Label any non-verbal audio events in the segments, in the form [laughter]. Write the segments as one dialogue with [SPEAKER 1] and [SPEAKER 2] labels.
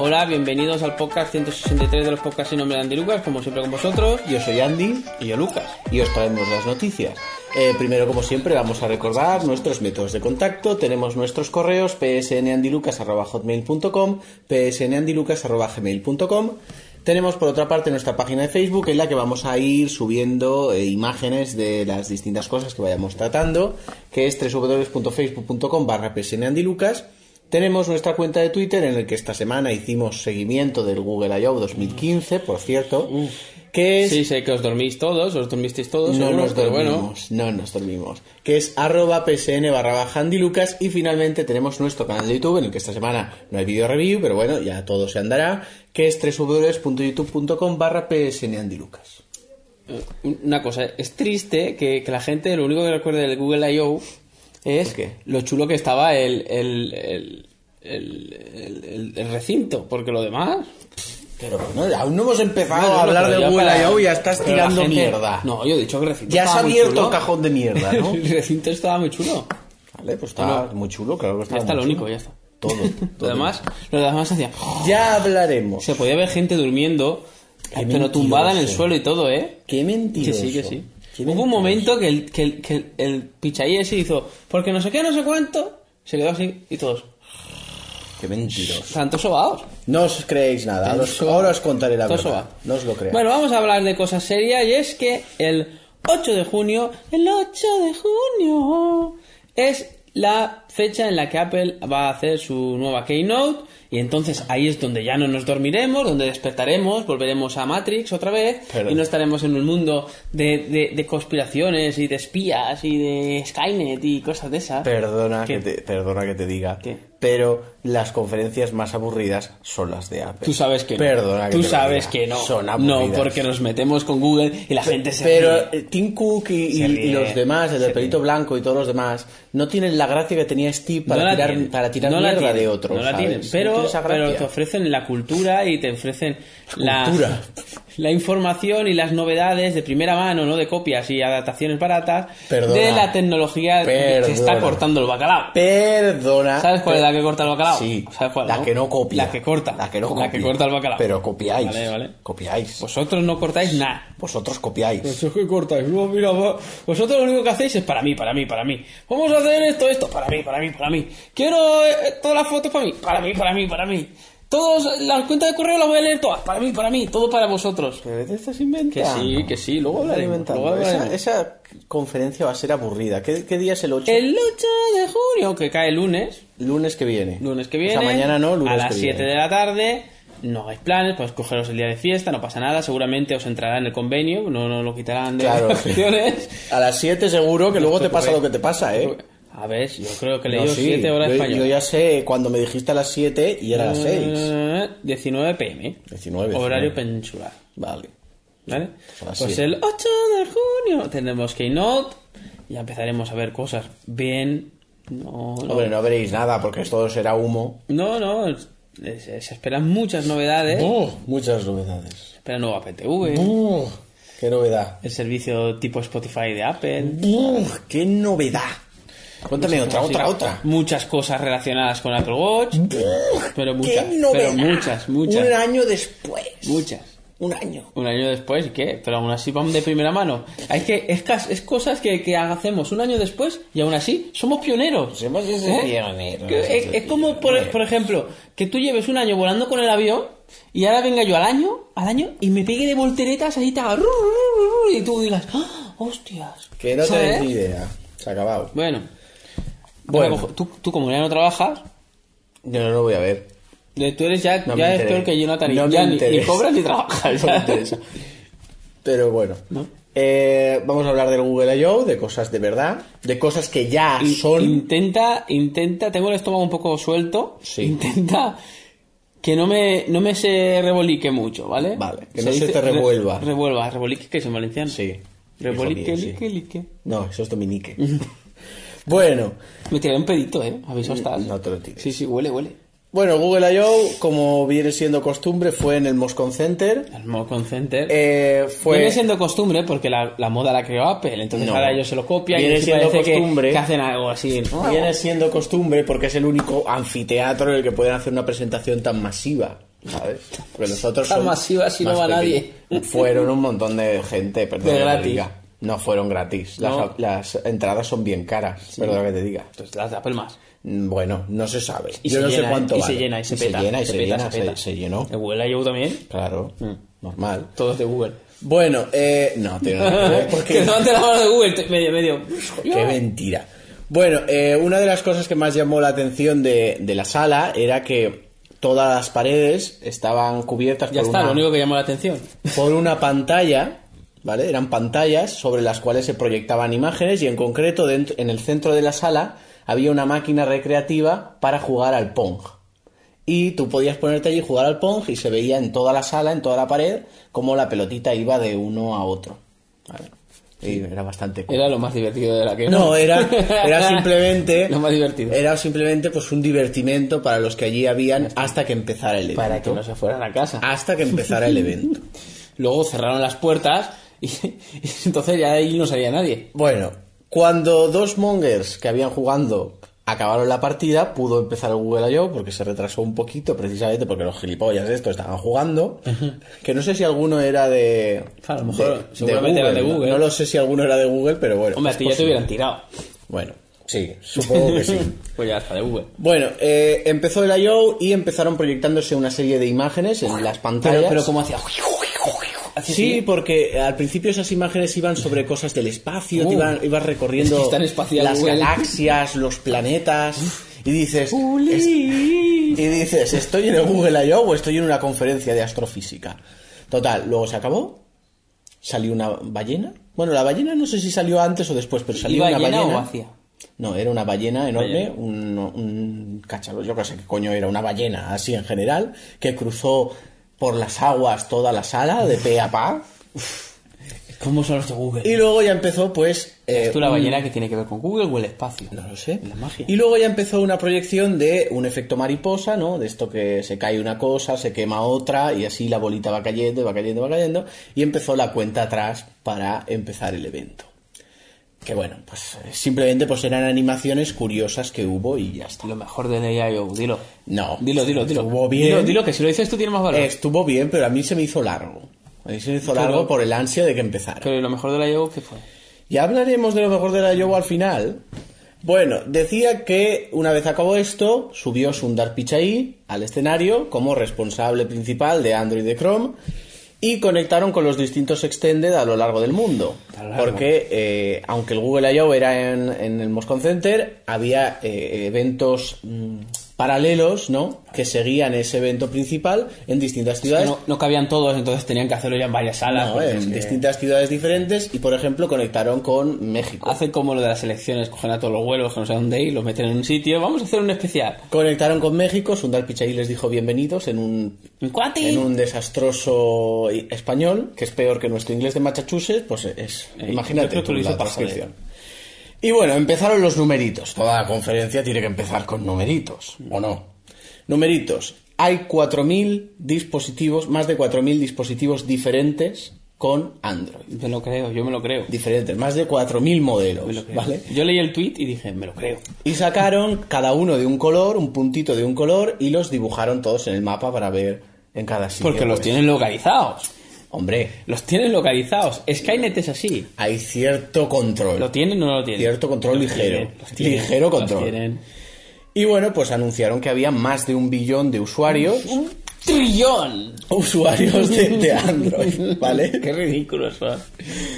[SPEAKER 1] Hola, bienvenidos al podcast 163 de los podcasts sin nombre de Andy Lucas, como siempre con vosotros.
[SPEAKER 2] Yo soy Andy
[SPEAKER 1] Y yo, Lucas.
[SPEAKER 2] y os traemos las noticias. Eh, primero, como siempre, vamos a recordar nuestros métodos de contacto. Tenemos nuestros correos psnandilucas.hotmail.com, psnandilucas.gmail.com. Tenemos, por otra parte, nuestra página de Facebook en la que vamos a ir subiendo eh, imágenes de las distintas cosas que vayamos tratando, que es www.facebook.com barra psnandilucas. Tenemos nuestra cuenta de Twitter en la que esta semana hicimos seguimiento del Google I.O. 2015, por cierto, que es
[SPEAKER 1] Sí, sé que os dormís todos, os dormisteis todos,
[SPEAKER 2] no
[SPEAKER 1] seguro,
[SPEAKER 2] nos
[SPEAKER 1] pero
[SPEAKER 2] dormimos,
[SPEAKER 1] bueno.
[SPEAKER 2] no nos dormimos. Que es arroba psn barra baja Andy Lucas y finalmente tenemos nuestro canal de YouTube en el que esta semana no hay video review, pero bueno, ya todo se andará, que es www.youtube.com barra psn Andy Lucas.
[SPEAKER 1] Una cosa, es triste que, que la gente lo único que recuerde del Google I.O. es
[SPEAKER 2] ¿El qué?
[SPEAKER 1] lo chulo que estaba el, el, el, el, el- el- el recinto, porque lo demás.
[SPEAKER 2] Pero bueno, aún no hemos empezado
[SPEAKER 1] No, no,
[SPEAKER 2] a hablar
[SPEAKER 1] pero
[SPEAKER 2] de
[SPEAKER 1] ya
[SPEAKER 2] Google
[SPEAKER 1] para-
[SPEAKER 2] I.O. y ya estás
[SPEAKER 1] pero la
[SPEAKER 2] tirando
[SPEAKER 1] gente-
[SPEAKER 2] mierda.
[SPEAKER 1] No, yo he dicho que el recinto
[SPEAKER 2] ya se
[SPEAKER 1] estaba
[SPEAKER 2] ha
[SPEAKER 1] muy
[SPEAKER 2] abierto
[SPEAKER 1] chulo. [laughs]
[SPEAKER 2] el cajón de mierda, ¿no?
[SPEAKER 1] El recinto estaba muy chulo.
[SPEAKER 2] vale, pues está
[SPEAKER 1] Bueno,
[SPEAKER 2] muy chulo, claro que está
[SPEAKER 1] ya está lo
[SPEAKER 2] muy chulo.
[SPEAKER 1] único, ya está.
[SPEAKER 2] Todo.
[SPEAKER 1] [laughs] Lo
[SPEAKER 2] todo.
[SPEAKER 1] demás, lo demás hacía.
[SPEAKER 2] Ya hablaremos.
[SPEAKER 1] Se podía ver gente durmiendo,
[SPEAKER 2] Qué
[SPEAKER 1] pero tumbada en el
[SPEAKER 2] mentiroso.
[SPEAKER 1] suelo y todo, ¿eh?
[SPEAKER 2] Qué
[SPEAKER 1] Que
[SPEAKER 2] mentiroso.
[SPEAKER 1] sí, que sí.
[SPEAKER 2] Qué
[SPEAKER 1] Hubo un
[SPEAKER 2] mentiroso.
[SPEAKER 1] momento que el, que el, que el, el pichaí ese hizo, porque no sé qué, no sé cuánto, se quedó así y todos,
[SPEAKER 2] Qué mentiroso.
[SPEAKER 1] tantos sobaos.
[SPEAKER 2] No os creéis nada. Ahora os, ahora os contaré la
[SPEAKER 1] Todo
[SPEAKER 2] verdad.
[SPEAKER 1] soba.
[SPEAKER 2] No os lo creáis.
[SPEAKER 1] Bueno, vamos a hablar de cosas serias y es que el 8 de junio, el 8 de junio, es la fecha en la que Apple va a hacer su nueva Keynote y entonces ahí es donde ya no nos dormiremos, donde despertaremos, volveremos a Matrix otra vez
[SPEAKER 2] Pero-
[SPEAKER 1] y no estaremos en un mundo de, de- de conspiraciones y de espías y de Skynet y cosas de esas.
[SPEAKER 2] perdona,
[SPEAKER 1] ¿Qué?
[SPEAKER 2] que te, perdona que te diga.
[SPEAKER 1] ¿Qué?
[SPEAKER 2] Pero las conferencias más aburridas son las de Apple.
[SPEAKER 1] Tú sabes que no.
[SPEAKER 2] Perdona que
[SPEAKER 1] Tú
[SPEAKER 2] te lo
[SPEAKER 1] sabes
[SPEAKER 2] diga.
[SPEAKER 1] que no.
[SPEAKER 2] Son
[SPEAKER 1] no,
[SPEAKER 2] aburridas.
[SPEAKER 1] porque nos metemos con Google y la gente se ríe.
[SPEAKER 2] Pero eh, Tim Cook y, y-
[SPEAKER 1] Se ríe,
[SPEAKER 2] y los demás, el
[SPEAKER 1] se
[SPEAKER 2] del pelito blanco y todos los demás, no tienen la gracia que tenía Steve para
[SPEAKER 1] la
[SPEAKER 2] tirar,
[SPEAKER 1] tienen,
[SPEAKER 2] para tirar
[SPEAKER 1] no la
[SPEAKER 2] mierda
[SPEAKER 1] tienen,
[SPEAKER 2] de otros.
[SPEAKER 1] No la
[SPEAKER 2] ¿sabes?
[SPEAKER 1] tienen,
[SPEAKER 2] No tiene
[SPEAKER 1] pero,
[SPEAKER 2] esa
[SPEAKER 1] pero
[SPEAKER 2] gracia.
[SPEAKER 1] te ofrecen la cultura y te ofrecen la,
[SPEAKER 2] Cultura.
[SPEAKER 1] [laughs] la información y las novedades de primera mano, no de copias y adaptaciones baratas
[SPEAKER 2] Perdona.
[SPEAKER 1] de la tecnología que
[SPEAKER 2] Perdona.
[SPEAKER 1] está cortando el bacalao.
[SPEAKER 2] Perdona.
[SPEAKER 1] ¿Sabes cuál es la que corta el bacalao?
[SPEAKER 2] Sí.
[SPEAKER 1] ¿Sabes cuál,
[SPEAKER 2] la
[SPEAKER 1] no?
[SPEAKER 2] que no copia.
[SPEAKER 1] La que corta.
[SPEAKER 2] La que no
[SPEAKER 1] La que
[SPEAKER 2] copia.
[SPEAKER 1] corta el bacalao.
[SPEAKER 2] Pero copiáis.
[SPEAKER 1] Vale, vale.
[SPEAKER 2] Copiáis.
[SPEAKER 1] Vosotros no cortáis nada.
[SPEAKER 2] Vosotros copiáis.
[SPEAKER 1] Eso Pues es que cortáis. No, mira, va- vosotros lo único que hacéis es para mí, para mí, para mí. Vamos a hacer esto, esto, para mí, para mí, para mí. Quiero eh, todas las fotos para mí, para mí, para mí, para mí. Todas las cuentas de correo las voy a leer todas, para mí, para mí, todo para vosotros.
[SPEAKER 2] Pero te estás inventando.
[SPEAKER 1] Que sí, que sí, luego
[SPEAKER 2] Estás
[SPEAKER 1] hablaremos,
[SPEAKER 2] inventando.
[SPEAKER 1] luego hablaremos.
[SPEAKER 2] Esa, esa conferencia va a ser aburrida. ¿Qué, qué día es el 8?
[SPEAKER 1] El 8 de junio, que cae lunes,
[SPEAKER 2] Lunes que viene.
[SPEAKER 1] lunes que viene,
[SPEAKER 2] O sea, mañana no, lunes
[SPEAKER 1] a las
[SPEAKER 2] que
[SPEAKER 1] 7
[SPEAKER 2] viene.
[SPEAKER 1] de la tarde. No hagáis planes, pues cogeros el día de fiesta, no pasa nada, seguramente os entrará en el convenio, no, no lo quitarán de
[SPEAKER 2] Claro.
[SPEAKER 1] las acciones.
[SPEAKER 2] A las 7 seguro que luego te pasa lo que te pasa, [laughs] ¿eh?
[SPEAKER 1] A ver, yo creo que
[SPEAKER 2] No,
[SPEAKER 1] leí
[SPEAKER 2] sí.
[SPEAKER 1] 7 horas
[SPEAKER 2] yo,
[SPEAKER 1] español.
[SPEAKER 2] yo ya sé cuando me dijiste a las 7 y era a las 6.
[SPEAKER 1] Eh, 19 pm.
[SPEAKER 2] 19,
[SPEAKER 1] Horario
[SPEAKER 2] 19.
[SPEAKER 1] peninsular.
[SPEAKER 2] Vale.
[SPEAKER 1] ¿Vale?
[SPEAKER 2] Ahora
[SPEAKER 1] Pues
[SPEAKER 2] sí.
[SPEAKER 1] el 8 de junio tenemos Keynote. Ya empezaremos a ver cosas bien. No, no.
[SPEAKER 2] Hombre, no veréis nada porque esto será humo.
[SPEAKER 1] No, no. es- es- Se, esperan muchas novedades.
[SPEAKER 2] Oh, muchas novedades.
[SPEAKER 1] Se espera nueva PTV.
[SPEAKER 2] Oh, qué novedad.
[SPEAKER 1] El servicio tipo Spotify de Apple.
[SPEAKER 2] Oh, qué novedad. Cuéntame otra,
[SPEAKER 1] Sí,
[SPEAKER 2] otra, otra.
[SPEAKER 1] Muchas cosas relacionadas con Apple Watch. Pero muchas.
[SPEAKER 2] ¡Qué novedad!
[SPEAKER 1] Pero muchas, muchas.
[SPEAKER 2] Un año después.
[SPEAKER 1] Muchas.
[SPEAKER 2] Un año.
[SPEAKER 1] Un año después, ¿y ¿qué? Pero aún así vamos de primera mano. Hay que, es, cas- es cosas que, que hacemos un año después y aún así somos pioneros.
[SPEAKER 2] Somos
[SPEAKER 1] ¿Eh?
[SPEAKER 2] pues, pioneros.
[SPEAKER 1] Que- Es, es como, por, por ejemplo, que tú lleves un año volando con el avión y ahora venga yo al año, al año y me pegue de volteretas ahí te haga ru, ru, ru, ru, y tú digas, ¡Ah, hostias.
[SPEAKER 2] Que no
[SPEAKER 1] ¿Sabes?
[SPEAKER 2] tenéis ni idea. Se ha acabado.
[SPEAKER 1] Bueno,
[SPEAKER 2] Bueno.
[SPEAKER 1] Ahora cojo- tú, tú como ya no trabajas,
[SPEAKER 2] Yo no lo voy a [laughs] ver.
[SPEAKER 1] eh, tú eres ya,
[SPEAKER 2] No me
[SPEAKER 1] ya es
[SPEAKER 2] interesa.
[SPEAKER 1] peor que Jonathan y
[SPEAKER 2] No me
[SPEAKER 1] ya ni- ni,
[SPEAKER 2] interesa.
[SPEAKER 1] cobras ni trabajas.
[SPEAKER 2] [laughs] No me
[SPEAKER 1] ya.
[SPEAKER 2] interesa. Pero bueno.
[SPEAKER 1] No.
[SPEAKER 2] Eh, vamos a hablar del Google I.O., de cosas de verdad, de cosas que ya
[SPEAKER 1] In-
[SPEAKER 2] son...
[SPEAKER 1] Intenta, intenta, tengo el estómago un poco suelto.
[SPEAKER 2] Sí.
[SPEAKER 1] Intenta que no me, no me se rebolique mucho, ¿vale?
[SPEAKER 2] Vale, que no se te revuelva.
[SPEAKER 1] re- revuelva, rebolique, que es en valenciano.
[SPEAKER 2] Sí.
[SPEAKER 1] Rebolique,
[SPEAKER 2] Hijo mío, sí.
[SPEAKER 1] lique, lique.
[SPEAKER 2] No, eso es
[SPEAKER 1] [laughs]
[SPEAKER 2] dominique. bueno,
[SPEAKER 1] Me tiré un pedito, ¿eh? Aviso hasta.
[SPEAKER 2] no te lo tires.
[SPEAKER 1] Sí, sí, huele, huele.
[SPEAKER 2] Bueno, Google I.O., como viene siendo costumbre, fue en el Moscon Center.
[SPEAKER 1] El Mocon Center.
[SPEAKER 2] Eh, fue...
[SPEAKER 1] Viene siendo costumbre porque la, la moda la creó Apple, entonces
[SPEAKER 2] No.
[SPEAKER 1] ahora ellos se lo copian
[SPEAKER 2] Viene
[SPEAKER 1] y sí
[SPEAKER 2] siendo
[SPEAKER 1] parece que-
[SPEAKER 2] costumbre.
[SPEAKER 1] Que, hacen algo así. ¿no?
[SPEAKER 2] Viene siendo costumbre porque es el único anfiteatro en el que pueden hacer una presentación tan masiva. ¿Sabes? Porque nosotros
[SPEAKER 1] Tan
[SPEAKER 2] somos
[SPEAKER 1] masiva si no
[SPEAKER 2] más
[SPEAKER 1] va
[SPEAKER 2] pequeños.
[SPEAKER 1] nadie.
[SPEAKER 2] Fueron un montón de gente, perdón.
[SPEAKER 1] De
[SPEAKER 2] que te
[SPEAKER 1] gratis.
[SPEAKER 2] diga. No fueron gratis. Las,
[SPEAKER 1] No.
[SPEAKER 2] las entradas son bien caras, perdón que te diga.
[SPEAKER 1] Entonces las de Apple más.
[SPEAKER 2] Mm, Bueno, no se sabe.
[SPEAKER 1] Y
[SPEAKER 2] Yo
[SPEAKER 1] se
[SPEAKER 2] no
[SPEAKER 1] llena,
[SPEAKER 2] sé cuánto
[SPEAKER 1] y
[SPEAKER 2] vale.
[SPEAKER 1] se llena, y se peta,
[SPEAKER 2] Se llena, y se,
[SPEAKER 1] se peta,
[SPEAKER 2] llena,
[SPEAKER 1] se
[SPEAKER 2] se,
[SPEAKER 1] peta. Mm.
[SPEAKER 2] se llenó.
[SPEAKER 1] Google la llevo también.
[SPEAKER 2] Claro, normal.
[SPEAKER 1] Todos de Google.
[SPEAKER 2] Bueno, eh, no, tío, no, no,
[SPEAKER 1] [laughs]
[SPEAKER 2] porque
[SPEAKER 1] Que levante la mano de Google. te- Medio, medio.
[SPEAKER 2] Qué mentira. Bueno, eh, una de las cosas que más llamó la atención de, de la sala era que todas las paredes estaban cubiertas
[SPEAKER 1] Ya
[SPEAKER 2] por,
[SPEAKER 1] está,
[SPEAKER 2] una,
[SPEAKER 1] lo único que llamó la atención.
[SPEAKER 2] por una pantalla, ¿vale? Eran pantallas sobre las cuales se proyectaban imágenes y en concreto dentro- en el centro de la sala había una máquina recreativa para jugar al Pong. Y tú podías ponerte allí y jugar al Pong y se veía en toda la sala, en toda la pared, cómo la pelotita iba de uno a otro. ¿vale? Y era bastante cool.
[SPEAKER 1] Era lo más divertido de la que.
[SPEAKER 2] [laughs] No, era,
[SPEAKER 1] [laughs]
[SPEAKER 2] era simplemente.
[SPEAKER 1] Lo más divertido.
[SPEAKER 2] Era simplemente pues un divertimento para los que allí habían hasta que empezara el evento.
[SPEAKER 1] Para que no se fueran a casa.
[SPEAKER 2] Hasta que
[SPEAKER 1] [laughs]
[SPEAKER 2] empezara el evento.
[SPEAKER 1] Luego cerraron las puertas [laughs] y, y entonces ya ahí no salía nadie.
[SPEAKER 2] Bueno, cuando dos mongers que habían jugando acabaron la partida, pudo empezar el Google I.O. porque se retrasó un poquito precisamente porque los gilipollas estos estaban jugando. Que no sé si alguno era de.
[SPEAKER 1] A lo mejor, seguramente era de
[SPEAKER 2] ¿no?
[SPEAKER 1] Google.
[SPEAKER 2] No, lo sé si alguno era de Google, pero bueno.
[SPEAKER 1] Hombre,
[SPEAKER 2] es
[SPEAKER 1] a ti ya te
[SPEAKER 2] posible.
[SPEAKER 1] hubieran tirado.
[SPEAKER 2] Bueno, sí, supongo
[SPEAKER 1] [laughs]
[SPEAKER 2] que sí.
[SPEAKER 1] Pues ya está, de Google.
[SPEAKER 2] Bueno, eh, empezó el I.O. y empezaron proyectándose una serie de imágenes en las pantallas.
[SPEAKER 1] Pero, pero como hacía. Hacía
[SPEAKER 2] Sí,
[SPEAKER 1] así.
[SPEAKER 2] porque al principio esas imágenes iban sobre cosas del espacio,
[SPEAKER 1] Uh.
[SPEAKER 2] te iban, ibas recorriendo
[SPEAKER 1] Es que es tan espacial,
[SPEAKER 2] las
[SPEAKER 1] Google.
[SPEAKER 2] galaxias, los planetas, y dices... "Es- y dices, ¿estoy en el Google I.O. o estoy en una conferencia de astrofísica? Total, luego se acabó, salió una ballena. Bueno, la ballena no sé si salió antes o después, pero salió
[SPEAKER 1] ¿Iba
[SPEAKER 2] una
[SPEAKER 1] llena
[SPEAKER 2] ballena.
[SPEAKER 1] o vacía?
[SPEAKER 2] No, era una ballena enorme,
[SPEAKER 1] Ballena.
[SPEAKER 2] un, un cacharro, yo qué sé qué coño era, una ballena así en general, que cruzó por las aguas toda la sala de pe a pa.
[SPEAKER 1] ¿Cómo son los de Google?
[SPEAKER 2] Y luego ya empezó, pues. eh,
[SPEAKER 1] ¿Es tú la
[SPEAKER 2] un-
[SPEAKER 1] ballena que tiene que ver con Google o el espacio?
[SPEAKER 2] No lo sé.
[SPEAKER 1] La magia.
[SPEAKER 2] Y luego ya empezó una proyección de un efecto mariposa, ¿no? De esto que se cae una cosa, se quema otra, y así la bolita va cayendo, va cayendo, va cayendo. Y empezó la cuenta atrás para empezar el evento. Que bueno, pues eh, simplemente pues eran animaciones curiosas que hubo y ya está.
[SPEAKER 1] Lo mejor del AI.O. Dilo.
[SPEAKER 2] No.
[SPEAKER 1] Dilo, dilo, dilo.
[SPEAKER 2] Estuvo bien.
[SPEAKER 1] Dilo, dilo, que si lo dices tú tiene más valor.
[SPEAKER 2] Estuvo bien, pero a mí se me hizo largo. A mí se me hizo
[SPEAKER 1] Pero-
[SPEAKER 2] largo por el ansia de que empezara.
[SPEAKER 1] Pero ¿y lo mejor del AI.O. ¿qué fue?
[SPEAKER 2] Ya hablaremos de lo mejor de la Yobo al final. Bueno, decía que una vez acabó esto, subió Sundar Pichai al escenario como responsable principal de Android de Chrome y conectaron con los distintos extended a lo largo del mundo.
[SPEAKER 1] A lo largo.
[SPEAKER 2] Porque eh, aunque el Google I.O. era en, en el Moscone Center, había eh, eventos mm, paralelos, ¿no? Que seguían ese evento principal en distintas ciudades.
[SPEAKER 1] No, no cabían todos, entonces tenían que hacerlo ya en varias salas.
[SPEAKER 2] No,
[SPEAKER 1] porque
[SPEAKER 2] en
[SPEAKER 1] es que
[SPEAKER 2] distintas ciudades diferentes y por ejemplo conectaron con México.
[SPEAKER 1] Hacen como lo de las elecciones, cogen a todos los vuelos que no sé dónde ir, los meten en un sitio, vamos a hacer un especial.
[SPEAKER 2] Conectaron con México, Sundar Pichai les dijo bienvenidos en un,
[SPEAKER 1] ¡Un cuate!
[SPEAKER 2] en un desastroso i- español, que es peor que nuestro inglés de Massachusetts, pues es,
[SPEAKER 1] Eh, yo
[SPEAKER 2] imagínate
[SPEAKER 1] creo que
[SPEAKER 2] tú
[SPEAKER 1] lo hizo
[SPEAKER 2] la
[SPEAKER 1] para joder.
[SPEAKER 2] transcripción. Y bueno, empezaron los numeritos. Toda la conferencia tiene que empezar con numeritos, ¿o no? Numeritos. Hay 4.000 dispositivos, más de 4.000 dispositivos diferentes con Android.
[SPEAKER 1] Me lo creo, yo me lo creo.
[SPEAKER 2] Diferentes, más de 4.000
[SPEAKER 1] Me lo
[SPEAKER 2] modelos,
[SPEAKER 1] creo.
[SPEAKER 2] ¿vale?
[SPEAKER 1] Yo leí el tweet y dije, me lo creo.
[SPEAKER 2] Y sacaron cada uno de un color, un puntito de un color, y los dibujaron todos en el mapa para ver en cada sitio.
[SPEAKER 1] Porque los
[SPEAKER 2] pues.
[SPEAKER 1] tienen localizados.
[SPEAKER 2] Hombre,
[SPEAKER 1] Los tienen localizados. Skynet es así.
[SPEAKER 2] hay cierto control.
[SPEAKER 1] ¿Lo tienen o no lo tienen?
[SPEAKER 2] Cierto control
[SPEAKER 1] Los
[SPEAKER 2] ligero.
[SPEAKER 1] tienen, los tienen,
[SPEAKER 2] Ligero
[SPEAKER 1] los
[SPEAKER 2] control.
[SPEAKER 1] tienen.
[SPEAKER 2] Y bueno, pues anunciaron que había más de un billón de
[SPEAKER 1] [laughs]
[SPEAKER 2] usuarios.
[SPEAKER 1] ¡Un trillón!
[SPEAKER 2] usuarios de, de
[SPEAKER 1] [laughs]
[SPEAKER 2] Android,
[SPEAKER 1] Qué
[SPEAKER 2] Pues, ¿vale?
[SPEAKER 1] ridículos son.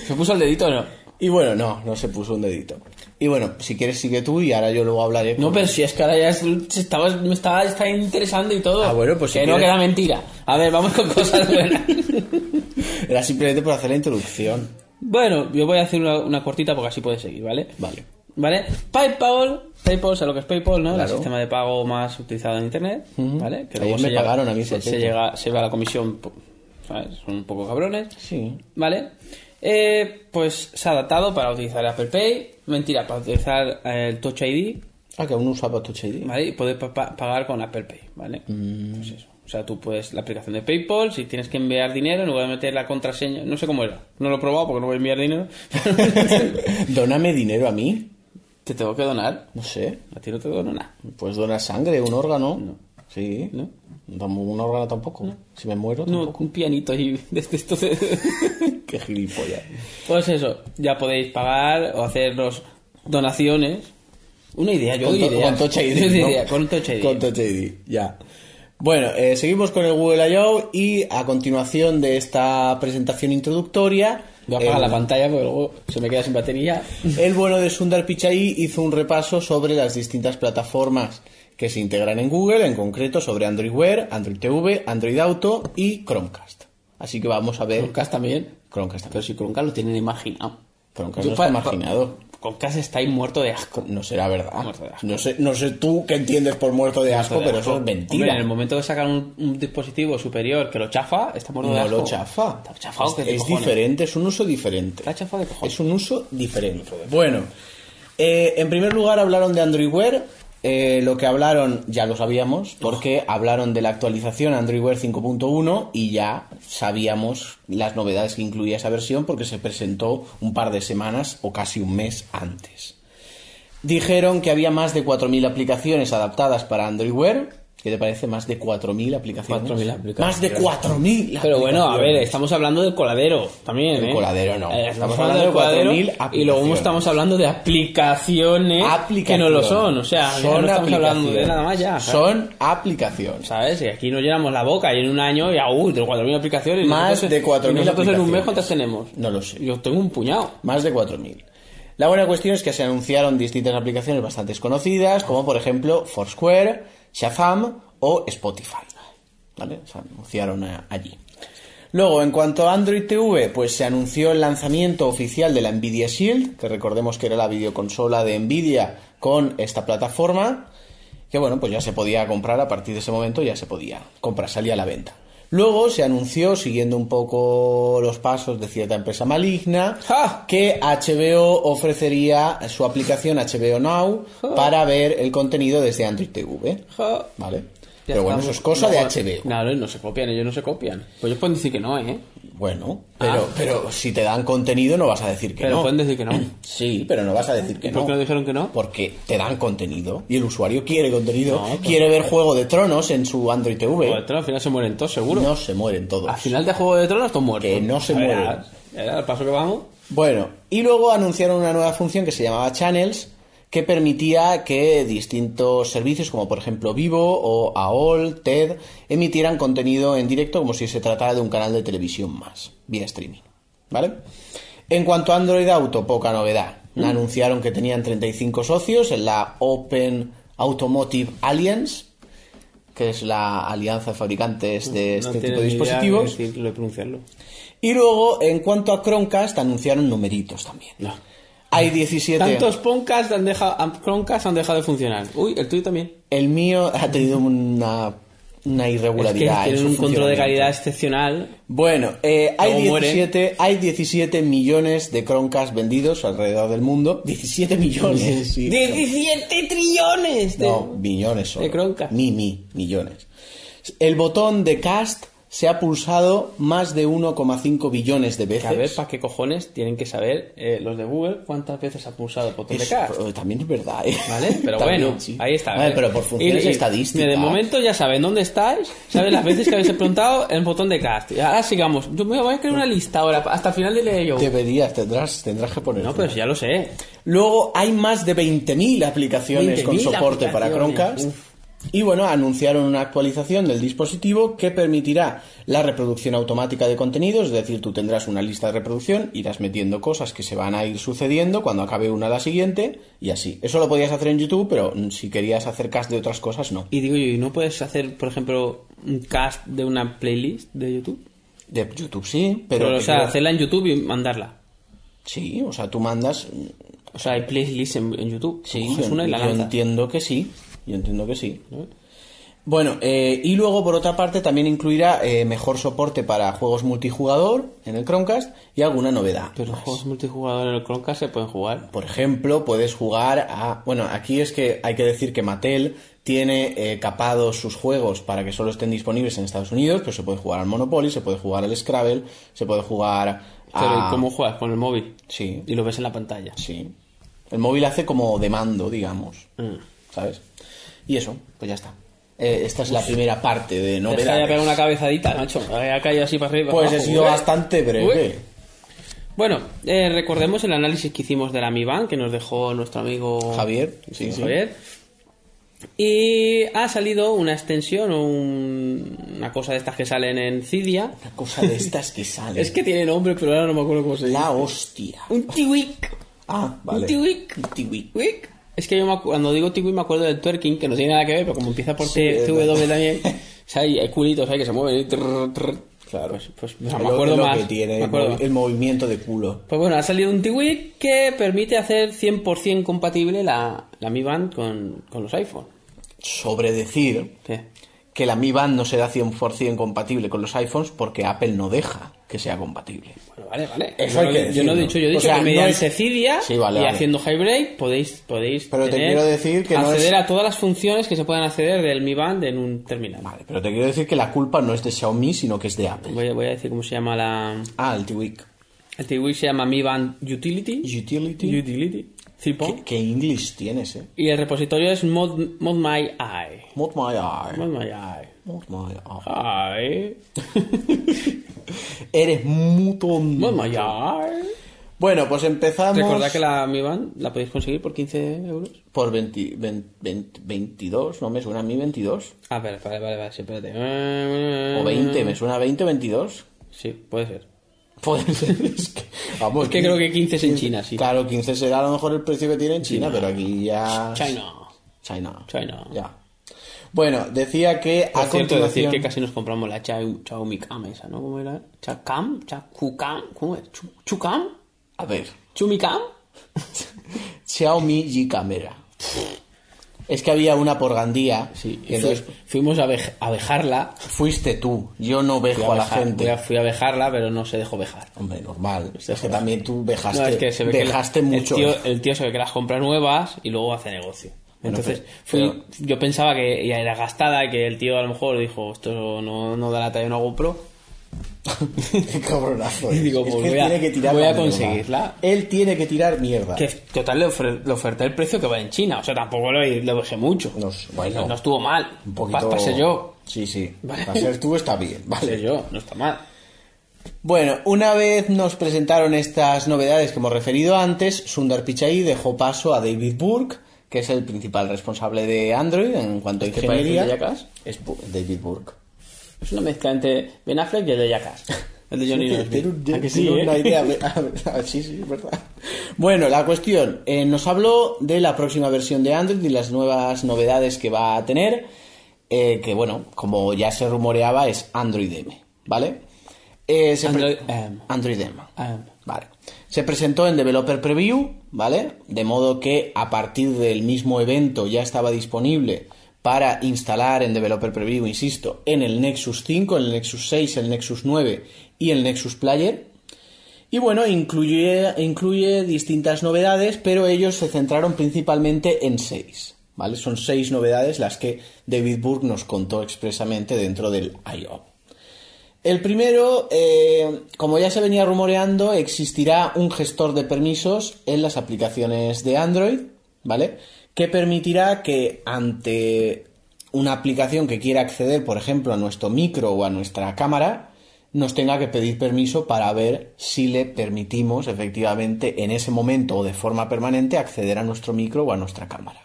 [SPEAKER 1] ¿Se puso el dedito o no?
[SPEAKER 2] Y bueno, no, no se puso un dedito. Y bueno, si quieres sigue tú y ahora yo luego hablaré. con-
[SPEAKER 1] No, pero si es que ahora ya es- se estaba, me estaba, está interesando y todo.
[SPEAKER 2] Ah, bueno, pues si
[SPEAKER 1] Que no
[SPEAKER 2] quieres-
[SPEAKER 1] queda mentira. A ver, vamos con cosas buenas. [laughs]
[SPEAKER 2] Era simplemente por hacer la introducción.
[SPEAKER 1] bueno, yo voy a hacer una, una cortita porque así puede seguir, ¿vale?
[SPEAKER 2] Vale.
[SPEAKER 1] ¿Vale? PayPal, PayPal, sé lo que es PayPal, ¿no?
[SPEAKER 2] Claro.
[SPEAKER 1] El sistema de pago más utilizado en Internet, ¿vale?
[SPEAKER 2] Ayer me
[SPEAKER 1] llega-
[SPEAKER 2] pagaron a mí,
[SPEAKER 1] se,
[SPEAKER 2] por
[SPEAKER 1] se
[SPEAKER 2] cierto.
[SPEAKER 1] llega, se va la comisión, po- ¿sabes? Son un poco cabrones.
[SPEAKER 2] Sí.
[SPEAKER 1] ¿Vale? Eh, pues se ha adaptado para utilizar Apple Pay, mentira, para utilizar eh, el Touch ID,
[SPEAKER 2] Ah, que aún no usaba Touch ID.
[SPEAKER 1] ¿vale? Y poder pa- pa- pagar con Apple Pay, ¿vale?
[SPEAKER 2] Mm.
[SPEAKER 1] Pues eso. O sea, tú puedes la aplicación de PayPal, si tienes que enviar dinero, en lugar de meter la contraseña, no sé cómo era, no lo he probado porque no voy a enviar dinero. [laughs]
[SPEAKER 2] [laughs] Dóname dinero a mí.
[SPEAKER 1] te tengo que donar,
[SPEAKER 2] No sé.
[SPEAKER 1] a ti no te dono nada.
[SPEAKER 2] Pues donar sangre, un órgano. Sí.
[SPEAKER 1] ¿No?
[SPEAKER 2] Tam- Un órgano tampoco. Si me muero,
[SPEAKER 1] No,
[SPEAKER 2] tampoco.
[SPEAKER 1] un pianito ahí de de estos de-
[SPEAKER 2] Qué gilipollas.
[SPEAKER 1] [laughs] Pues eso, ya podéis pagar o haceros donaciones. Una idea, yo
[SPEAKER 2] Con,
[SPEAKER 1] doy
[SPEAKER 2] to-
[SPEAKER 1] ideas.
[SPEAKER 2] con Touch ID.
[SPEAKER 1] Yo doy
[SPEAKER 2] ¿no?
[SPEAKER 1] idea, con Touch ID.
[SPEAKER 2] Con Touch ID, ya. Bueno, eh, seguimos con el Google I.O. y a continuación de esta presentación introductoria.
[SPEAKER 1] Voy a apagar
[SPEAKER 2] el-
[SPEAKER 1] la pantalla porque luego se me queda sin batería.
[SPEAKER 2] El bueno de Sundar Pichai hizo un repaso sobre las distintas plataformas que se integran en Google, en concreto sobre Android Wear, Android TV, Android Auto y Chromecast. Así que vamos a ver
[SPEAKER 1] Chromecast también.
[SPEAKER 2] Chromecast. también.
[SPEAKER 1] Pero si Chromecast lo tienen imaginado.
[SPEAKER 2] Chromecast
[SPEAKER 1] Yo
[SPEAKER 2] no
[SPEAKER 1] pa-
[SPEAKER 2] está imaginado.
[SPEAKER 1] Chromecast está ahí muerto de asco.
[SPEAKER 2] No será verdad.
[SPEAKER 1] Muerto de asco.
[SPEAKER 2] No sé, no sé tú qué entiendes por muerto de asco, pero eso es
[SPEAKER 1] Hombre,
[SPEAKER 2] mentira.
[SPEAKER 1] en el momento que sacan un, un dispositivo superior que lo chafa, está muerto de
[SPEAKER 2] No
[SPEAKER 1] asco.
[SPEAKER 2] lo chafa.
[SPEAKER 1] Está chafado. que
[SPEAKER 2] es
[SPEAKER 1] te
[SPEAKER 2] es
[SPEAKER 1] cojones.
[SPEAKER 2] diferente, es un uso diferente.
[SPEAKER 1] Está chafado de cojones.
[SPEAKER 2] Es un uso diferente. Bueno, eh, en primer lugar hablaron de Android Wear. eh, lo que hablaron ya lo sabíamos, porque hablaron de la actualización Android Wear 5.1 y ya sabíamos las novedades que incluía esa versión porque se presentó un par de semanas o casi un mes antes. Dijeron que había más de 4.000 aplicaciones adaptadas para Android Wear. ¿Qué te parece? Más de 4.000 aplicaciones.
[SPEAKER 1] 4.000 aplicaciones.
[SPEAKER 2] Más de 4.000
[SPEAKER 1] Pero bueno, a ver,
[SPEAKER 2] aplicaciones.
[SPEAKER 1] estamos hablando del coladero también,
[SPEAKER 2] El
[SPEAKER 1] ¿eh?
[SPEAKER 2] coladero no.
[SPEAKER 1] Eh,
[SPEAKER 2] Estamos
[SPEAKER 1] estamos hablando del
[SPEAKER 2] hablando de
[SPEAKER 1] coladero
[SPEAKER 2] 4.000
[SPEAKER 1] y luego
[SPEAKER 2] aplicaciones.
[SPEAKER 1] estamos hablando de aplicaciones,
[SPEAKER 2] aplicaciones.
[SPEAKER 1] que no lo son. O sea, ya no estamos hablando de
[SPEAKER 2] aplicaciones.
[SPEAKER 1] nada más ya. ¿sabes?
[SPEAKER 2] Son aplicaciones.
[SPEAKER 1] ¿Sabes? Y aquí nos llenamos la boca y en un año ya, uy, de 4.000 aplicaciones.
[SPEAKER 2] Más
[SPEAKER 1] nosotros-
[SPEAKER 2] de 4.000
[SPEAKER 1] y Nosotros en un mes
[SPEAKER 2] aplicaciones.
[SPEAKER 1] cuántas tenemos.
[SPEAKER 2] No lo sé.
[SPEAKER 1] Yo tengo un puñado.
[SPEAKER 2] Más de 4.000. La buena cuestión es que se anunciaron distintas aplicaciones bastante conocidas, como por ejemplo Foursquare, Shazam o Spotify. ¿Vale? Se anunciaron a- allí. Luego, en cuanto a Android TV, pues se anunció el lanzamiento oficial de la Nvidia Shield, que recordemos que era la videoconsola de Nvidia con esta plataforma, que bueno, pues ya se podía comprar a partir de ese momento, ya se podía comprar, salía a la venta. Luego se anunció, siguiendo un poco los pasos de cierta empresa maligna,
[SPEAKER 1] ¡Ja!
[SPEAKER 2] que HBO ofrecería su aplicación HBO Now
[SPEAKER 1] Ah.
[SPEAKER 2] para ver el contenido desde Android TV.
[SPEAKER 1] Ja.
[SPEAKER 2] ¿Vale?
[SPEAKER 1] Ya
[SPEAKER 2] Pero bueno,
[SPEAKER 1] estamos.
[SPEAKER 2] eso es cosa de
[SPEAKER 1] No,
[SPEAKER 2] HBO.
[SPEAKER 1] Claro, no se copian, ellos no se copian. Pues ellos pueden decir que no, ¿eh?
[SPEAKER 2] Bueno, pero, pero si te dan contenido no vas a decir que
[SPEAKER 1] Ah. Pero
[SPEAKER 2] no.
[SPEAKER 1] pueden decir que no.
[SPEAKER 2] Sí, pero no vas a decir que
[SPEAKER 1] ¿Y por
[SPEAKER 2] no.
[SPEAKER 1] qué no dijeron que no?
[SPEAKER 2] Porque te dan contenido y el usuario quiere contenido.
[SPEAKER 1] No, pero-
[SPEAKER 2] quiere ver Juego de Tronos en su Android
[SPEAKER 1] Pues
[SPEAKER 2] TV.
[SPEAKER 1] al final se mueren todos, seguro.
[SPEAKER 2] No se mueren todos.
[SPEAKER 1] Al final de Juego de Tronos están muertos.
[SPEAKER 2] Pues, Que no se
[SPEAKER 1] Verás,
[SPEAKER 2] mueren.
[SPEAKER 1] verás, Al paso que vamos.
[SPEAKER 2] Bueno, y luego anunciaron una nueva función que se llamaba Channels, que permitía que distintos servicios, como por ejemplo Vivo o AOL, TED, emitieran contenido en directo como si se tratara de un canal de televisión más, vía streaming. ¿Vale? En cuanto a Android Auto, poca novedad. Anunciaron que tenían 35 socios en la Open Automotive Alliance, que es la alianza de fabricantes de este tipo de dispositivos.
[SPEAKER 1] Lo de pronunciarlo.
[SPEAKER 2] Y luego, en cuanto a Chromecast, anunciaron numeritos también.
[SPEAKER 1] No.
[SPEAKER 2] Hay 17.
[SPEAKER 1] Tantos podcasts han dejado, han- Chromecast han dejado de funcionar. Uy, el tuyo también.
[SPEAKER 2] El mío ha tenido una, una
[SPEAKER 1] Es que
[SPEAKER 2] irregularidad. en
[SPEAKER 1] tienen
[SPEAKER 2] su
[SPEAKER 1] un control de
[SPEAKER 2] funcionamiento.
[SPEAKER 1] calidad excepcional.
[SPEAKER 2] Bueno, eh, hay,
[SPEAKER 1] Luego muere.
[SPEAKER 2] 17, hay 17 millones de Chromecast vendidos alrededor del mundo. 17
[SPEAKER 1] [laughs]
[SPEAKER 2] millones. sí.
[SPEAKER 1] ¡17 trillones! de-
[SPEAKER 2] No, millones solo.
[SPEAKER 1] de Chromecast.
[SPEAKER 2] Mi, mi, millones. El botón de cast se ha pulsado más de 1,5 billones de veces.
[SPEAKER 1] A ver, ¿para qué cojones tienen que saber eh, los de Google cuántas veces ha pulsado el botón de
[SPEAKER 2] Es-
[SPEAKER 1] cast?
[SPEAKER 2] eh, también es verdad, ¿eh?
[SPEAKER 1] ¿Vale?
[SPEAKER 2] [laughs]
[SPEAKER 1] Pero
[SPEAKER 2] También,
[SPEAKER 1] bueno,
[SPEAKER 2] sí.
[SPEAKER 1] ahí está.
[SPEAKER 2] Vale,
[SPEAKER 1] ¿eh?
[SPEAKER 2] pero por funciones
[SPEAKER 1] Y- y-
[SPEAKER 2] estadísticas.
[SPEAKER 1] mira, de momento ya saben dónde estáis, saben las veces que habéis preguntado el botón de cast. Y ahora sigamos. Yo me voy a crear una lista ahora, hasta el final de yo.
[SPEAKER 2] Deberías, tendrás, tendrás que poner.
[SPEAKER 1] No, pero si ya lo sé.
[SPEAKER 2] Luego hay más de 20.000 aplicaciones
[SPEAKER 1] 20.000
[SPEAKER 2] con soporte para
[SPEAKER 1] aplicaciones,
[SPEAKER 2] Chromecast.
[SPEAKER 1] uf.
[SPEAKER 2] Y bueno, anunciaron una actualización del dispositivo que permitirá la reproducción automática de contenidos, es decir, tú tendrás una lista de reproducción, irás metiendo cosas que se van a ir sucediendo cuando acabe una a la siguiente y así. Eso lo podías hacer en YouTube, pero mm, si querías hacer cast de otras cosas, no.
[SPEAKER 1] Y digo yo, ¿y no puedes hacer, por ejemplo, un cast de una playlist de YouTube?
[SPEAKER 2] De YouTube sí, pero...
[SPEAKER 1] Pero, o
[SPEAKER 2] te
[SPEAKER 1] sea,
[SPEAKER 2] quiero-
[SPEAKER 1] hacerla en YouTube y mandarla.
[SPEAKER 2] Sí, o sea, tú mandas... mm,
[SPEAKER 1] O sea, hay playlists en, en YouTube. Tú
[SPEAKER 2] Sí,
[SPEAKER 1] coges
[SPEAKER 2] yo,
[SPEAKER 1] una y la
[SPEAKER 2] yo
[SPEAKER 1] lanzas.
[SPEAKER 2] entiendo que sí. Yo entiendo que sí. Bueno, eh, y luego por otra parte también incluirá eh, mejor soporte para juegos multijugador en el Chromecast y alguna novedad.
[SPEAKER 1] Pero los
[SPEAKER 2] más.
[SPEAKER 1] juegos multijugador en el Chromecast se pueden jugar.
[SPEAKER 2] Por ejemplo, puedes jugar a... Bueno, aquí es que hay que decir que Mattel tiene eh, capados sus juegos para que solo estén disponibles en Estados Unidos, pero se puede jugar al Monopoly, se puede jugar al Scrabble, se puede jugar a...
[SPEAKER 1] Pero ¿y cómo juegas? Con el móvil.
[SPEAKER 2] Sí,
[SPEAKER 1] Y lo ves en la pantalla.
[SPEAKER 2] Ah. sí. El móvil hace como de mando, digamos.
[SPEAKER 1] Mm.
[SPEAKER 2] ¿Sabes? Y eso, pues ya está. Eh, esta es la primera parte de
[SPEAKER 1] Te voy a pegar
[SPEAKER 2] novedades.
[SPEAKER 1] una cabezadita, macho. Ha caído así para arriba.
[SPEAKER 2] Pues
[SPEAKER 1] para abajo.
[SPEAKER 2] he
[SPEAKER 1] ¿eh?
[SPEAKER 2] sido
[SPEAKER 1] Ué.
[SPEAKER 2] bastante breve.
[SPEAKER 1] Bueno, eh, recordemos el análisis que hicimos de la Mi Band que nos dejó nuestro amigo
[SPEAKER 2] Javier, sí, sí.
[SPEAKER 1] Javier. Y ha salido una extensión o un- una cosa de estas que salen en Cydia.
[SPEAKER 2] Una cosa de estas que sale.
[SPEAKER 1] Es que tiene nombre, pero ahora no me acuerdo cómo se llama.
[SPEAKER 2] La hostia.
[SPEAKER 1] Un Tiwik.
[SPEAKER 2] Ah, vale.
[SPEAKER 1] Un Tiwik.
[SPEAKER 2] Un tiwi.
[SPEAKER 1] Tiwik. Es que yo me acu- cuando digo Tiwik me acuerdo del twerking, que no tiene nada que ver, pero como empieza por
[SPEAKER 2] Sí,
[SPEAKER 1] T-
[SPEAKER 2] es
[SPEAKER 1] TW
[SPEAKER 2] verdad. [laughs]
[SPEAKER 1] también, o sea, hay, hay culitos ahí que se mueven. y trrr, trrr.
[SPEAKER 2] Claro.
[SPEAKER 1] Pues, pues, o sea,
[SPEAKER 2] Lo-
[SPEAKER 1] me acuerdo
[SPEAKER 2] lo
[SPEAKER 1] más.
[SPEAKER 2] que tiene
[SPEAKER 1] me
[SPEAKER 2] el,
[SPEAKER 1] acuerdo
[SPEAKER 2] movi-
[SPEAKER 1] más.
[SPEAKER 2] el movimiento de culo.
[SPEAKER 1] Pues bueno, ha salido un Tiwik que permite hacer 100% compatible la, la Mi Band con, con los iPhone.
[SPEAKER 2] Sobre decir
[SPEAKER 1] ¿Qué?
[SPEAKER 2] que la Mi Band no será 100% compatible con los iPhones porque Apple no deja que sea compatible.
[SPEAKER 1] Bueno, vale, vale. yo,
[SPEAKER 2] Eso hay
[SPEAKER 1] no-
[SPEAKER 2] que
[SPEAKER 1] yo no he
[SPEAKER 2] decirlo.
[SPEAKER 1] dicho, yo he
[SPEAKER 2] O
[SPEAKER 1] dicho
[SPEAKER 2] sea,
[SPEAKER 1] que
[SPEAKER 2] no
[SPEAKER 1] mediante
[SPEAKER 2] es-
[SPEAKER 1] Cydia
[SPEAKER 2] Sí, vale,
[SPEAKER 1] y
[SPEAKER 2] vale.
[SPEAKER 1] haciendo jailbreak podéis, podéis
[SPEAKER 2] Pero te
[SPEAKER 1] tener-
[SPEAKER 2] quiero decir que no
[SPEAKER 1] acceder
[SPEAKER 2] es-
[SPEAKER 1] a todas las funciones que se puedan acceder del Mi Band en un terminal.
[SPEAKER 2] Vale, pero te quiero decir que la culpa no es de Xiaomi, sino que es de Apple.
[SPEAKER 1] Voy a, voy a decir cómo se llama la...
[SPEAKER 2] Ah, el T-Week.
[SPEAKER 1] El TWI se llama Mi Band Utility.
[SPEAKER 2] Utility.
[SPEAKER 1] Utility. Zippo.
[SPEAKER 2] ¿Qué, qué English tienes, eh?
[SPEAKER 1] Y el repositorio es mod, mod my eye.
[SPEAKER 2] Not my eye.
[SPEAKER 1] Mod my eye.
[SPEAKER 2] Not my eye. [laughs]
[SPEAKER 1] Eye.
[SPEAKER 2] Eres muy tonto.
[SPEAKER 1] Mod my eye.
[SPEAKER 2] Bueno, pues empezamos
[SPEAKER 1] Recordad que la Mi Band la podéis conseguir por 15 euros.
[SPEAKER 2] por 20 20 20 22, no me suena a mí 22.
[SPEAKER 1] Ah, vale, vale, vale, vale sí, espérate. Eh.
[SPEAKER 2] O 20, me suena a 20 o 22.
[SPEAKER 1] Sí, puede ser.
[SPEAKER 2] Puede ser, [laughs] es que... Vamos,
[SPEAKER 1] Es que creo que 15 es en China, sí.
[SPEAKER 2] Claro, 15 será a lo mejor el precio que tiene en China, pero aquí ya...
[SPEAKER 1] China.
[SPEAKER 2] China.
[SPEAKER 1] China.
[SPEAKER 2] Ya. Bueno, decía que
[SPEAKER 1] Por
[SPEAKER 2] a
[SPEAKER 1] cierto, decir
[SPEAKER 2] continuación...
[SPEAKER 1] que casi nos compramos la Chau- Xiaomi Cam esa, ¿no? ¿Cómo era? ¿Chacam? ¿Chacucam? ¿Cómo es? ¿Chu- ¿Chucam?
[SPEAKER 2] A ver,
[SPEAKER 1] ¿Chumicam?
[SPEAKER 2] Xiaomi G Camera. Es que había una por Gandía.
[SPEAKER 1] Sí,
[SPEAKER 2] y
[SPEAKER 1] y
[SPEAKER 2] entonces
[SPEAKER 1] fu- fuimos a, vej- a vejarla.
[SPEAKER 2] fuiste tú. Yo no
[SPEAKER 1] Fui
[SPEAKER 2] vejo a, la
[SPEAKER 1] vejar-
[SPEAKER 2] gente.
[SPEAKER 1] Fui a, fui a vejarla, pero no se dejó vejar.
[SPEAKER 2] Hombre, normal. Es que también tú vejaste,
[SPEAKER 1] No, es que se ve que la-
[SPEAKER 2] vejaste mucho.
[SPEAKER 1] El tío, el tío se ve que las compra nuevas y luego hace negocio.
[SPEAKER 2] Bueno,
[SPEAKER 1] Entonces,
[SPEAKER 2] pero-
[SPEAKER 1] fui- yo pensaba que ya era gastada y que el tío a lo mejor dijo, esto no, no da la talla de una GoPro. [laughs]
[SPEAKER 2] Qué cabronazo. eh. es.
[SPEAKER 1] Digo,
[SPEAKER 2] Es
[SPEAKER 1] pues
[SPEAKER 2] que él
[SPEAKER 1] voy a-
[SPEAKER 2] tiene que tirar
[SPEAKER 1] voy a
[SPEAKER 2] la mierda.
[SPEAKER 1] conseguirla.
[SPEAKER 2] Él tiene que tirar mierda.
[SPEAKER 1] Que total le, ofre- le oferté el precio que va en China. O sea, tampoco lo, lo dejé mucho.
[SPEAKER 2] No sé, bueno.
[SPEAKER 1] No- no estuvo mal.
[SPEAKER 2] Un poquito...
[SPEAKER 1] Pa- pasé yo.
[SPEAKER 2] Sí, sí.
[SPEAKER 1] Vale.
[SPEAKER 2] Para ser tú
[SPEAKER 1] [laughs]
[SPEAKER 2] está bien, vale.
[SPEAKER 1] Pasé yo, no está mal.
[SPEAKER 2] Bueno, una vez nos presentaron estas novedades que hemos referido antes, Sundar Pichai dejó paso a David Burke, que es el principal responsable de Android en cuanto a
[SPEAKER 1] ¿Qué parece el de
[SPEAKER 2] ingeniería.
[SPEAKER 1] Jackass?
[SPEAKER 2] Es Bu- David Burke.
[SPEAKER 1] Es una mezcla entre Ben Affleck y el de Jackass. El de Johnny
[SPEAKER 2] Tiene-
[SPEAKER 1] Knoxville.
[SPEAKER 2] tiene-
[SPEAKER 1] ¿A que sí,
[SPEAKER 2] tiene
[SPEAKER 1] eh?
[SPEAKER 2] una idea, a ver, sí, sí, es verdad. Bueno, la cuestión. eh, nos habló de la próxima versión de Android y las nuevas novedades que va a tener. eh, que bueno, como ya se rumoreaba, es Android M, ¿vale? Eh, se pre-
[SPEAKER 1] Android M.
[SPEAKER 2] Android M.
[SPEAKER 1] Ah,
[SPEAKER 2] Vale. Se presentó en Developer Preview, ¿vale? De modo que a partir del mismo evento ya estaba disponible para instalar en Developer Preview, insisto, en el Nexus 5, el Nexus 6, el Nexus 9 y el Nexus Player. Y bueno, incluye, incluye distintas novedades, pero ellos se centraron principalmente en seis. ¿Vale? Son seis novedades las que David Burke nos contó expresamente dentro del I.O. El primero, eh, como ya se venía rumoreando, existirá un gestor de permisos en las aplicaciones de Android, ¿vale? Que permitirá que ante una aplicación que quiera acceder, por ejemplo, a nuestro micro o a nuestra cámara, nos tenga que pedir permiso para ver si le permitimos efectivamente en ese momento o de forma permanente acceder a nuestro micro o a nuestra cámara.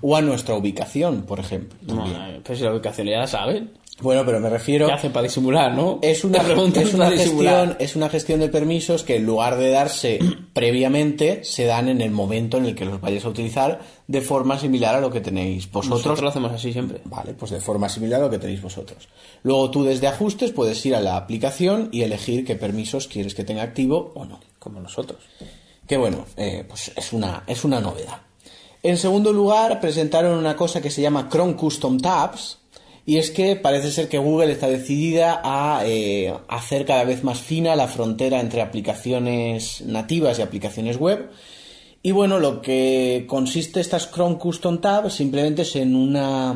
[SPEAKER 2] O a nuestra ubicación, por ejemplo.
[SPEAKER 1] no,
[SPEAKER 2] también.
[SPEAKER 1] eh, pero si la ubicación ya la saben.
[SPEAKER 2] Bueno, pero me refiero...
[SPEAKER 1] ¿Qué hace para disimular, no? [laughs]
[SPEAKER 2] Es una,
[SPEAKER 1] Te preguntas
[SPEAKER 2] es una
[SPEAKER 1] para disimular.
[SPEAKER 2] gestión, es una gestión de permisos que en lugar de darse previamente, se dan en el momento en el que los vayas a utilizar de forma similar a lo que tenéis vosotros.
[SPEAKER 1] Nosotros lo hacemos así siempre.
[SPEAKER 2] Vale, pues de forma similar a lo que tenéis vosotros. Luego tú desde ajustes puedes ir a la aplicación y elegir qué permisos quieres que tenga activo o no.
[SPEAKER 1] Como nosotros.
[SPEAKER 2] Que bueno, eh, pues es una, es una novedad. En segundo lugar, presentaron una cosa que se llama Chrome Custom Tabs. Y es que parece ser que Google está decidida a eh, hacer cada vez más fina la frontera entre aplicaciones nativas y aplicaciones web. Y bueno, lo que consiste estas Chrome Custom Tabs simplemente es en una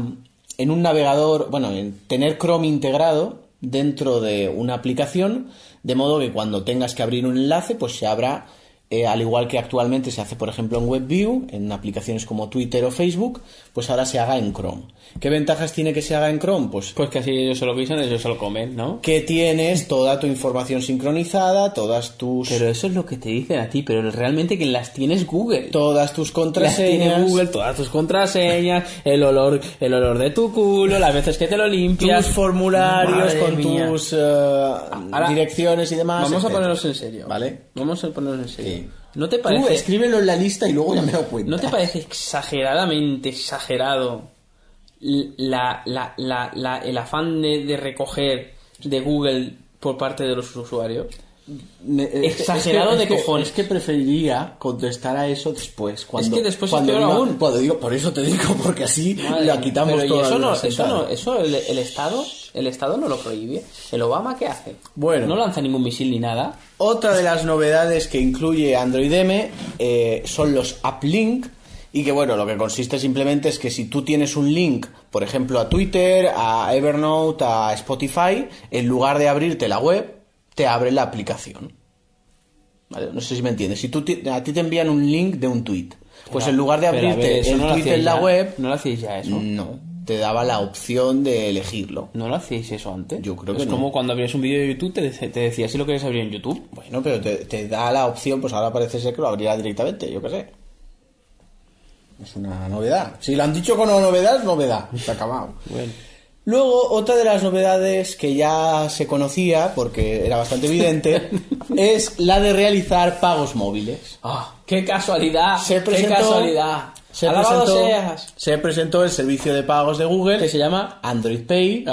[SPEAKER 2] en un navegador, bueno, en tener Chrome integrado dentro de una aplicación, de modo que cuando tengas que abrir un enlace, pues se abra eh, al igual que actualmente se hace, por ejemplo, en WebView, en aplicaciones como Twitter o Facebook, pues ahora se haga en Chrome. ¿Qué ventajas tiene que se haga en Chrome? Pues
[SPEAKER 1] Pues que así ellos se lo pisan, ellos se lo comen, ¿no?
[SPEAKER 2] que tienes toda tu información sincronizada, todas tus
[SPEAKER 1] Pero eso es lo que te dicen a ti, pero realmente que las tienes Google.
[SPEAKER 2] todas tus
[SPEAKER 1] Las tiene
[SPEAKER 2] contraseñas,
[SPEAKER 1] Google, todas tus contraseñas, el olor, el olor de tu culo, las veces que te lo
[SPEAKER 2] tus
[SPEAKER 1] limpias.
[SPEAKER 2] formularios
[SPEAKER 1] Madre
[SPEAKER 2] con
[SPEAKER 1] mía.
[SPEAKER 2] tus eh, direcciones y demás.
[SPEAKER 1] Vamos a
[SPEAKER 2] etcétera.
[SPEAKER 1] ponernos en serio.
[SPEAKER 2] Vale.
[SPEAKER 1] Vamos a ponernos en serio.
[SPEAKER 2] Sí.
[SPEAKER 1] ¿No te
[SPEAKER 2] Tú
[SPEAKER 1] parece?
[SPEAKER 2] escríbelo en la lista y luego ya me lo cuento.
[SPEAKER 1] ¿No te parece exageradamente exagerado la, la- la- la- el afán de, de recoger de Google por parte de los usuarios? Exagerado de cojones.
[SPEAKER 2] eh, Es que preferiría contestar a eso después. Cuando,
[SPEAKER 1] que después es
[SPEAKER 2] cuando
[SPEAKER 1] peor
[SPEAKER 2] diga-
[SPEAKER 1] aún.
[SPEAKER 2] cuando digo, por eso te digo, porque así
[SPEAKER 1] Madre
[SPEAKER 2] la
[SPEAKER 1] mía.
[SPEAKER 2] quitamos
[SPEAKER 1] Pero, ¿y
[SPEAKER 2] toda
[SPEAKER 1] eso
[SPEAKER 2] de
[SPEAKER 1] no,
[SPEAKER 2] una
[SPEAKER 1] eso
[SPEAKER 2] sentada.
[SPEAKER 1] no, eso el, el Estado, el Estado no lo prohíbe. El Obama qué hace?
[SPEAKER 2] Bueno.
[SPEAKER 1] no lanza ningún misil ni nada.
[SPEAKER 2] Otra de las novedades que incluye Android M eh, son los uplink y que bueno, lo que consiste simplemente es que si tú tienes un link, por ejemplo a Twitter, a Evernote, a Spotify, en lugar de abrirte la web, te abre la aplicación. ¿Vale? No sé si me entiendes. Si tú ti- a ti te envían un link de un tweet, pues
[SPEAKER 1] Pero-
[SPEAKER 2] en lugar de
[SPEAKER 1] pero, a ver,
[SPEAKER 2] abrirte
[SPEAKER 1] eso
[SPEAKER 2] el
[SPEAKER 1] no lo
[SPEAKER 2] tweet
[SPEAKER 1] hacíais
[SPEAKER 2] en la
[SPEAKER 1] ya.
[SPEAKER 2] web, Mm.
[SPEAKER 1] no lo hacéis ya eso.
[SPEAKER 2] no, te daba la opción de elegirlo.
[SPEAKER 1] ¿No lo hacéis eso antes?
[SPEAKER 2] Yo creo
[SPEAKER 1] es
[SPEAKER 2] que no.
[SPEAKER 1] como cuando abrías un vídeo de YouTube, te, de- te decía si lo querías abrir en YouTube.
[SPEAKER 2] Bueno, pero te, te da la opción, pues ahora parece ser que lo abrirá directamente, yo qué sé. Es una novedad. Si lo han dicho con novedad, es novedad. Está acabado.
[SPEAKER 1] Bueno.
[SPEAKER 2] Luego, otra de las novedades que ya se conocía, porque era bastante
[SPEAKER 1] [laughs]
[SPEAKER 2] evidente, es la de realizar pagos móviles.
[SPEAKER 1] ¡Ah! ¡Qué casualidad!
[SPEAKER 2] Se
[SPEAKER 1] ¡Qué
[SPEAKER 2] presentó-
[SPEAKER 1] casualidad!
[SPEAKER 2] Se
[SPEAKER 1] ¡Alabado
[SPEAKER 2] presentó,
[SPEAKER 1] seas!
[SPEAKER 2] se presentó el servicio de pagos de Google
[SPEAKER 1] ¿Qué se llama?
[SPEAKER 2] Android Pay.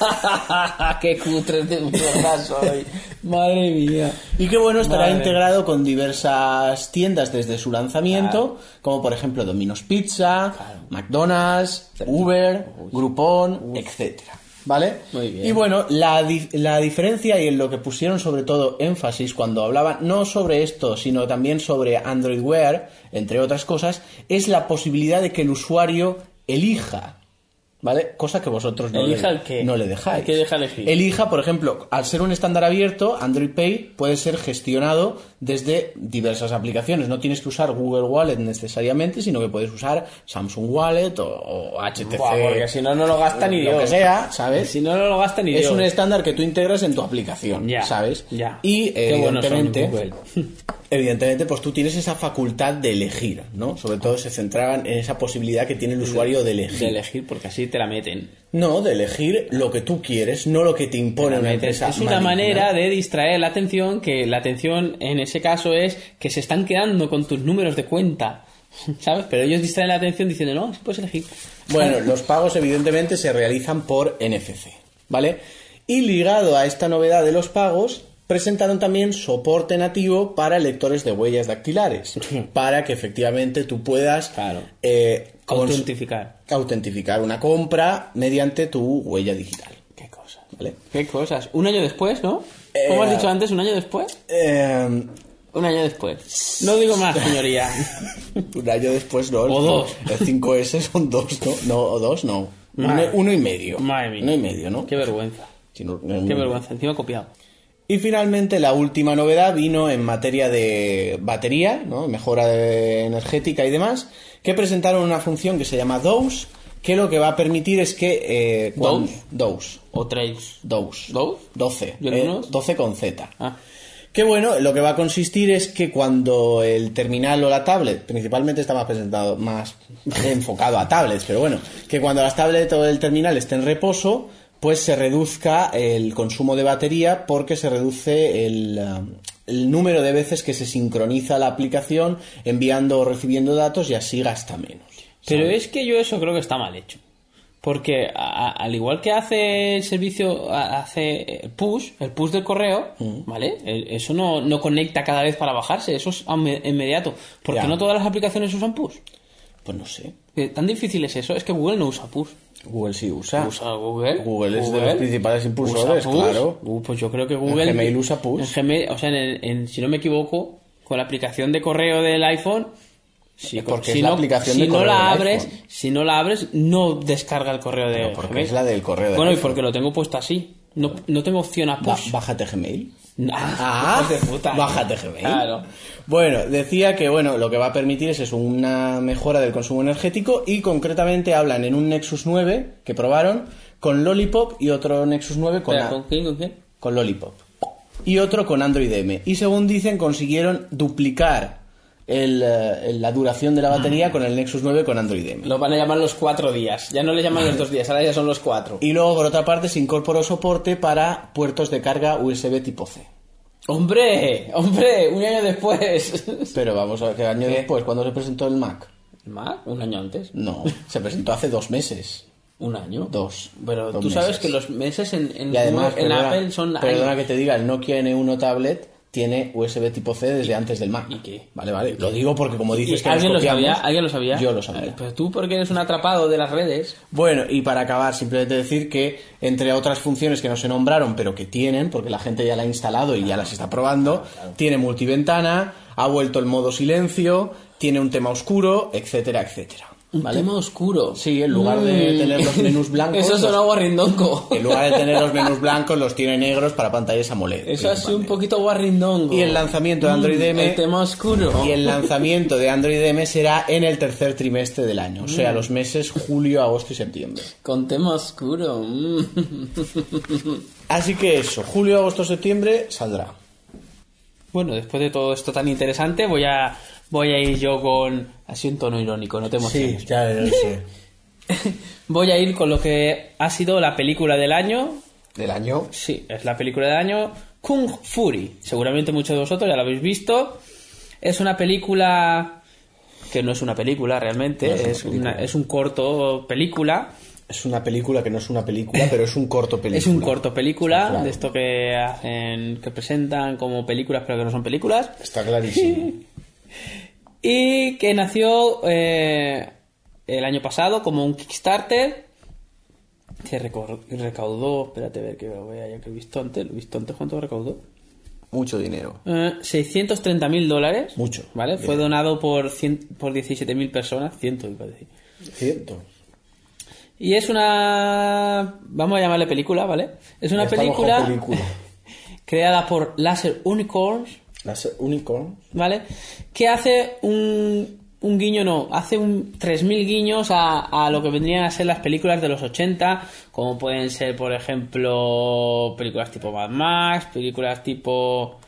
[SPEAKER 1] ¡Ah! [laughs] ¡Qué cutre de mierda
[SPEAKER 2] [laughs]
[SPEAKER 1] soy! ¡Madre mía!
[SPEAKER 2] Y que bueno, estará
[SPEAKER 1] Madre.
[SPEAKER 2] integrado con diversas tiendas desde su lanzamiento, como por ejemplo Domino's Pizza,
[SPEAKER 1] Claro.
[SPEAKER 2] McDonald's, Uber, Groupon, etcétera. ¿Vale?
[SPEAKER 1] Muy bien.
[SPEAKER 2] Y bueno, la, di- la diferencia y en lo que pusieron sobre todo énfasis cuando hablaban, no sobre esto, sino también sobre Android Wear, entre otras cosas, es la posibilidad de que el usuario elija. ¿Vale? Cosa que vosotros no,
[SPEAKER 1] ¿Elija
[SPEAKER 2] le,
[SPEAKER 1] el qué?
[SPEAKER 2] no le dejáis.
[SPEAKER 1] ¿Qué deja elegir?
[SPEAKER 2] Elija, por ejemplo, al ser un estándar abierto, Android Pay puede ser gestionado desde diversas aplicaciones. No tienes que usar Google Wallet necesariamente, sino que puedes usar Samsung Wallet o, o HTC.
[SPEAKER 1] Buah, porque si no, no lo gasta ni Dios.
[SPEAKER 2] Lo que sea, ¿sabes?
[SPEAKER 1] Si no, no lo gasta ni
[SPEAKER 2] es
[SPEAKER 1] Dios.
[SPEAKER 2] un estándar que tú integras en tu aplicación,
[SPEAKER 1] Ya,
[SPEAKER 2] ¿sabes?
[SPEAKER 1] ya.
[SPEAKER 2] Y
[SPEAKER 1] Qué bueno son
[SPEAKER 2] evidentemente,
[SPEAKER 1] Google.
[SPEAKER 2] evidentemente, pues tú tienes esa facultad de elegir, ¿no? Sobre todo se centraban en esa posibilidad que tiene el usuario de elegir.
[SPEAKER 1] De elegir porque así te la meten.
[SPEAKER 2] No, de elegir lo que tú quieres, no lo que te impone una
[SPEAKER 1] Realmente,
[SPEAKER 2] empresa.
[SPEAKER 1] es una
[SPEAKER 2] maligna.
[SPEAKER 1] manera de distraer la atención, que la atención en ese caso es que se están quedando con tus números de cuenta, ¿sabes? Pero ellos distraen la atención diciendo, no, sí puedes elegir.
[SPEAKER 2] Bueno, los pagos evidentemente se realizan por NFC, ¿vale? Y ligado a esta novedad de los pagos, presentaron también soporte nativo para lectores de
[SPEAKER 1] [laughs]
[SPEAKER 2] huellas dactilares, para que efectivamente tú puedas
[SPEAKER 1] Claro.
[SPEAKER 2] eh, cons-
[SPEAKER 1] autentificar.
[SPEAKER 2] autentificar una compra mediante tu huella digital,
[SPEAKER 1] Qué cosas.
[SPEAKER 2] ¿vale?
[SPEAKER 1] Qué cosas. Un año después, ¿no?
[SPEAKER 2] Eh,
[SPEAKER 1] ¿Cómo has dicho antes? ¿Un año después?
[SPEAKER 2] [laughs] Eh,
[SPEAKER 1] Un año después. No digo más,
[SPEAKER 2] [laughs]
[SPEAKER 1] señoría.
[SPEAKER 2] un año después, ¿no?
[SPEAKER 1] O dos.
[SPEAKER 2] El 5S son dos, ¿no? No, o dos, no. Uno,
[SPEAKER 1] Madre.
[SPEAKER 2] uno y medio.
[SPEAKER 1] Madre mía.
[SPEAKER 2] Uno y medio, ¿no?
[SPEAKER 1] Qué vergüenza.
[SPEAKER 2] Si no,
[SPEAKER 1] Qué
[SPEAKER 2] uno-
[SPEAKER 1] vergüenza. Encima copiado.
[SPEAKER 2] Y finalmente la última novedad vino en materia de batería, ¿no? mejora de- energética y demás, que presentaron una función que se llama DOS, que lo que va a permitir es que... Eh, cuan- DOS.
[SPEAKER 1] O trails.
[SPEAKER 2] DOS.
[SPEAKER 1] ¿Dose?
[SPEAKER 2] 12.
[SPEAKER 1] ¿Y el
[SPEAKER 2] eh,
[SPEAKER 1] unos?
[SPEAKER 2] 12 con Z.
[SPEAKER 1] Ah.
[SPEAKER 2] Que bueno, lo que va a consistir es que cuando el terminal o la tablet, principalmente está más presentado, más enfocado a tablets, pero bueno, que cuando las tablets o el terminal esté en reposo, pues se reduzca el consumo de batería porque se reduce el, um, el número de veces que se sincroniza la aplicación enviando o recibiendo datos y así gasta menos.
[SPEAKER 1] Pero es que yo eso creo que está mal hecho. Porque a- a- al igual que hace el servicio, a- hace el push, el push del correo, ¿vale? El- eso no, no conecta cada vez para bajarse, eso es ame- inmediato. Porque
[SPEAKER 2] Ya.
[SPEAKER 1] no todas las aplicaciones usan push.
[SPEAKER 2] Pues no sé,
[SPEAKER 1] Eh, Tan difícil es eso, es que Google no usa push.
[SPEAKER 2] Google sí usa.
[SPEAKER 1] ¿Usa Pues Google?
[SPEAKER 2] Google es de los principales impulsores,
[SPEAKER 1] ¿Usa push?
[SPEAKER 2] claro.
[SPEAKER 1] Uh, pues yo creo que Google...
[SPEAKER 2] En Gmail usa push.
[SPEAKER 1] en Gmail, o sea, en el- en- si no me equivoco, con la aplicación de correo del iPhone... Si,
[SPEAKER 2] Es porque
[SPEAKER 1] si
[SPEAKER 2] es la
[SPEAKER 1] no,
[SPEAKER 2] aplicación
[SPEAKER 1] si
[SPEAKER 2] de
[SPEAKER 1] no
[SPEAKER 2] correo
[SPEAKER 1] la
[SPEAKER 2] del
[SPEAKER 1] abres,
[SPEAKER 2] iPhone.
[SPEAKER 1] si no la abres, no descarga el correo de
[SPEAKER 2] porque
[SPEAKER 1] Gmail.
[SPEAKER 2] es la del correo del
[SPEAKER 1] Bueno, y
[SPEAKER 2] iPhone.
[SPEAKER 1] porque lo tengo puesto así. No, no tengo opción a
[SPEAKER 2] Ba-
[SPEAKER 1] push.
[SPEAKER 2] bájate Gmail.
[SPEAKER 1] Pues- Ah, hijos de puta.
[SPEAKER 2] bájate Gmail.
[SPEAKER 1] Claro.
[SPEAKER 2] Bueno, decía que bueno, lo que va a permitir es eso, una mejora del consumo energético y concretamente hablan en un Nexus 9 que probaron con Lollipop y otro Nexus 9 con,
[SPEAKER 1] Espera,
[SPEAKER 2] a-
[SPEAKER 1] ¿Con quién? ¿Con quién?
[SPEAKER 2] con Lollipop y otro con Android M. Y según dicen consiguieron duplicar el, eh, la duración de la batería con el Nexus 9 con Android M.
[SPEAKER 1] Lo van a llamar los cuatro días. Ya no le llaman los dos días, ahora ya son los cuatro.
[SPEAKER 2] Y luego por otra parte se incorporó soporte para puertos de carga USB tipo C.
[SPEAKER 1] ¡Hombre! ¡Hombre! Un año después. [laughs]
[SPEAKER 2] Pero vamos a ver, ¿qué año después? ¿Cuándo se presentó el Mac?
[SPEAKER 1] ¿Más? ¿Un año antes?
[SPEAKER 2] No, se presentó hace dos meses.
[SPEAKER 1] ¿Un año?
[SPEAKER 2] Dos.
[SPEAKER 1] Pero
[SPEAKER 2] Dos
[SPEAKER 1] tú sabes
[SPEAKER 2] meses.
[SPEAKER 1] que los meses en, en,
[SPEAKER 2] Y además,
[SPEAKER 1] en
[SPEAKER 2] perdona,
[SPEAKER 1] Apple son...
[SPEAKER 2] Perdona que te diga, el Nokia N1 tablet tiene USB tipo C desde antes del Mac.
[SPEAKER 1] y qué?
[SPEAKER 2] Vale, vale. Lo digo porque como
[SPEAKER 1] ¿Y
[SPEAKER 2] dices que
[SPEAKER 1] ¿Alguien lo
[SPEAKER 2] nos copiamos,
[SPEAKER 1] sabía? ¿Alguien lo sabía?
[SPEAKER 2] Yo lo sabía.
[SPEAKER 1] Pero tú porque eres un atrapado de las redes...
[SPEAKER 2] Bueno, y para acabar, simplemente decir que entre otras funciones que no se nombraron, pero que tienen, porque la gente ya la ha instalado y ya las está probando, tiene multiventana, ha vuelto el modo silencio, tiene un tema oscuro, etcétera, etcétera.
[SPEAKER 1] Un tema oscuro. Mm.
[SPEAKER 2] Sí, en lugar de tener
[SPEAKER 1] [laughs]
[SPEAKER 2] los menús blancos,
[SPEAKER 1] Eso
[SPEAKER 2] los-
[SPEAKER 1] sonaba guarrindongo.
[SPEAKER 2] En lugar de tener los menús blancos, los tiene negros para pantallas
[SPEAKER 1] [laughs]
[SPEAKER 2] AMOLED.
[SPEAKER 1] Eso ha sido un poquito guarrindongo. Mm,
[SPEAKER 2] Y el lanzamiento de Android M.
[SPEAKER 1] El tema oscuro.
[SPEAKER 2] Y el lanzamiento de Android M será en el tercer trimestre del año, o sea,
[SPEAKER 1] Mm.
[SPEAKER 2] los meses julio, agosto y septiembre.
[SPEAKER 1] Con tema oscuro. mm. [laughs]
[SPEAKER 2] Así que eso, julio, agosto, septiembre saldrá.
[SPEAKER 1] Bueno, después de todo esto tan interesante, voy a voy a ir yo con así un tono irónico, no te emociones.
[SPEAKER 2] ya lo sé.
[SPEAKER 1] Voy a ir con lo que ha sido la película del año.
[SPEAKER 2] [laughs] Del año.
[SPEAKER 1] Sí, es la película del año Kung Fury. Seguramente muchos de vosotros ya la habéis visto. Es una película que no es una película realmente,
[SPEAKER 2] No es
[SPEAKER 1] es,
[SPEAKER 2] una
[SPEAKER 1] una- es un corto película.
[SPEAKER 2] Es una película que no es una película, pero es un corto
[SPEAKER 1] [laughs]
[SPEAKER 2] película. Ah,
[SPEAKER 1] Es un corto película
[SPEAKER 2] Claro.
[SPEAKER 1] de esto que hacen, que presentan como películas pero que no son películas. [laughs]
[SPEAKER 2] Está clarísimo.
[SPEAKER 1] Y que nació eh, el año pasado como un Kickstarter. Se recor- recaudó, espérate a ver que lo vea yo que he visto antes. ¿Lo he visto antes cuánto recaudó?
[SPEAKER 2] Mucho dinero.
[SPEAKER 1] Eh, 630 mil dólares.
[SPEAKER 2] Mucho.
[SPEAKER 1] ¿Vale? Fue donado por, 100 por 17 mil personas. 100, iba a decir.
[SPEAKER 2] Cierto.
[SPEAKER 1] Y es una. Vamos a llamarle película, ¿vale? Es una
[SPEAKER 2] Esta mejor
[SPEAKER 1] película,
[SPEAKER 2] película.
[SPEAKER 1] creada por Laser Unicorns,
[SPEAKER 2] Las Unicorn.
[SPEAKER 1] ¿vale? Que hace un, un guiño, no, hace un 3.000 guiños a, a lo que vendrían a ser las películas de los 80, como pueden ser, por ejemplo, películas tipo Mad Max, películas tipo.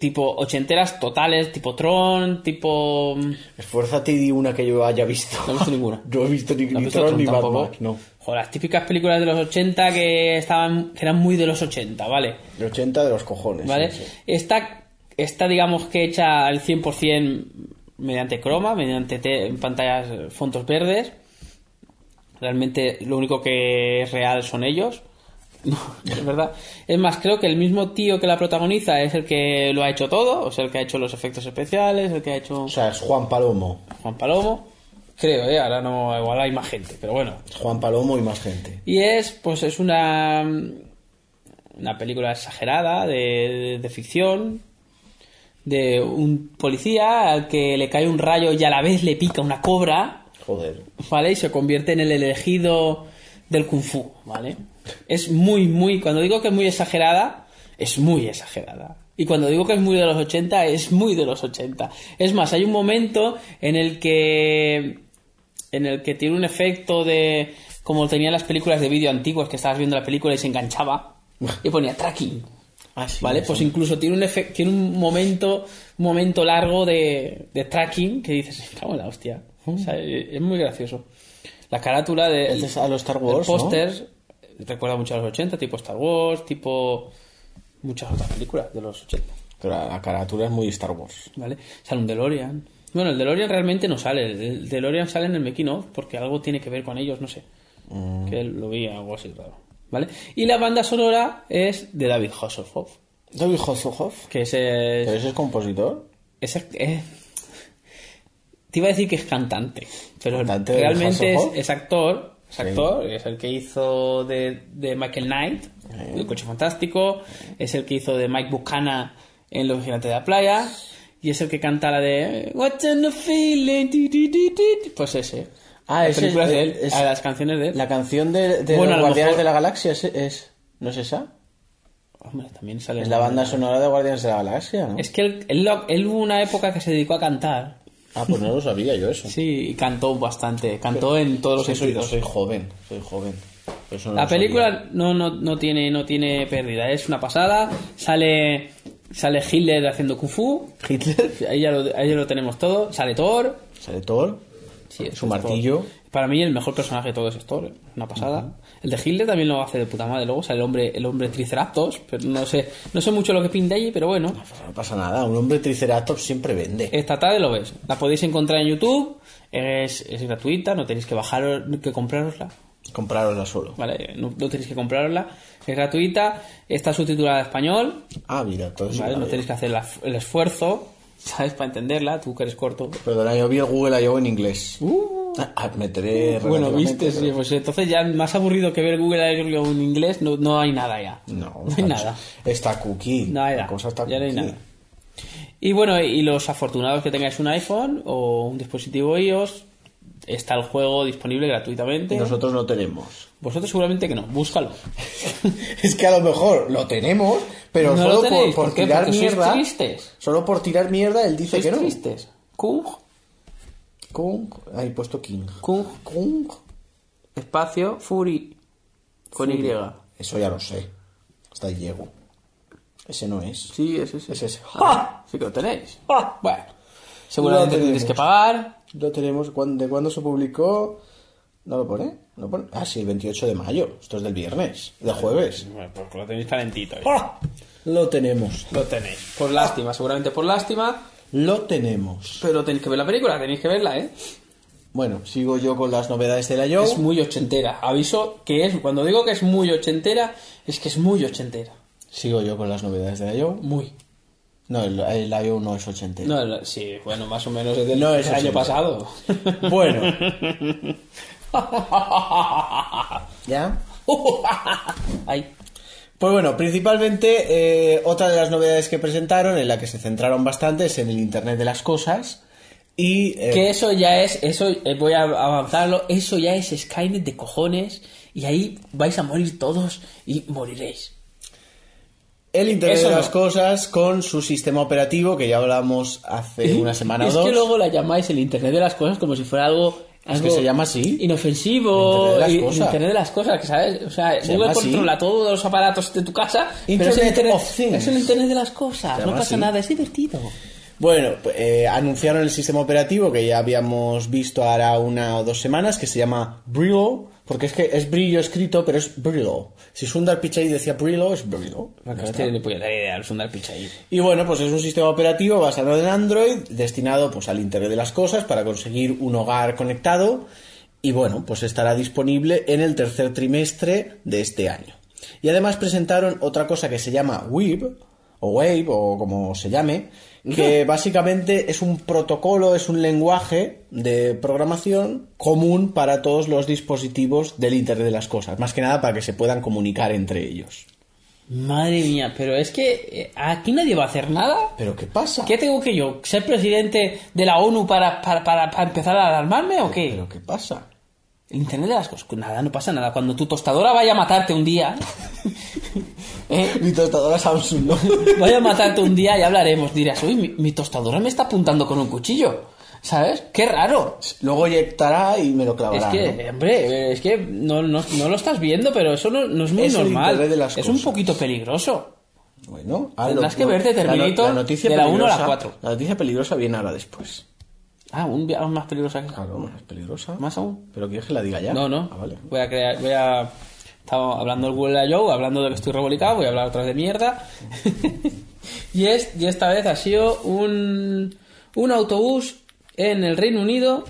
[SPEAKER 1] tipo ochenteras totales, tipo Tron, tipo. mm,
[SPEAKER 2] Esfuérzate y di una que yo haya visto.
[SPEAKER 1] No he visto
[SPEAKER 2] [laughs]
[SPEAKER 1] ninguna.
[SPEAKER 2] No he visto ni,
[SPEAKER 1] ¿No has
[SPEAKER 2] ni
[SPEAKER 1] visto
[SPEAKER 2] Tron
[SPEAKER 1] Tron
[SPEAKER 2] ni Mad
[SPEAKER 1] tampoco?
[SPEAKER 2] Max, no.
[SPEAKER 1] Joder, las típicas películas de los 80 que estaban que eran muy de los 80, ¿vale?
[SPEAKER 2] De 80 de los cojones.
[SPEAKER 1] ¿Vale?
[SPEAKER 2] sí, sí.
[SPEAKER 1] Está, está, digamos que hecha al 100% mediante croma, mediante te- en pantallas eh, fondos verdes. Realmente lo único que es real son ellos. [laughs] No, es verdad. Es más, creo que el mismo tío que la protagoniza es el que lo ha hecho todo, o sea, el que ha hecho los efectos especiales, el que ha hecho
[SPEAKER 2] O sea, es Juan Palomo.
[SPEAKER 1] Juan Palomo. Creo, ¿eh? Ahora no, igual hay más gente, pero bueno.
[SPEAKER 2] Es Juan Palomo y más gente.
[SPEAKER 1] Y es, pues es una, una película exagerada de, de- de ficción de un policía al que le cae un rayo y a la vez le pica una cobra,
[SPEAKER 2] Joder.
[SPEAKER 1] ¿vale? Y se convierte en el elegido del kung fu, ¿vale? Es muy, muy, cuando digo que es muy exagerada, es muy exagerada. Y cuando digo que es muy de los 80, es muy de los 80. Es más, hay un momento en el que en el que tiene un efecto de como tenían las películas de vídeo antiguas que estabas viendo la película y se enganchaba y ponía tracking
[SPEAKER 2] Ah, sí,
[SPEAKER 1] vale
[SPEAKER 2] sí.
[SPEAKER 1] pues incluso tiene un efe- tiene un momento un momento largo de, de tracking que dices "Me cago en la hostia O sea, e- es muy gracioso la carátula de
[SPEAKER 2] Este es a los Star
[SPEAKER 1] del
[SPEAKER 2] Wars, ¿no?
[SPEAKER 1] póster eh, recuerda mucho a los 80 tipo Star Wars tipo muchas otras películas de los 80
[SPEAKER 2] Pero la, la carátula es muy Star Wars.
[SPEAKER 1] ¿Vale? Sale un DeLorean. Bueno, el DeLorean realmente no sale. El DeLorean sale en el making of porque algo tiene que ver con ellos, no sé.
[SPEAKER 2] Mm.
[SPEAKER 1] Que lo vi algo así raro. ¿Vale? Y la banda sonora es de David Hasselhoff,
[SPEAKER 2] David Hasselhoff.
[SPEAKER 1] que ese es...
[SPEAKER 2] ¿Pero ese es compositor?
[SPEAKER 1] ese- eh, te iba a decir que es cantante, pero
[SPEAKER 2] ¿Cantante de
[SPEAKER 1] realmente es,
[SPEAKER 2] Hasselhoff?
[SPEAKER 1] es actor. Es actor, es el que hizo de, de Michael Knight, El Coche Fantástico, es el que hizo de Mike Bucana en Los Gigantes de la Playa, y es el que canta la de What's in the feeling, di, di, di, di. pues ese.
[SPEAKER 2] Ah,
[SPEAKER 1] Las
[SPEAKER 2] ese
[SPEAKER 1] películas
[SPEAKER 2] es-
[SPEAKER 1] de él,
[SPEAKER 2] es-
[SPEAKER 1] a las canciones de él.
[SPEAKER 2] La canción de, de
[SPEAKER 1] Bueno, a
[SPEAKER 2] los
[SPEAKER 1] lo
[SPEAKER 2] Guardianes
[SPEAKER 1] mejor-
[SPEAKER 2] de la Galaxia es... es- ¿No es esa?
[SPEAKER 1] Hombre, también sale.
[SPEAKER 2] Es la banda sonora de Guardianes de la Galaxia, ¿no?
[SPEAKER 1] Es que él, él lo- él hubo una época que se dedicó a cantar.
[SPEAKER 2] Ah, pues no lo sabía yo eso.
[SPEAKER 1] Sí, y cantó bastante. Cantó en todos los
[SPEAKER 2] Sí, soy,
[SPEAKER 1] sentidos.
[SPEAKER 2] soy joven, soy joven. Eso no
[SPEAKER 1] La
[SPEAKER 2] lo sabía.
[SPEAKER 1] película no, no, no tiene, no tiene pérdida, es una pasada. Sale, sale Hitler haciendo Kung Fu.
[SPEAKER 2] Hitler,
[SPEAKER 1] Ahí ya, lo, ahí ya lo tenemos todo. Sale Thor.
[SPEAKER 2] sale Thor,
[SPEAKER 1] Sí, eso Este
[SPEAKER 2] su
[SPEAKER 1] es
[SPEAKER 2] martillo.
[SPEAKER 1] Thor. Para mí el mejor personaje de todo es Thor. ¿eh? Una pasada. El de Hitler también lo hace de puta madre. Luego sale el hombre, el hombre Triceratops. Pero no sé, no sé mucho lo que pinta allí, pero bueno.
[SPEAKER 2] Pues no pasa nada, un hombre triceratops siempre vende.
[SPEAKER 1] Esta tarde lo ves. La podéis encontrar en YouTube. Es, es gratuita, no tenéis que bajar, que comprarosla.
[SPEAKER 2] Comprárosla solo.
[SPEAKER 1] ¿Vale? No, no tenéis que comprarosla. Es gratuita. Está subtitulada en español.
[SPEAKER 2] Ah, mira, todo eso.
[SPEAKER 1] Pues ¿vale?
[SPEAKER 2] no
[SPEAKER 1] No
[SPEAKER 2] había.
[SPEAKER 1] tenéis que hacer la- el esfuerzo, [laughs] ¿sabes? Para entenderla, tú que eres corto.
[SPEAKER 2] Perdona, yo vi el Google I.O. en inglés. Ah, Admitiré
[SPEAKER 1] Uh. bueno,
[SPEAKER 2] relativamente,
[SPEAKER 1] viste,
[SPEAKER 2] pero-
[SPEAKER 1] sí, pues entonces ya más aburrido que ver Google Airlog en inglés, no, no hay nada ya. [laughs]
[SPEAKER 2] No,
[SPEAKER 1] hay nada.
[SPEAKER 2] Está cookie.
[SPEAKER 1] No hay
[SPEAKER 2] La
[SPEAKER 1] nada.
[SPEAKER 2] cosa está
[SPEAKER 1] Ya no hay
[SPEAKER 2] cookie.
[SPEAKER 1] nada. Y bueno, y los afortunados que tengáis un iPhone o un dispositivo iOS, está el juego disponible gratuitamente.
[SPEAKER 2] Nosotros
[SPEAKER 1] [laughs]
[SPEAKER 2] no tenemos.
[SPEAKER 1] Vosotros seguramente que no, búscalo.
[SPEAKER 2] Es que a lo mejor lo tenemos, pero
[SPEAKER 1] No lo
[SPEAKER 2] solo
[SPEAKER 1] tenéis,
[SPEAKER 2] por,
[SPEAKER 1] ¿por
[SPEAKER 2] por
[SPEAKER 1] qué?
[SPEAKER 2] tirar
[SPEAKER 1] Porque sois
[SPEAKER 2] mierda.
[SPEAKER 1] tristes.
[SPEAKER 2] Solo por tirar mierda, él dice
[SPEAKER 1] ¿Sois
[SPEAKER 2] que no.
[SPEAKER 1] tristes? Kung,
[SPEAKER 2] Kung. Ahí he puesto King.
[SPEAKER 1] Kung,
[SPEAKER 2] Kung.
[SPEAKER 1] espacio, Fury, con Y.
[SPEAKER 2] Eso ya lo sé. Hasta ahí llego. Ese no es.
[SPEAKER 1] Sí, es ese.
[SPEAKER 2] Es ese.
[SPEAKER 1] Ah, sí que lo tenéis. Bueno, seguramente
[SPEAKER 2] Lo tenemos.
[SPEAKER 1] tendréis que pagar.
[SPEAKER 2] Lo tenemos. ¿cuán- ¿De cuándo se publicó? ¿No lo pone? ¿No pone? Ah, sí, el 28 de mayo. Esto es del viernes. Del jueves.
[SPEAKER 1] Porque pues lo tenéis calentito. ¿eh?
[SPEAKER 2] ¡Ah! Lo tenemos.
[SPEAKER 1] Lo tenéis. Por lástima, seguramente por lástima.
[SPEAKER 2] Lo tenemos.
[SPEAKER 1] Pero tenéis que ver la película, tenéis que verla, ¿eh?
[SPEAKER 2] Bueno, sigo yo con las novedades de la Yo.
[SPEAKER 1] Es muy ochentera. Aviso que es, cuando digo que es muy ochentera, es que es muy ochentera.
[SPEAKER 2] Sigo yo con las novedades de la Yo.
[SPEAKER 1] Muy.
[SPEAKER 2] No, el, el IO no es 80.
[SPEAKER 1] No, no, sí, bueno, más o menos es del
[SPEAKER 2] No, eso
[SPEAKER 1] año
[SPEAKER 2] sí. [laughs]
[SPEAKER 1] pasado. [laughs]
[SPEAKER 2] Bueno. ¿Ya?
[SPEAKER 1] Ay.
[SPEAKER 2] Pues bueno, principalmente eh, otra de las novedades que presentaron, en la que se centraron bastante, es en el Internet de las Cosas. Y... eh,
[SPEAKER 1] Que eso ya es, eso eh, voy a avanzarlo, eso ya es Skynet de cojones y ahí vais a morir todos y moriréis.
[SPEAKER 2] El Internet
[SPEAKER 1] Eso
[SPEAKER 2] de
[SPEAKER 1] no.
[SPEAKER 2] las Cosas con su sistema operativo, que ya hablamos hace Eh,
[SPEAKER 1] [laughs]
[SPEAKER 2] una semana o
[SPEAKER 1] es
[SPEAKER 2] dos.
[SPEAKER 1] que luego la llamáis el Internet de las cosas como si fuera algo.
[SPEAKER 2] que
[SPEAKER 1] algo
[SPEAKER 2] se llama así.
[SPEAKER 1] Inofensivo.
[SPEAKER 2] El
[SPEAKER 1] y-
[SPEAKER 2] Internet de las cosas.
[SPEAKER 1] el Internet de las cosas, que sabes. O sea,
[SPEAKER 2] Se
[SPEAKER 1] Google
[SPEAKER 2] llama así.
[SPEAKER 1] controla todos los aparatos de tu casa. pero es el
[SPEAKER 2] Internet
[SPEAKER 1] Internet,
[SPEAKER 2] of Things.
[SPEAKER 1] es el Internet de las cosas.
[SPEAKER 2] Se
[SPEAKER 1] No
[SPEAKER 2] llama
[SPEAKER 1] pasa
[SPEAKER 2] así.
[SPEAKER 1] nada, es divertido.
[SPEAKER 2] Bueno, pues, eh, anunciaron el sistema operativo que ya habíamos visto hará una o dos semanas, que se llama Brillo, porque es que es brillo escrito, pero es Brillo. Si Sundar Pichai decía Brillo, es Brillo. Ya
[SPEAKER 1] no
[SPEAKER 2] está.
[SPEAKER 1] tiene ni puñetera idea, es un dar picha ahí.
[SPEAKER 2] Y bueno, pues es un sistema operativo basado en Android, destinado pues al Internet de las Cosas para conseguir un hogar conectado. Y bueno, pues estará disponible en el tercer trimestre de este año. Y además presentaron otra cosa que se llama Web, o Wave, o como se llame, que básicamente es un protocolo, es un lenguaje de programación común para todos los dispositivos del Internet de las Cosas, más que nada para que se puedan comunicar entre ellos.
[SPEAKER 1] Madre mía, pero es que eh, aquí nadie va a hacer nada.
[SPEAKER 2] ¿Pero qué pasa?
[SPEAKER 1] ¿Qué tengo que yo? ¿Ser presidente de la ONU para, para, para, para empezar a alarmarme o qué?
[SPEAKER 2] ¿Pero qué pasa?
[SPEAKER 1] El internet de las cosas. Nada, no pasa nada. Cuando tu tostadora vaya a matarte un día. ¿eh?
[SPEAKER 2] Mi tostadora
[SPEAKER 1] [laughs]
[SPEAKER 2] Samsung, ¿no?
[SPEAKER 1] Vaya a matarte un día y hablaremos. Dirás, uy, mi, mi tostadora me está apuntando con un cuchillo. ¿Sabes? Qué raro.
[SPEAKER 2] Luego eyectará y me lo
[SPEAKER 1] Es
[SPEAKER 2] clavará.
[SPEAKER 1] que, hombre, es que no, no- no lo estás viendo, pero eso no, no es muy
[SPEAKER 2] Es el
[SPEAKER 1] normal.
[SPEAKER 2] Internet de las
[SPEAKER 1] es un
[SPEAKER 2] cosas.
[SPEAKER 1] poquito peligroso.
[SPEAKER 2] ¿no? Bueno, ah,
[SPEAKER 1] Tendrás que verte Terminator de la uno a la cuatro.
[SPEAKER 2] La noticia peligrosa viene ahora después.
[SPEAKER 1] Ah, un, vi- aún más peligroso que
[SPEAKER 2] Claro, más peligrosa.
[SPEAKER 1] Más aún.
[SPEAKER 2] ¿Pero quieres que la diga ya?
[SPEAKER 1] No, no.
[SPEAKER 2] Ah, vale.
[SPEAKER 1] Voy a crear, voy a. Estaba hablando del Google I.O., hablando de que estoy revolicado, voy a hablar otra vez de mierda. [laughs] y, es, y esta vez ha sido un, un autobús en el Reino Unido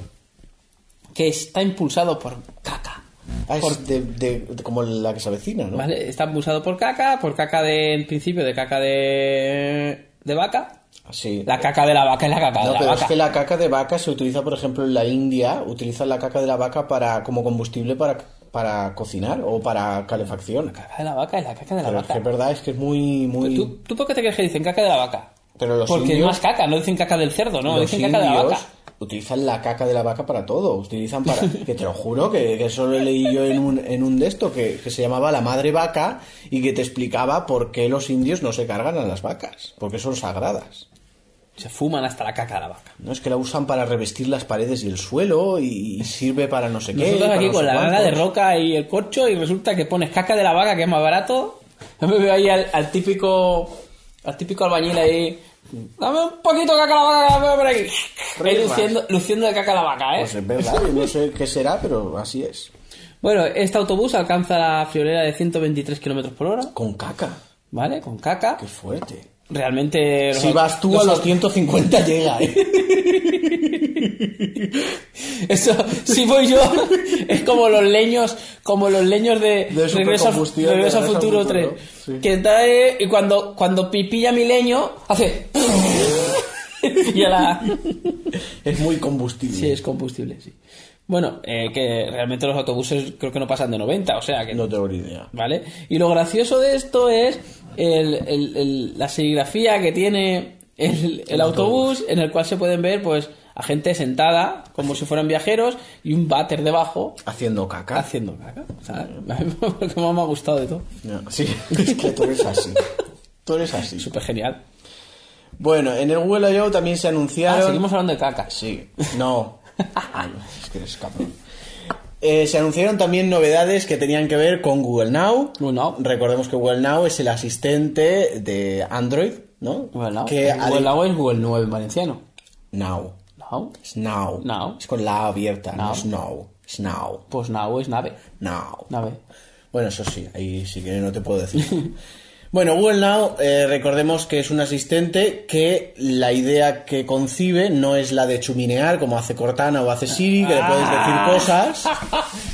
[SPEAKER 1] que está impulsado por caca.
[SPEAKER 2] Ah, es de, de- de- como la que se avecina, ¿no?
[SPEAKER 1] ¿Vale? Está impulsado por caca, por caca de, en principio, de caca de, de vaca.
[SPEAKER 2] Así.
[SPEAKER 1] La caca de la vaca es la caca
[SPEAKER 2] Ah, no,
[SPEAKER 1] de la
[SPEAKER 2] pero
[SPEAKER 1] vaca.
[SPEAKER 2] es que la caca de vaca se utiliza, por ejemplo, en la India. Utilizan la caca de la vaca para como combustible para, para cocinar o para calefacción.
[SPEAKER 1] La caca de la vaca es la caca de la
[SPEAKER 2] Pero es
[SPEAKER 1] vaca.
[SPEAKER 2] que es verdad, es que es muy... muy...
[SPEAKER 1] ¿Tú, ¿Tú por qué te crees que dicen caca de la vaca?
[SPEAKER 2] Pero los
[SPEAKER 1] Porque
[SPEAKER 2] indios...
[SPEAKER 1] es más caca, no dicen caca del cerdo, no,
[SPEAKER 2] los
[SPEAKER 1] dicen caca de la
[SPEAKER 2] indios
[SPEAKER 1] vaca.
[SPEAKER 2] utilizan la caca de la vaca para todo. Utilizan para. [laughs] que te lo juro, que, que eso lo leí yo en un, en un de esto, que, que se llamaba La Madre Vaca y que te explicaba por qué los indios no se cargan a las vacas, porque son sagradas.
[SPEAKER 1] Se fuman hasta la caca de la vaca.
[SPEAKER 2] No es que la usan para revestir las paredes y el suelo y, y sirve para no sé qué.
[SPEAKER 1] Nosotros
[SPEAKER 2] para
[SPEAKER 1] aquí
[SPEAKER 2] no
[SPEAKER 1] con
[SPEAKER 2] sé
[SPEAKER 1] la gaga
[SPEAKER 2] cuántos.
[SPEAKER 1] de roca y el corcho y resulta que pones caca de la vaca que es más barato. Yo me veo ahí al, al típico al típico albañil ahí. Dame un poquito de caca de la vaca, dame por aquí. Ahí
[SPEAKER 2] Rimas.
[SPEAKER 1] luciendo, luciendo de caca de la vaca, ¿eh?
[SPEAKER 2] Pues es verdad, yo no sé qué será, pero así es.
[SPEAKER 1] Bueno, este autobús alcanza la friolera de 123 kilómetros por hora,
[SPEAKER 2] Con caca.
[SPEAKER 1] ¿vale? Con caca.
[SPEAKER 2] Qué fuerte.
[SPEAKER 1] Realmente... los
[SPEAKER 2] Si
[SPEAKER 1] au-
[SPEAKER 2] vas tú
[SPEAKER 1] los
[SPEAKER 2] a los 150 llega, ¿eh?
[SPEAKER 1] Eso, si voy yo, es como los leños, como los leños de, Regreso,
[SPEAKER 2] De
[SPEAKER 1] al-
[SPEAKER 2] supercombustión, de
[SPEAKER 1] Regreso al
[SPEAKER 2] Regreso al
[SPEAKER 1] Futuro
[SPEAKER 2] Futuro,
[SPEAKER 1] 3.
[SPEAKER 2] sí.
[SPEAKER 1] Que trae, y cuando, cuando pipilla mi leño, hace. [laughs] y a la.
[SPEAKER 2] Es muy combustible.
[SPEAKER 1] Sí, es combustible, sí. Bueno, eh, que realmente los autobuses creo que no pasan de 90, o sea que.
[SPEAKER 2] No tengo ni idea.
[SPEAKER 1] ¿Vale? Y lo gracioso de esto es el- el- el- la serigrafía que tiene el, el autobús, en el cual se pueden ver, pues, a gente sentada, como si fueran viajeros, y un váter debajo
[SPEAKER 2] Haciendo caca.
[SPEAKER 1] haciendo caca. O sea, [laughs] lo que más me ha gustado de todo.
[SPEAKER 2] No, sí, [laughs] es que tú eres así. Tú eres así.
[SPEAKER 1] Súper genial.
[SPEAKER 2] Bueno, en el Google I.O. también se
[SPEAKER 1] Ah,
[SPEAKER 2] anunciaron...
[SPEAKER 1] seguimos hablando de cacas.
[SPEAKER 2] Sí, [laughs] no. es que eres cabrón. Eh, se anunciaron también novedades que tenían que ver con Google Now.
[SPEAKER 1] Google Now.
[SPEAKER 2] Recordemos que Google Now es el asistente de Android, ¿no?
[SPEAKER 1] Google Now.
[SPEAKER 2] Que
[SPEAKER 1] Google
[SPEAKER 2] al-
[SPEAKER 1] Now es Google 9 en valenciano.
[SPEAKER 2] Now.
[SPEAKER 1] Now.
[SPEAKER 2] Es now.
[SPEAKER 1] Now.
[SPEAKER 2] Es con la A abierta, no
[SPEAKER 1] Now.
[SPEAKER 2] es now. Es now.
[SPEAKER 1] Pues Now es nave.
[SPEAKER 2] Now.
[SPEAKER 1] Nave. [laughs]
[SPEAKER 2] Bueno, eso sí, ahí sí que no te puedo decir. bueno, Google Now, eh, recordemos que es un asistente que la idea que concibe no es la de chuminear como hace Cortana o hace Siri, que le puedes decir
[SPEAKER 1] Ah.
[SPEAKER 2] cosas.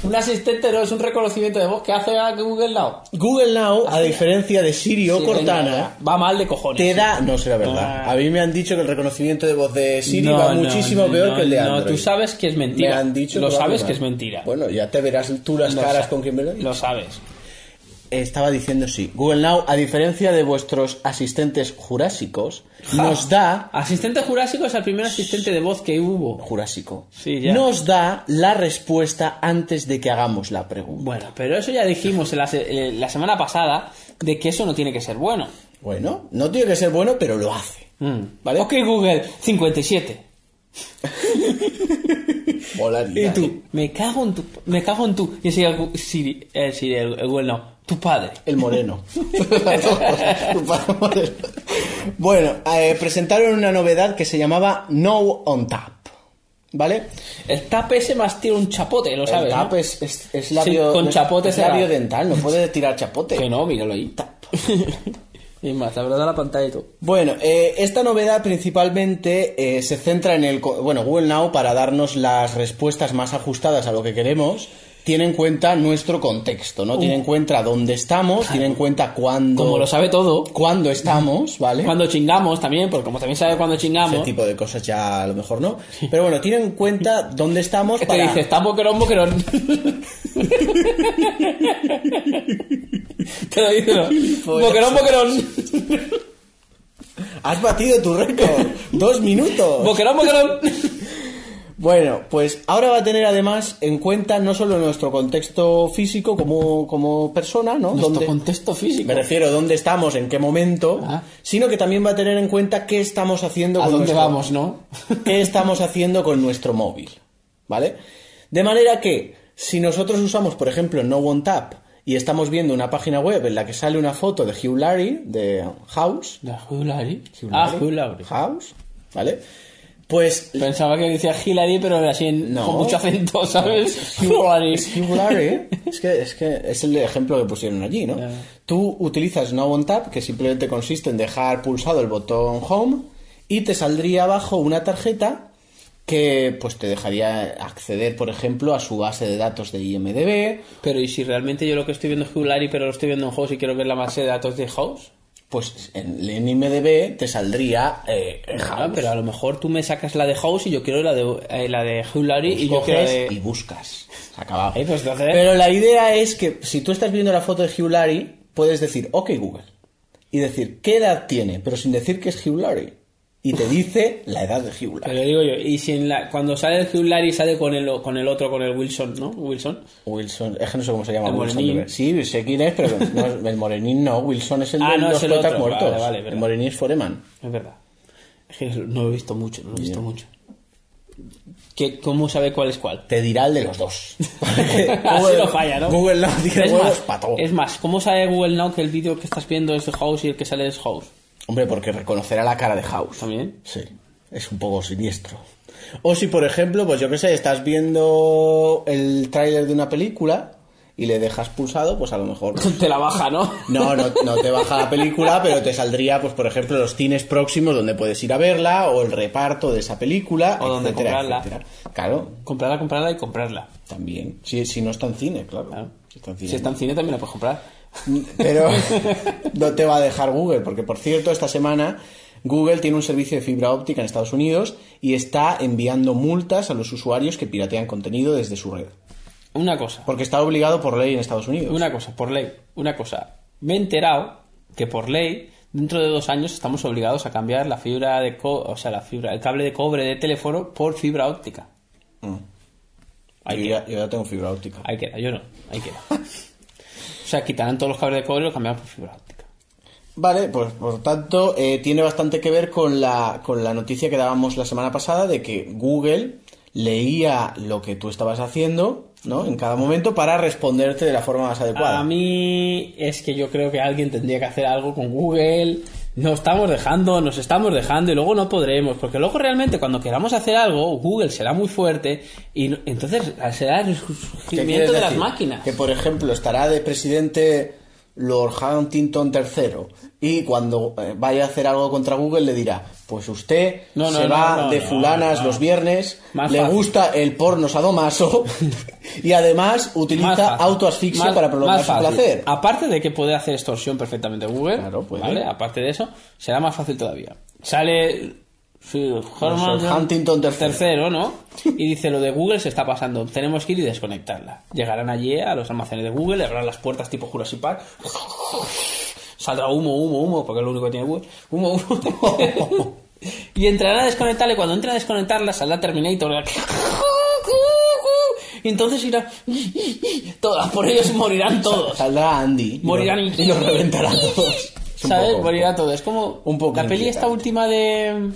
[SPEAKER 1] un asistente no es un reconocimiento de voz que hace a Google Now.
[SPEAKER 2] Google Now, a diferencia de Siri o
[SPEAKER 1] Sí,
[SPEAKER 2] Cortana, ¿eh?
[SPEAKER 1] venga, Va mal de cojones.
[SPEAKER 2] te da... No será verdad.
[SPEAKER 1] Ah.
[SPEAKER 2] A mí me han dicho que el reconocimiento de voz de Siri
[SPEAKER 1] No,
[SPEAKER 2] va
[SPEAKER 1] no,
[SPEAKER 2] muchísimo
[SPEAKER 1] no,
[SPEAKER 2] peor
[SPEAKER 1] no,
[SPEAKER 2] que el de
[SPEAKER 1] no,
[SPEAKER 2] Android.
[SPEAKER 1] tú sabes que es mentira.
[SPEAKER 2] Me han dicho
[SPEAKER 1] Lo
[SPEAKER 2] va
[SPEAKER 1] sabes
[SPEAKER 2] muy
[SPEAKER 1] que es
[SPEAKER 2] mal.
[SPEAKER 1] mentira.
[SPEAKER 2] Bueno, ya te verás tú las
[SPEAKER 1] Lo
[SPEAKER 2] caras
[SPEAKER 1] sa-
[SPEAKER 2] con quien me lo digas.
[SPEAKER 1] Lo sabes.
[SPEAKER 2] Estaba diciendo sí. Google Now, a diferencia de vuestros asistentes jurásicos, nos da.
[SPEAKER 1] Asistente jurásico es el primer asistente de voz que hubo.
[SPEAKER 2] Jurásico.
[SPEAKER 1] Sí, ya.
[SPEAKER 2] Nos da la respuesta antes de que hagamos la pregunta.
[SPEAKER 1] Bueno, pero eso ya dijimos en la, se- eh, la semana pasada de que eso no tiene que ser bueno.
[SPEAKER 2] Bueno, no tiene que ser bueno, pero lo hace.
[SPEAKER 1] Mm, ¿Vale? Ok, Google, 57.
[SPEAKER 2] Volaría.
[SPEAKER 1] Me cago en tu. Me cago en tu. Y enseguida el Gu- Siri, eh, Siri, el, el Google no. Tu [laughs] padre.
[SPEAKER 2] El moreno. [laughs] Tu padre moreno. bueno, eh, presentaron una novedad que se llamaba No on Tap. ¿Vale?
[SPEAKER 1] El tap ese más tira un chapote, lo sabes.
[SPEAKER 2] El tap
[SPEAKER 1] ¿no?
[SPEAKER 2] es, es- es labio,
[SPEAKER 1] Sí, con
[SPEAKER 2] es-
[SPEAKER 1] chapote
[SPEAKER 2] es
[SPEAKER 1] será.
[SPEAKER 2] labio dental, no puede tirar chapote.
[SPEAKER 1] Que no, míralo ahí. [laughs] Tap. y más, la verdad, la pantalla y todo.
[SPEAKER 2] Bueno, eh, esta novedad principalmente eh, se centra en el... co- Bueno, Google Now, para darnos las respuestas más ajustadas a lo que queremos, tiene en cuenta nuestro contexto, ¿no? Tiene en cuenta dónde estamos, tiene en cuenta cuándo...
[SPEAKER 1] Uh. Como lo sabe todo.
[SPEAKER 2] Cuándo estamos, ¿vale?
[SPEAKER 1] Cuando chingamos también, porque como también sabe cuando
[SPEAKER 2] Ese
[SPEAKER 1] chingamos.
[SPEAKER 2] tipo de cosas ya a lo mejor no. Pero bueno, tiene en cuenta dónde estamos
[SPEAKER 1] Que te
[SPEAKER 2] para...
[SPEAKER 1] dice, está boquerón, boquerón. te lo dice, ¿no? Boquerón, boquerón.
[SPEAKER 2] Has batido tu récord. Dos minutos.
[SPEAKER 1] Boquerón, boquerón.
[SPEAKER 2] Bueno, pues ahora va a tener además en cuenta no solo nuestro contexto físico como, como persona, ¿no?
[SPEAKER 1] Nuestro
[SPEAKER 2] Dónde-
[SPEAKER 1] contexto físico.
[SPEAKER 2] Me refiero a dónde estamos, en qué momento,
[SPEAKER 1] Ah.
[SPEAKER 2] sino que también va a tener en cuenta qué estamos haciendo
[SPEAKER 1] ¿A
[SPEAKER 2] con
[SPEAKER 1] dónde
[SPEAKER 2] nuestro-
[SPEAKER 1] vamos, [laughs] no?
[SPEAKER 2] qué estamos haciendo con nuestro móvil, ¿vale? De manera que si nosotros usamos, por ejemplo, No One Tap y estamos viendo una página web en la que sale una foto de Hugh Laurie de House,
[SPEAKER 1] La Hillary.
[SPEAKER 2] Hugh
[SPEAKER 1] Ah,
[SPEAKER 2] Laurie,
[SPEAKER 1] Hillary.
[SPEAKER 2] House, ¿vale? Pues
[SPEAKER 1] Pensaba que decía Hillary, pero así en-
[SPEAKER 2] No.
[SPEAKER 1] con mucho acento, ¿sabes?
[SPEAKER 2] Es
[SPEAKER 1] Hillary.
[SPEAKER 2] singular, ¿eh? Es que, es que es el ejemplo que pusieron allí, ¿no?
[SPEAKER 1] Ya.
[SPEAKER 2] Tú utilizas No On Tap, que simplemente consiste en dejar pulsado el botón Home y te saldría abajo una tarjeta que pues te dejaría acceder, por ejemplo, a su base de datos de IMDB,
[SPEAKER 1] Pero ¿y si realmente yo lo que estoy viendo es Hillary, pero lo estoy viendo en House y quiero ver la base de datos de House?
[SPEAKER 2] pues en, en IMDB te saldría eh,
[SPEAKER 1] Ah,
[SPEAKER 2] House.
[SPEAKER 1] pero a lo mejor tú me sacas la de House y yo quiero la de, eh, la de Hillary y yo quiero la
[SPEAKER 2] Pues coges
[SPEAKER 1] de...
[SPEAKER 2] y buscas. Se acababa.
[SPEAKER 1] Eh, pues entonces-
[SPEAKER 2] Pero la idea es que si tú estás viendo la foto de Hugh Laurie, puedes decir, ok Google, y decir, ¿qué edad tiene? Pero sin decir que es Hugh Laurie. y te dice la edad de Hugh Laurie.
[SPEAKER 1] Pero digo yo, y si en la, cuando sale el Hugh Laurie sale con el, con el otro, con el Wilson, ¿no? Wilson.
[SPEAKER 2] Wilson, es que no sé cómo se llama
[SPEAKER 1] El
[SPEAKER 2] Wilson.
[SPEAKER 1] morenín.
[SPEAKER 2] de ver- Sí, sé quién es, pero no, el Morenín no. Wilson es el
[SPEAKER 1] Ah,
[SPEAKER 2] de
[SPEAKER 1] no,
[SPEAKER 2] los
[SPEAKER 1] es el
[SPEAKER 2] poetas
[SPEAKER 1] otro.
[SPEAKER 2] muertos.
[SPEAKER 1] Vale, vale,
[SPEAKER 2] el
[SPEAKER 1] verdad.
[SPEAKER 2] Morenín es Foreman.
[SPEAKER 1] Es verdad. Es que no lo he visto mucho, no lo he visto mucho. ¿Qué, ¿Cómo sabe cuál es cuál?
[SPEAKER 2] Te dirá el de
[SPEAKER 1] [laughs]
[SPEAKER 2] los dos.
[SPEAKER 1] Así lo falla, ¿no?
[SPEAKER 2] Google no tiene
[SPEAKER 1] es
[SPEAKER 2] huevos
[SPEAKER 1] más,
[SPEAKER 2] pa' todo.
[SPEAKER 1] es más, ¿cómo sabe Google Now que el vídeo que estás viendo es de House y el que sale es House?
[SPEAKER 2] Hombre, porque reconocerá la cara de House.
[SPEAKER 1] ¿También? [laughs]
[SPEAKER 2] Sí, es un poco siniestro. O si, por ejemplo, pues yo qué sé, estás viendo el tráiler de una película y le dejas pulsado, pues a lo mejor...
[SPEAKER 1] Te la baja, ¿no? [laughs]
[SPEAKER 2] No, no, no te baja la película, pero te saldría, pues por ejemplo, los cines próximos donde puedes ir a verla, o el reparto de esa película,
[SPEAKER 1] O donde
[SPEAKER 2] etcétera,
[SPEAKER 1] comprarla.
[SPEAKER 2] etcétera. Claro,
[SPEAKER 1] comprarla, comprarla y comprarla.
[SPEAKER 2] también. Si, si no está en cine, claro.
[SPEAKER 1] Claro.
[SPEAKER 2] Si está en cine.
[SPEAKER 1] Si está en cine también la puedes comprar.
[SPEAKER 2] Pero [laughs] no te va a dejar Google, porque por cierto, esta semana Google tiene un servicio de fibra óptica en Estados Unidos y está enviando multas a los usuarios que piratean contenido desde su red.
[SPEAKER 1] Una cosa,
[SPEAKER 2] Porque está obligado por ley en Estados Unidos.
[SPEAKER 1] una cosa, por ley, una cosa. Me he enterado que por ley, dentro de dos años estamos obligados a cambiar la fibra de co o sea, la fibra, el cable de cobre de teléfono por fibra óptica.
[SPEAKER 2] Mm.
[SPEAKER 1] Ahí
[SPEAKER 2] Yo, ya, yo ya tengo fibra óptica.
[SPEAKER 1] Ahí queda, yo no, ahí queda. o sea, quitarán todos los cables de cobre y los cambiarán por fibra óptica.
[SPEAKER 2] Vale, pues por tanto, eh, tiene bastante que ver con la, con la noticia que dábamos la semana pasada de que Google leía lo que tú estabas haciendo, ¿no? En cada momento para responderte de la forma más adecuada.
[SPEAKER 1] A mí es que yo creo que alguien tendría que hacer algo con Google. Nos estamos dejando, nos estamos dejando y luego no podremos, porque luego realmente cuando queramos hacer algo, Google será muy fuerte y no- entonces será el
[SPEAKER 2] ¿Qué
[SPEAKER 1] surgimiento
[SPEAKER 2] quieres
[SPEAKER 1] de las
[SPEAKER 2] decir?
[SPEAKER 1] máquinas.
[SPEAKER 2] Que, por ejemplo, estará de presidente Lord Huntington III y cuando eh, vaya a hacer algo contra Google le dirá, pues usted
[SPEAKER 1] No, no,
[SPEAKER 2] se
[SPEAKER 1] no,
[SPEAKER 2] va
[SPEAKER 1] no,
[SPEAKER 2] de
[SPEAKER 1] no,
[SPEAKER 2] fulanas
[SPEAKER 1] no.
[SPEAKER 2] los viernes,
[SPEAKER 1] Más
[SPEAKER 2] le
[SPEAKER 1] fácil.
[SPEAKER 2] gusta el
[SPEAKER 1] [laughs]
[SPEAKER 2] porno sadomaso y además
[SPEAKER 1] Más
[SPEAKER 2] utiliza
[SPEAKER 1] fácil.
[SPEAKER 2] autoasfixia
[SPEAKER 1] Más-
[SPEAKER 2] para prolongar
[SPEAKER 1] más
[SPEAKER 2] su
[SPEAKER 1] fácil. Ah,
[SPEAKER 2] placer.
[SPEAKER 1] Aparte de que puede hacer extorsión perfectamente Google,
[SPEAKER 2] Claro, puede.
[SPEAKER 1] ¿vale? Aparte de eso, será más fácil todavía. Sale Sir Herman
[SPEAKER 2] Sir Huntington III.
[SPEAKER 1] tercero, ¿no? Y dice, lo de Google se está pasando, tenemos que ir y desconectarla. Llegarán allí eh, a los almacenes de Google, le abrirán las puertas tipo Jurassic Park. Saldrá humo, humo, humo, porque es lo único que tiene Google. Humo, humo. y entrarán a desconectarle. Cuando entren a desconectarla, saldrá Terminator. Y entonces irá... Todas por ellos morirán todos.
[SPEAKER 2] Saldrá Andy. y lo-
[SPEAKER 1] Morirán
[SPEAKER 2] y lo reventará a
[SPEAKER 1] [laughs]
[SPEAKER 2] todos. Es un
[SPEAKER 1] ¿Sabes?
[SPEAKER 2] poco-
[SPEAKER 1] Morirá todo. Es como
[SPEAKER 2] un poco
[SPEAKER 1] la peli esta
[SPEAKER 2] inquietante.
[SPEAKER 1] última de,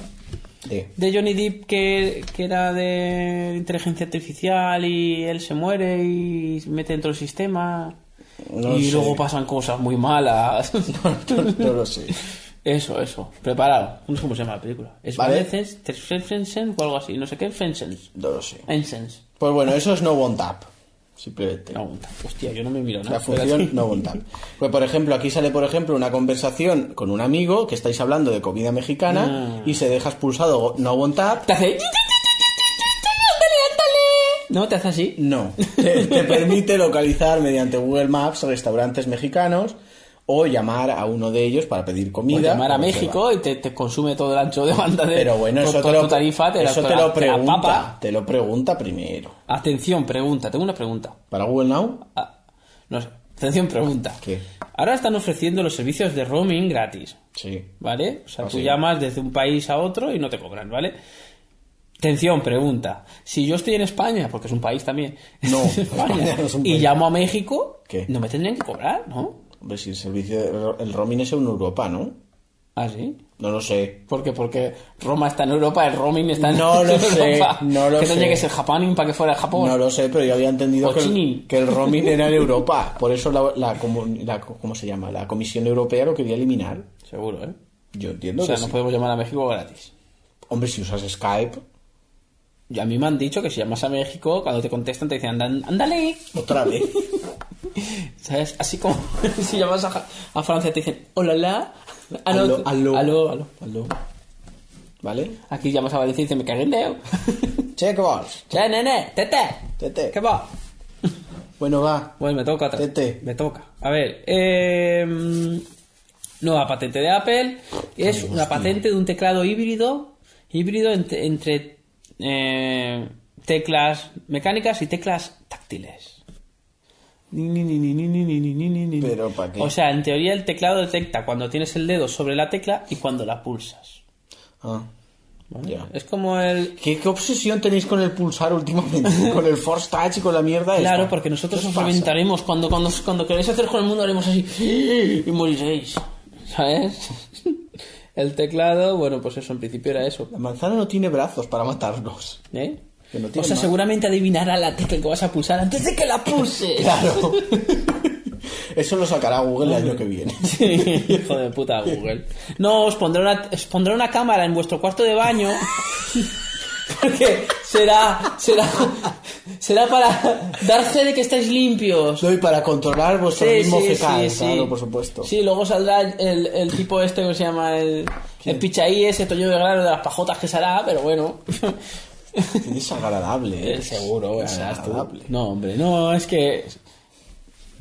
[SPEAKER 2] Sí.
[SPEAKER 1] de Johnny Depp que, que era de inteligencia artificial y él se muere y se mete dentro del sistema
[SPEAKER 2] No
[SPEAKER 1] y
[SPEAKER 2] sé.
[SPEAKER 1] luego pasan cosas muy malas.
[SPEAKER 2] [laughs] No lo sé.
[SPEAKER 1] Eso, eso. Preparado. No sé cómo se llama la película. Es
[SPEAKER 2] Vale.
[SPEAKER 1] Fences, Fences o algo así. No sé qué. Fences.
[SPEAKER 2] No lo sé.
[SPEAKER 1] Fences.
[SPEAKER 2] Pues bueno, eso es No One Tap. Simplemente.
[SPEAKER 1] No, hostia, yo no me miro nada.
[SPEAKER 2] La función no contar. Pues por ejemplo, aquí sale por ejemplo una conversación con un amigo que estáis hablando de comida mexicana
[SPEAKER 1] Ah.
[SPEAKER 2] y se dejas pulsado go- no want tap.
[SPEAKER 1] Te hace... No, te hace así.
[SPEAKER 2] No, te, te permite localizar mediante Google Maps restaurantes mexicanos o llamar a uno de ellos para pedir
[SPEAKER 1] O
[SPEAKER 2] comida.
[SPEAKER 1] Pues llamar a
[SPEAKER 2] Como
[SPEAKER 1] México y te, te consume todo el ancho de banda de...
[SPEAKER 2] Pero bueno, eso
[SPEAKER 1] con-
[SPEAKER 2] te
[SPEAKER 1] con
[SPEAKER 2] lo,
[SPEAKER 1] tu tarifa, te la-
[SPEAKER 2] eso
[SPEAKER 1] te
[SPEAKER 2] te
[SPEAKER 1] la-
[SPEAKER 2] lo
[SPEAKER 1] te la
[SPEAKER 2] pregunta.
[SPEAKER 1] papa.
[SPEAKER 2] Te lo pregunta primero.
[SPEAKER 1] Atención, pregunta. Tengo una pregunta.
[SPEAKER 2] ¿Para Google Now?
[SPEAKER 1] Ah, no sé. Atención, pregunta.
[SPEAKER 2] ¿Qué?
[SPEAKER 1] Ahora están ofreciendo los servicios de roaming gratis.
[SPEAKER 2] Sí.
[SPEAKER 1] ¿Vale? O sea,
[SPEAKER 2] Ah,
[SPEAKER 1] tú
[SPEAKER 2] sí.
[SPEAKER 1] llamas desde un país a otro y no te cobran, ¿vale? Atención, pregunta. Si yo estoy en España, porque es un país también, [laughs]
[SPEAKER 2] No,
[SPEAKER 1] España,
[SPEAKER 2] España no es un
[SPEAKER 1] y
[SPEAKER 2] país.
[SPEAKER 1] llamo a México,
[SPEAKER 2] ¿Qué?
[SPEAKER 1] no me tendrían que cobrar, ¿no?
[SPEAKER 2] Hombre, si el servicio, de- el roaming es en Europa, ¿no?
[SPEAKER 1] ¿Ah, sí?
[SPEAKER 2] No lo sé.
[SPEAKER 1] Porque, porque Roma está en Europa, el roaming está en,
[SPEAKER 2] No
[SPEAKER 1] [laughs]
[SPEAKER 2] lo
[SPEAKER 1] en
[SPEAKER 2] sé,
[SPEAKER 1] Europa.
[SPEAKER 2] no lo
[SPEAKER 1] que tendría
[SPEAKER 2] sé.
[SPEAKER 1] que ser Japón para que fuera Japón.
[SPEAKER 2] No lo sé, pero yo había entendido que el,
[SPEAKER 1] Ochini.
[SPEAKER 2] que el roaming era en Europa. Por eso la, la, comu- la- ¿cómo se llama? La Comisión Europea lo quería eliminar.
[SPEAKER 1] Seguro, ¿eh?
[SPEAKER 2] Yo entiendo
[SPEAKER 1] O sea,
[SPEAKER 2] que
[SPEAKER 1] no
[SPEAKER 2] sí.
[SPEAKER 1] podemos llamar a México gratis.
[SPEAKER 2] Hombre, si usas Skype,
[SPEAKER 1] Y a mí me han dicho que si llamas a México, cuando te contestan te dicen, "Andan- ándale,
[SPEAKER 2] otra vez. [laughs]
[SPEAKER 1] ¿Sabes? Así como [laughs] si llamas a, Ja- a Francia te dicen, hola, la. Ah,
[SPEAKER 2] Aló, aló.
[SPEAKER 1] aló, aló.
[SPEAKER 2] Aló. ¿Vale?
[SPEAKER 1] Aquí llamas a Valencia y dicen, me cagué en [laughs] Deo.
[SPEAKER 2] Che, ¿qué vas?
[SPEAKER 1] Che, nene, tete.
[SPEAKER 2] Tete.
[SPEAKER 1] ¿Qué va?
[SPEAKER 2] Bueno, va.
[SPEAKER 1] Bueno, me toca otra.
[SPEAKER 2] Tete.
[SPEAKER 1] Me toca. A ver, eh, nueva patente de Apple. Es una patente de un teclado híbrido, híbrido entre, entre, eh, teclas mecánicas y teclas táctiles. Ni, ni, ni, ni, ni, ni, ni, ni, ni, ni, ni.
[SPEAKER 2] Pero, ¿pa' qué?
[SPEAKER 1] O sea, en teoría el teclado detecta cuando tienes el dedo sobre la tecla y cuando la pulsas.
[SPEAKER 2] Ah,
[SPEAKER 1] ¿vale?
[SPEAKER 2] ya.
[SPEAKER 1] Es como el...
[SPEAKER 2] ¿Qué, qué obsesión tenéis con el pulsar últimamente?
[SPEAKER 1] [laughs]
[SPEAKER 2] con el Force Touch y con la mierda esta?
[SPEAKER 1] Claro, porque nosotros
[SPEAKER 2] ¿Qué
[SPEAKER 1] os
[SPEAKER 2] pasa?
[SPEAKER 1] reventaremos. Cuando, cuando, cuando queréis hacer con el mundo haremos así y moriréis. ¿Sabes? [laughs] El teclado, bueno, pues eso, en principio era eso.
[SPEAKER 2] La manzana no tiene brazos para matarnos.
[SPEAKER 1] ¿Eh?
[SPEAKER 2] Que no
[SPEAKER 1] o
[SPEAKER 2] tiene
[SPEAKER 1] sea,
[SPEAKER 2] más.
[SPEAKER 1] seguramente adivinará la tecla que vas a pulsar antes de que la pulses.
[SPEAKER 2] [laughs] Claro. Eso lo sacará Google el año
[SPEAKER 1] [laughs]
[SPEAKER 2] que viene.
[SPEAKER 1] Sí, hijo de puta Google. No, os pondré una, os pondré una cámara en vuestro cuarto de baño. [laughs] Porque será, será, será para dar fe de que estáis limpios.
[SPEAKER 2] Soy para controlar vuestro ritmo fecal,
[SPEAKER 1] sí.
[SPEAKER 2] claro, por supuesto.
[SPEAKER 1] Sí, luego saldrá el, el tipo este que se llama el, el pichaí, ese toño de grano de las pajotas que se hará, pero
[SPEAKER 2] [laughs]
[SPEAKER 1] bueno.
[SPEAKER 2] Qué desagradable, ¿eh?
[SPEAKER 1] Eh, seguro,
[SPEAKER 2] Qué
[SPEAKER 1] o sea,
[SPEAKER 2] desagradable.
[SPEAKER 1] tú- No, hombre, no, es que.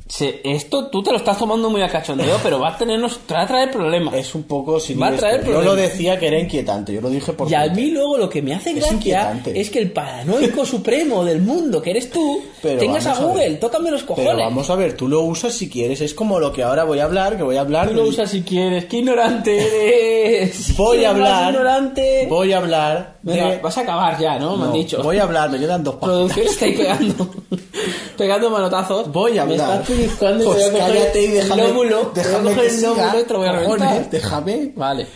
[SPEAKER 1] se- esto tú te lo estás tomando muy a cachondeo, pero va a tenernos, te va a traer problemas.
[SPEAKER 2] Es un poco
[SPEAKER 1] Va a
[SPEAKER 2] siniestro.
[SPEAKER 1] traer
[SPEAKER 2] Yo lo
[SPEAKER 1] problemas.
[SPEAKER 2] decía que era inquietante, yo lo dije por
[SPEAKER 1] Y a
[SPEAKER 2] Twitter.
[SPEAKER 1] mí luego lo que me hace gracia
[SPEAKER 2] inquietante.
[SPEAKER 1] es que el
[SPEAKER 2] [laughs]
[SPEAKER 1] paranoico supremo del mundo, que eres tú,
[SPEAKER 2] Pero
[SPEAKER 1] tengas a
[SPEAKER 2] vamos a ver.
[SPEAKER 1] Google, tócame los cojones.
[SPEAKER 2] Pero vamos a ver, tú lo usas si quieres. Es como lo que ahora voy a hablar, que voy a hablar.
[SPEAKER 1] Tú lo
[SPEAKER 2] del-
[SPEAKER 1] usas si quieres, qué ignorante eres.
[SPEAKER 2] Voy
[SPEAKER 1] Qué
[SPEAKER 2] a
[SPEAKER 1] más
[SPEAKER 2] hablar.
[SPEAKER 1] ignorante.
[SPEAKER 2] Voy a hablar.
[SPEAKER 1] Venga,
[SPEAKER 2] de-
[SPEAKER 1] Eh, vas a acabar ya, ¿no? Me
[SPEAKER 2] No,
[SPEAKER 1] han dicho.
[SPEAKER 2] Voy a hablar, me quedan dos páginas.
[SPEAKER 1] Producción está ahí pegando.
[SPEAKER 2] [laughs]
[SPEAKER 1] pegando manotazos.
[SPEAKER 2] Voy a hablar.
[SPEAKER 1] Me estás pellizcando y
[SPEAKER 2] Pues
[SPEAKER 1] te voy a coger
[SPEAKER 2] cállate y déjame,
[SPEAKER 1] el lóbulo. te voy a
[SPEAKER 2] déjame
[SPEAKER 1] coger
[SPEAKER 2] que
[SPEAKER 1] el lóbulo y te lo voy a
[SPEAKER 2] siga.
[SPEAKER 1] reventar.
[SPEAKER 2] Cojones, déjame.
[SPEAKER 1] Vale.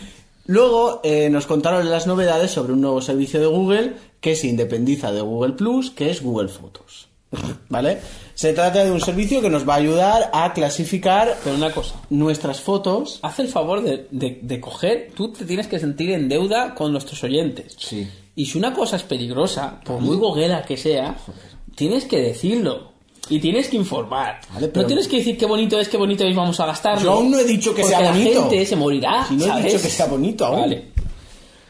[SPEAKER 2] Luego eh, nos contaron las novedades sobre un nuevo servicio de Google que se independiza de Google Plus, que es Google Fotos. [laughs] ¿Vale? Se trata de un servicio que nos va a ayudar a clasificar
[SPEAKER 1] Pero una cosa.
[SPEAKER 2] nuestras fotos.
[SPEAKER 1] Haz el favor de, de- de coger. Tú te tienes que sentir en deuda con nuestros oyentes.
[SPEAKER 2] Sí.
[SPEAKER 1] Y si una cosa es peligrosa, por muy goguera que sea, tienes que decirlo. Y tienes que informar.
[SPEAKER 2] Vale, pero-
[SPEAKER 1] No tienes que decir qué bonito es, qué bonito es, vamos a gastarlo.
[SPEAKER 2] Yo aún no he dicho que
[SPEAKER 1] porque
[SPEAKER 2] sea bonito.
[SPEAKER 1] la gente se morirá,
[SPEAKER 2] Si no he
[SPEAKER 1] ¿sabes?
[SPEAKER 2] dicho que sea bonito aún.
[SPEAKER 1] Vale.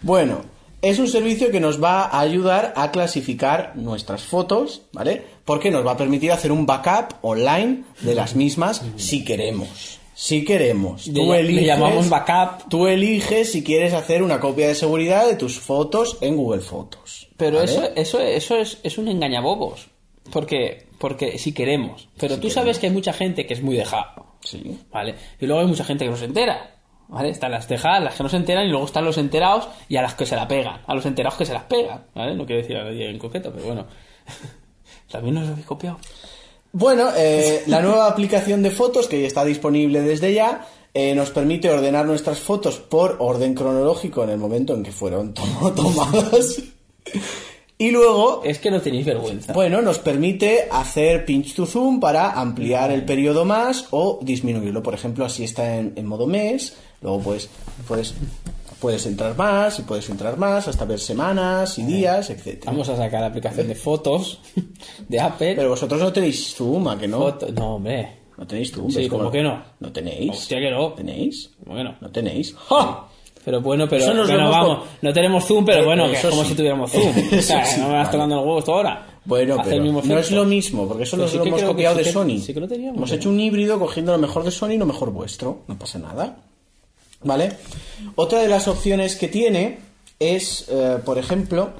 [SPEAKER 2] Bueno, es un servicio que nos va a ayudar a clasificar nuestras fotos, ¿vale? Porque nos va a permitir hacer un backup online de las mismas si queremos. Si queremos.
[SPEAKER 1] Le- le llamamos backup.
[SPEAKER 2] Tú eliges si quieres hacer una copia de seguridad de tus fotos en Google Fotos.
[SPEAKER 1] Pero
[SPEAKER 2] ¿vale?
[SPEAKER 1] eso, eso, eso es, es un engañabobos. Porque, porque si queremos. Pero tú sabes que hay mucha gente que es muy dejada.
[SPEAKER 2] Sí.
[SPEAKER 1] ¿Vale? Y luego hay mucha gente que no se entera. ¿Vale? Están las dejadas, las que no se enteran, y luego están los enterados y a las que se la pegan. A los enterados que se las pegan. ¿Vale? No quiero decir a nadie en concreto, pero bueno. [laughs] También nos lo habéis copiado.
[SPEAKER 2] Bueno, eh, la nueva aplicación de fotos que ya está disponible desde ya eh, nos permite ordenar nuestras fotos por orden cronológico en el momento en que fueron [laughs] tom- tomadas. Y luego,
[SPEAKER 1] Es que no tenéis vergüenza.
[SPEAKER 2] bueno, nos permite hacer pinch to zoom para ampliar el periodo más o disminuirlo. Por ejemplo, así está en, en modo mes. Luego, pues, puedes, puedes entrar más y puedes entrar más hasta ver semanas y días, etcétera.
[SPEAKER 1] Vamos a sacar la aplicación de fotos de Apple.
[SPEAKER 2] Pero vosotros no tenéis zoom, ¿a que no?
[SPEAKER 1] Foto- No, hombre.
[SPEAKER 2] No tenéis tú.
[SPEAKER 1] Sí,
[SPEAKER 2] ¿ves
[SPEAKER 1] ¿cómo que no?
[SPEAKER 2] No tenéis.
[SPEAKER 1] Hostia, que no.
[SPEAKER 2] ¿Tenéis?
[SPEAKER 1] ¿Cómo que no?
[SPEAKER 2] No tenéis.
[SPEAKER 1] ¡Ja! Pero bueno, pero
[SPEAKER 2] Eso nos
[SPEAKER 1] bueno,
[SPEAKER 2] vemos
[SPEAKER 1] vamos.
[SPEAKER 2] con- Eh,
[SPEAKER 1] No tenemos Zoom, pero bueno, que es
[SPEAKER 2] eso
[SPEAKER 1] como
[SPEAKER 2] sí.
[SPEAKER 1] si tuviéramos Zoom. O sea,
[SPEAKER 2] Eso [laughs] sí,
[SPEAKER 1] no me vas
[SPEAKER 2] vale.
[SPEAKER 1] tocando los huevos toda hora.
[SPEAKER 2] Bueno,
[SPEAKER 1] Hace
[SPEAKER 2] pero
[SPEAKER 1] el mismo
[SPEAKER 2] no es
[SPEAKER 1] efecto.
[SPEAKER 2] lo mismo, porque eso
[SPEAKER 1] Pero
[SPEAKER 2] nos
[SPEAKER 1] sí
[SPEAKER 2] lo
[SPEAKER 1] que
[SPEAKER 2] hemos
[SPEAKER 1] creo que
[SPEAKER 2] copiado
[SPEAKER 1] sí
[SPEAKER 2] de
[SPEAKER 1] que-
[SPEAKER 2] Sony.
[SPEAKER 1] sí que lo teníamos, ¿eh?
[SPEAKER 2] hemos
[SPEAKER 1] ¿no?
[SPEAKER 2] hecho un híbrido cogiendo lo mejor de Sony y lo mejor vuestro. No pasa nada. ¿Vale? Otra de las opciones que tiene es, eh, por ejemplo,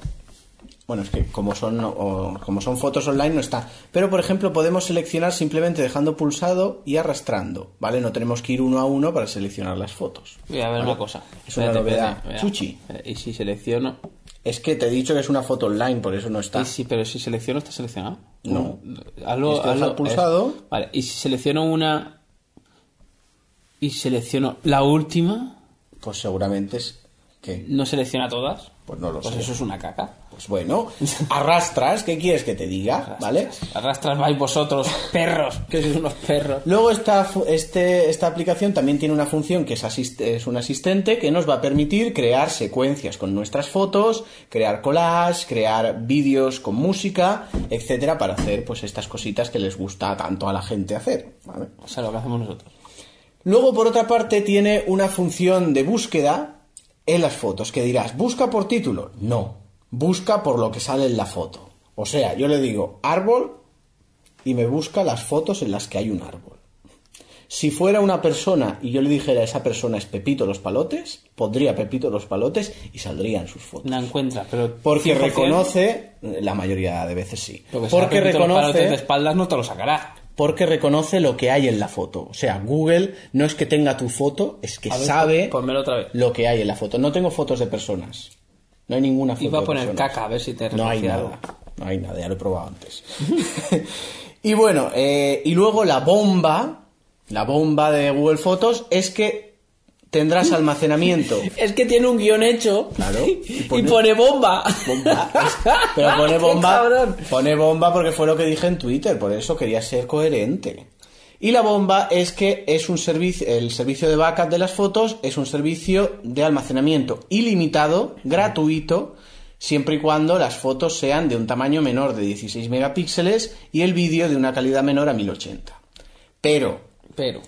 [SPEAKER 2] bueno, es que como son, o- como son fotos online no está. Pero, por ejemplo, podemos seleccionar simplemente dejando pulsado y arrastrando, ¿vale? No tenemos que ir uno a uno para seleccionar las fotos.
[SPEAKER 1] Voy a ver
[SPEAKER 2] ¿vale?
[SPEAKER 1] una cosa.
[SPEAKER 2] Es una
[SPEAKER 1] Espérate,
[SPEAKER 2] novedad.
[SPEAKER 1] espérate, espérate.
[SPEAKER 2] Chuchi.
[SPEAKER 1] Y si selecciono.
[SPEAKER 2] Es que te he dicho que es una foto online, por eso no está.
[SPEAKER 1] Y si, pero si selecciono, está seleccionado.
[SPEAKER 2] No.
[SPEAKER 1] Hazlo,
[SPEAKER 2] Este deja
[SPEAKER 1] hazlo-
[SPEAKER 2] pulsado.
[SPEAKER 1] es- Vale, y si selecciono una. Y selecciono la última,
[SPEAKER 2] Pues seguramente es que.
[SPEAKER 1] no selecciona todas.
[SPEAKER 2] Pues no lo
[SPEAKER 1] Pues
[SPEAKER 2] sé.
[SPEAKER 1] eso es una caca.
[SPEAKER 2] Pues [laughs] bueno, arrastras, ¿qué quieres que te diga? ¿Vale?
[SPEAKER 1] Arrastras vais
[SPEAKER 2] [laughs]
[SPEAKER 1] vosotros, perros, que sois unos perros.
[SPEAKER 2] Luego esta, fu- este- esta aplicación también tiene una función que es, asist- es un asistente que nos va a permitir crear secuencias con nuestras fotos, crear collage, crear vídeos con música, etcétera, para hacer pues estas cositas que les gusta tanto a la gente hacer. ¿vale?
[SPEAKER 1] O sea, lo que hacemos nosotros.
[SPEAKER 2] Luego, por otra parte, tiene una función de búsqueda en las fotos, que dirás, ¿busca por título? No, busca por lo que sale en la foto. O sea, yo le digo árbol y me busca las fotos en las que hay un árbol. Si fuera una persona y yo le dijera a esa persona es Pepito los Palotes, pondría Pepito los Palotes y saldrían sus fotos.
[SPEAKER 1] La encuentras, pero.
[SPEAKER 2] Porque
[SPEAKER 1] 100%,
[SPEAKER 2] reconoce, la mayoría de veces sí,
[SPEAKER 1] Porque, si
[SPEAKER 2] porque
[SPEAKER 1] te repito los palotes de
[SPEAKER 2] reconoce
[SPEAKER 1] espaldas no te lo sacará.
[SPEAKER 2] porque reconoce lo que hay en la foto. O sea, Google no es que tenga tu foto, es que
[SPEAKER 1] A ver,
[SPEAKER 2] sabe
[SPEAKER 1] ponmelo otra vez.
[SPEAKER 2] lo que hay en la foto. No tengo fotos de personas. No hay ninguna foto.
[SPEAKER 1] Iba a
[SPEAKER 2] de
[SPEAKER 1] poner
[SPEAKER 2] personas.
[SPEAKER 1] caca, a ver si te
[SPEAKER 2] No hay
[SPEAKER 1] referencia algo.
[SPEAKER 2] nada. No hay nada, ya lo he
[SPEAKER 1] [laughs]
[SPEAKER 2] probado antes. y bueno, eh, y luego la bomba, la bomba de Google Fotos es que tendrás almacenamiento.
[SPEAKER 1] Es que tiene un guión hecho.
[SPEAKER 2] Claro.
[SPEAKER 1] Y
[SPEAKER 2] [laughs] Y
[SPEAKER 1] pone,
[SPEAKER 2] pone-
[SPEAKER 1] bomba.
[SPEAKER 2] [laughs] Bomba. Pero
[SPEAKER 1] [laughs]
[SPEAKER 2] pone
[SPEAKER 1] Qué
[SPEAKER 2] bomba.
[SPEAKER 1] cabrón.
[SPEAKER 2] Pone bomba porque fue lo que dije en Twitter, por eso quería ser coherente. Y la bomba es que es un servicio, el servicio de backup de las fotos es un servicio de almacenamiento ilimitado, gratuito, siempre y cuando las fotos sean de un tamaño menor de 16 megapíxeles y el vídeo de una calidad menor a 1080. Pero
[SPEAKER 1] Pero.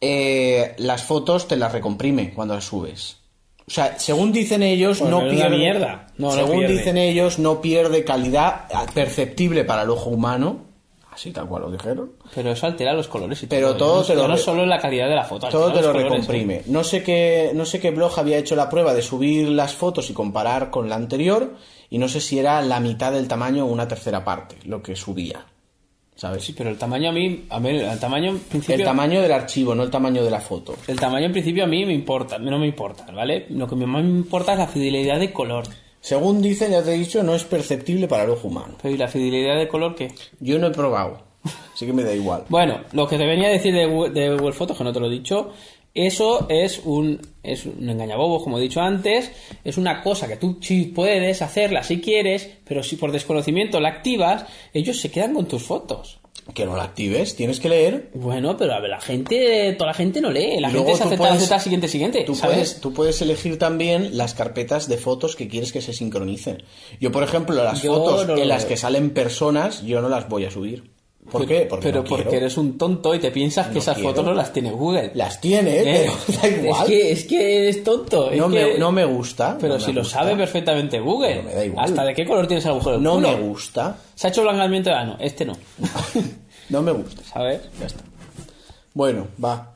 [SPEAKER 2] eh, las fotos te las recomprime cuando las subes. O sea, según dicen ellos,
[SPEAKER 1] Pues
[SPEAKER 2] no
[SPEAKER 1] menuda
[SPEAKER 2] pierde.
[SPEAKER 1] mierda. No, no
[SPEAKER 2] según
[SPEAKER 1] pierde.
[SPEAKER 2] dicen ellos, no pierde calidad perceptible para el ojo humano. Así tal cual lo dijeron.
[SPEAKER 1] Pero eso altera los colores y
[SPEAKER 2] Pero
[SPEAKER 1] todo
[SPEAKER 2] todo
[SPEAKER 1] eso.
[SPEAKER 2] te lo
[SPEAKER 1] Ya no
[SPEAKER 2] re-
[SPEAKER 1] solo la calidad de la foto.
[SPEAKER 2] Todo
[SPEAKER 1] altera
[SPEAKER 2] te
[SPEAKER 1] los
[SPEAKER 2] lo
[SPEAKER 1] colores, ¿eh?
[SPEAKER 2] recomprime. No sé qué, no sé qué blog había hecho la prueba de subir las fotos y comparar con la anterior. Y no sé si era la mitad del tamaño o una tercera parte lo que subía. ¿Sabes?
[SPEAKER 1] Sí, pero el tamaño a mí. A ver, el tamaño en principio.
[SPEAKER 2] el tamaño del archivo, no el tamaño de la foto.
[SPEAKER 1] el tamaño en principio a mí me importa. No me importa, ¿vale? Lo que más me importa es la fidelidad de color.
[SPEAKER 2] Según dicen, ya te he dicho, no es perceptible para el ojo humano.
[SPEAKER 1] Pero ¿y la fidelidad de color qué?
[SPEAKER 2] Yo no he probado, así que me da igual.
[SPEAKER 1] Bueno, lo que te venía a decir de Google, de Google Fotos, que no te lo he dicho, eso es un, es un engañabobos, como he dicho antes, es una cosa que tú sí puedes hacerla si quieres, pero si por desconocimiento la activas, ellos se quedan con tus fotos.
[SPEAKER 2] Que no la actives, tienes que leer.
[SPEAKER 1] Bueno, pero a ver, la gente, toda la gente no lee, la
[SPEAKER 2] Y
[SPEAKER 1] gente
[SPEAKER 2] luego
[SPEAKER 1] se
[SPEAKER 2] tú
[SPEAKER 1] acepta,
[SPEAKER 2] puedes-
[SPEAKER 1] acepta, siguiente, siguiente,
[SPEAKER 2] Tú
[SPEAKER 1] ¿sabes?
[SPEAKER 2] puedes, tú puedes elegir también las carpetas de fotos que quieres que se sincronicen. Yo, por ejemplo, las
[SPEAKER 1] Yo
[SPEAKER 2] fotos
[SPEAKER 1] no lo
[SPEAKER 2] en las
[SPEAKER 1] veo.
[SPEAKER 2] que salen personas, yo no las voy a subir. ¿Por
[SPEAKER 1] Pero-
[SPEAKER 2] qué? Porque
[SPEAKER 1] pero
[SPEAKER 2] no quiero.
[SPEAKER 1] porque eres un tonto y te piensas que
[SPEAKER 2] No
[SPEAKER 1] esas
[SPEAKER 2] quiero.
[SPEAKER 1] fotos no las tiene Google.
[SPEAKER 2] Las tiene,
[SPEAKER 1] Eh,
[SPEAKER 2] pero da
[SPEAKER 1] [laughs]
[SPEAKER 2] igual.
[SPEAKER 1] Es que, es que eres tonto. es
[SPEAKER 2] no,
[SPEAKER 1] que-
[SPEAKER 2] me, no me gusta.
[SPEAKER 1] Pero
[SPEAKER 2] no me
[SPEAKER 1] si lo
[SPEAKER 2] gusta.
[SPEAKER 1] sabe perfectamente Google.
[SPEAKER 2] Pero me da igual.
[SPEAKER 1] ¿Hasta de qué color tienes el agujero? del
[SPEAKER 2] No
[SPEAKER 1] culo?
[SPEAKER 2] me gusta. [laughs]
[SPEAKER 1] Se ha hecho blanqueamiento de ano. Este no.
[SPEAKER 2] No me gusta.
[SPEAKER 1] ¿Sabes?
[SPEAKER 2] Ya está. Bueno, va.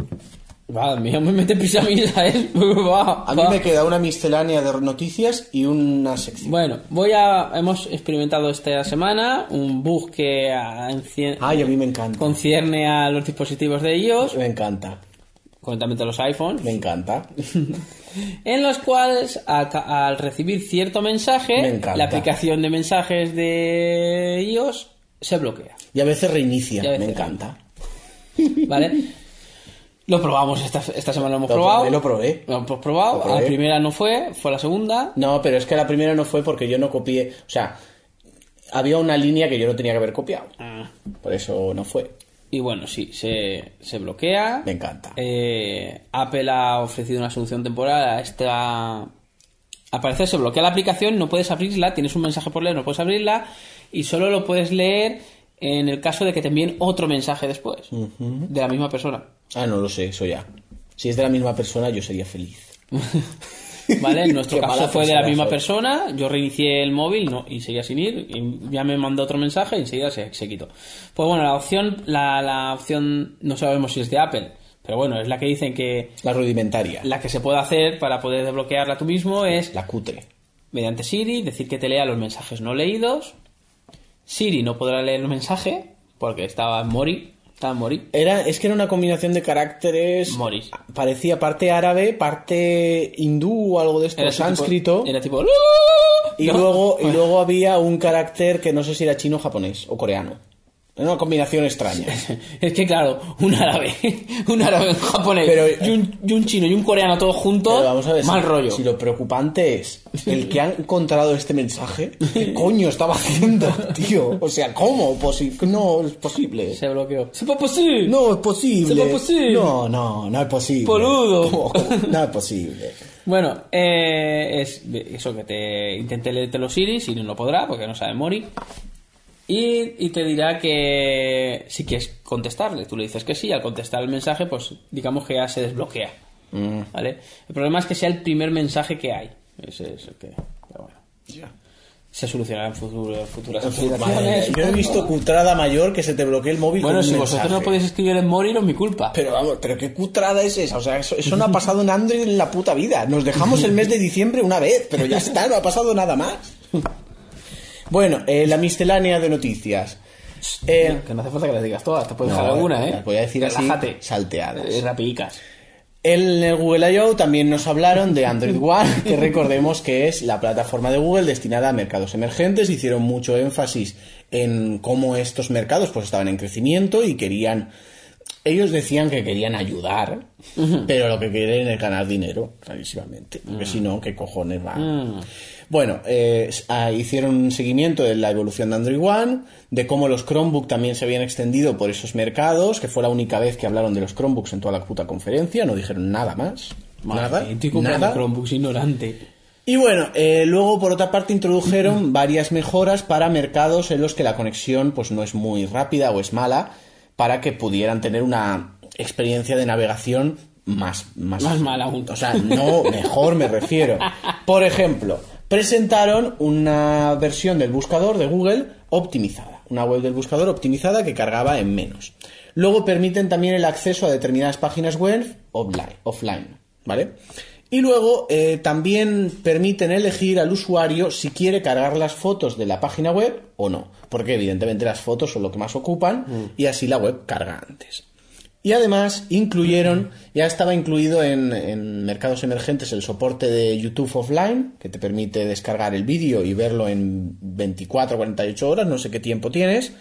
[SPEAKER 1] Va, mío, me mete prisa a mí, ¿sabes? [laughs] Va,
[SPEAKER 2] A mí
[SPEAKER 1] va.
[SPEAKER 2] me queda una miscelánea de noticias y una sección.
[SPEAKER 1] Bueno, voy a... Hemos experimentado esta semana un bug que ah, encie-
[SPEAKER 2] Ay, a mí me encanta.
[SPEAKER 1] concierne a los dispositivos de iOS,
[SPEAKER 2] Pues Me encanta.
[SPEAKER 1] concretamente los iPhones,
[SPEAKER 2] Me encanta.
[SPEAKER 1] en los cuales a ca- al recibir cierto
[SPEAKER 2] Me
[SPEAKER 1] mensaje,
[SPEAKER 2] encanta.
[SPEAKER 1] la aplicación de mensajes de iOS se bloquea.
[SPEAKER 2] Y a veces reinicia.
[SPEAKER 1] Y a veces
[SPEAKER 2] me encanta.
[SPEAKER 1] ¿Vale? Lo probamos esta, esta semana, lo hemos
[SPEAKER 2] Lo
[SPEAKER 1] probado.
[SPEAKER 2] probé, lo probé.
[SPEAKER 1] Lo hemos probado.
[SPEAKER 2] Lo probé.
[SPEAKER 1] A la primera no fue, fue a la segunda.
[SPEAKER 2] No, pero es que la primera no fue porque yo no copié. O sea, había una línea que yo no tenía que haber copiado.
[SPEAKER 1] Ah,
[SPEAKER 2] Por eso no fue.
[SPEAKER 1] Y bueno, sí, se, se bloquea.
[SPEAKER 2] Me encanta.
[SPEAKER 1] Eh, Apple ha ofrecido una solución temporal a esta. Al parecer se bloquea la aplicación, no puedes abrirla, tienes un mensaje por leer, no puedes abrirla y solo lo puedes leer en el caso de que te envíen otro mensaje después de la misma persona.
[SPEAKER 2] Ah, no lo sé, eso ya. Si es de la misma persona, yo sería feliz.
[SPEAKER 1] ¿Vale? En nuestro
[SPEAKER 2] Qué
[SPEAKER 1] caso
[SPEAKER 2] mala
[SPEAKER 1] fue de la
[SPEAKER 2] persona
[SPEAKER 1] misma
[SPEAKER 2] soy.
[SPEAKER 1] persona. Yo reinicié el móvil no, y seguía sin ir. y ya me mandó otro mensaje y enseguida se, se quitó. Pues bueno, la opción, la, la opción, no sabemos si es de Apple, pero bueno, es la que dicen que
[SPEAKER 2] La rudimentaria. La,
[SPEAKER 1] la que se puede hacer para poder desbloquearla tú mismo es
[SPEAKER 2] cutre.
[SPEAKER 1] mediante Siri, decir que te lea los mensajes no leídos. Siri no podrá leer el mensaje porque estaba en Mori. Estaba en Mori.
[SPEAKER 2] Era, es que era una combinación de caracteres.
[SPEAKER 1] Moris.
[SPEAKER 2] Parecía parte árabe, parte hindú o algo de esto,
[SPEAKER 1] ese tipo-
[SPEAKER 2] sánscrito.
[SPEAKER 1] era tipo. [laughs]
[SPEAKER 2] Y
[SPEAKER 1] ¿no?
[SPEAKER 2] luego, y luego había un carácter que no sé si era chino, japonés o coreano. Era una combinación extraña.
[SPEAKER 1] [laughs] Es que claro, un árabe, [laughs] un árabe, un japonés
[SPEAKER 2] Pero-
[SPEAKER 1] y, un, y un chino y un coreano todos juntos,
[SPEAKER 2] [laughs] Pero vamos a ver,
[SPEAKER 1] mal
[SPEAKER 2] si,
[SPEAKER 1] rollo.
[SPEAKER 2] si lo preocupante es el que ha encontrado este mensaje,
[SPEAKER 1] [laughs]
[SPEAKER 2] ¿qué coño estaba haciendo, tío? O sea, ¿cómo? Posi- no es posible.
[SPEAKER 1] Se bloqueó. pues, ¡Se fue posible!
[SPEAKER 2] No es posible.
[SPEAKER 1] Se fue posible.
[SPEAKER 2] No, no, no es posible.
[SPEAKER 1] Poludo.
[SPEAKER 2] [laughs] ¿Cómo? ¿Cómo? No es posible.
[SPEAKER 1] Bueno, eh, es eso que te intenté leerte los Siri, si no lo podrá, porque no sabe Mori. Y, y te dirá que si quieres contestarle, tú le dices que sí, y al contestar el mensaje, pues digamos que ya se desbloquea. ¿Vale? El problema es que sea el primer mensaje que hay. Ese es el que. pero bueno. Se solucionará en futuro- futuras
[SPEAKER 2] Madre mía,
[SPEAKER 1] aplicaciones.
[SPEAKER 2] Yo he visto cutrada mayor que se te bloquea el móvil.
[SPEAKER 1] Bueno,
[SPEAKER 2] con un
[SPEAKER 1] si vosotros no
[SPEAKER 2] mensaje.
[SPEAKER 1] podéis escribir en Mori, no es mi culpa.
[SPEAKER 2] Pero vamos, pero qué cutrada es esa. O sea, eso, eso no ha pasado en Android en la puta vida. Nos dejamos el mes de diciembre una vez, pero ya está, no ha pasado nada más. Bueno, eh, la miscelánea de noticias. Eh,
[SPEAKER 1] que no hace falta que las digas todas, te puedes
[SPEAKER 2] no,
[SPEAKER 1] dejar alguna, ¿eh?
[SPEAKER 2] las voy a decir así,
[SPEAKER 1] Relájate.
[SPEAKER 2] salteadas.
[SPEAKER 1] Eh, rapidicas.
[SPEAKER 2] En el Google I.O. también nos hablaron de Android One, que recordemos que es la plataforma de Google destinada a mercados emergentes. Hicieron mucho énfasis en cómo estos mercados pues estaban en crecimiento y querían... Ellos decían que querían ayudar, pero lo que quieren es ganar dinero, clarísimamente. Porque si no, ¿qué cojones van? Bueno, eh, s- ah, hicieron un seguimiento de la evolución de Android One, de cómo los Chromebook también se habían extendido por esos mercados, que fue la única vez que hablaron de los Chromebooks en toda la puta conferencia, no dijeron nada más. nada.
[SPEAKER 1] Estoy comprando
[SPEAKER 2] nada.
[SPEAKER 1] Chromebooks ignorante.
[SPEAKER 2] Y bueno, eh, luego por otra parte introdujeron varias mejoras para mercados en los que la conexión pues no es muy rápida o es mala, para que pudieran tener una experiencia de navegación más, más,
[SPEAKER 1] Más mala aún.
[SPEAKER 2] O sea, no, mejor me refiero. Por ejemplo, presentaron una versión del buscador de Google optimizada, una web del buscador optimizada que cargaba en menos. Luego permiten también el acceso a determinadas páginas web offline, offline ¿vale? Y luego eh, también permiten elegir al usuario si quiere cargar las fotos de la página web o no, porque evidentemente las fotos son lo que más ocupan y así la web carga antes. Y además incluyeron, ya estaba incluido en, en mercados emergentes el soporte de YouTube Offline, que te permite descargar el vídeo y verlo en 24 48 horas, no sé qué tiempo tienes.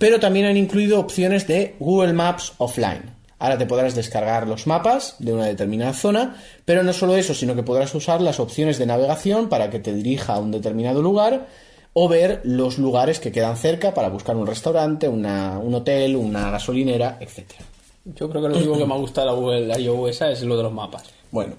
[SPEAKER 2] Pero también han incluido opciones de Google Maps Offline. Ahora te podrás descargar los mapas de una determinada zona, pero no solo eso, sino que podrás usar las opciones de navegación para que te dirija a un determinado lugar o ver los lugares que quedan cerca para buscar un restaurante, una- un hotel, una gasolinera, etcétera.
[SPEAKER 1] Yo creo que lo único que me ha gustado de la Google I.O. esa es lo de los mapas.
[SPEAKER 2] Bueno,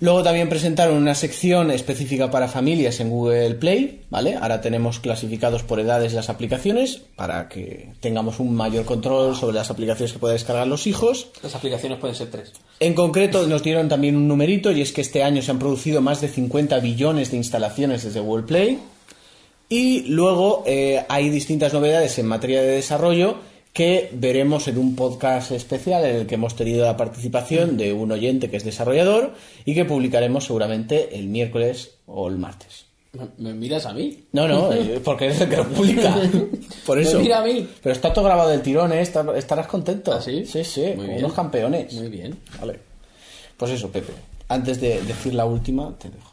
[SPEAKER 2] luego también presentaron una sección específica para familias en Google Play, ¿vale? Ahora tenemos clasificados por edades las aplicaciones para que tengamos un mayor control sobre las aplicaciones que pueden descargar los hijos.
[SPEAKER 1] Las aplicaciones pueden ser tres.
[SPEAKER 2] En concreto nos dieron también un numerito y es que este año se han producido más de 50 billones de instalaciones desde Google Play. Y luego eh, hay distintas novedades en materia de desarrollo que veremos en un podcast especial en el que hemos tenido la participación de un oyente que es desarrollador y que publicaremos seguramente el miércoles o el martes.
[SPEAKER 1] ¿Me, me miras a mí? [laughs]
[SPEAKER 2] No, no, eh, porque es el que lo publica. Por
[SPEAKER 1] Me
[SPEAKER 2] eso.
[SPEAKER 1] mira a mí.
[SPEAKER 2] Pero está todo grabado del tirón, ¿eh? Estar- Estarás contento.
[SPEAKER 1] ¿Ah, sí?
[SPEAKER 2] Sí, sí,
[SPEAKER 1] Muy
[SPEAKER 2] como
[SPEAKER 1] bien.
[SPEAKER 2] unos campeones.
[SPEAKER 1] Muy bien.
[SPEAKER 2] Vale. Pues eso, Pepe. Antes de decir la última, te dejo.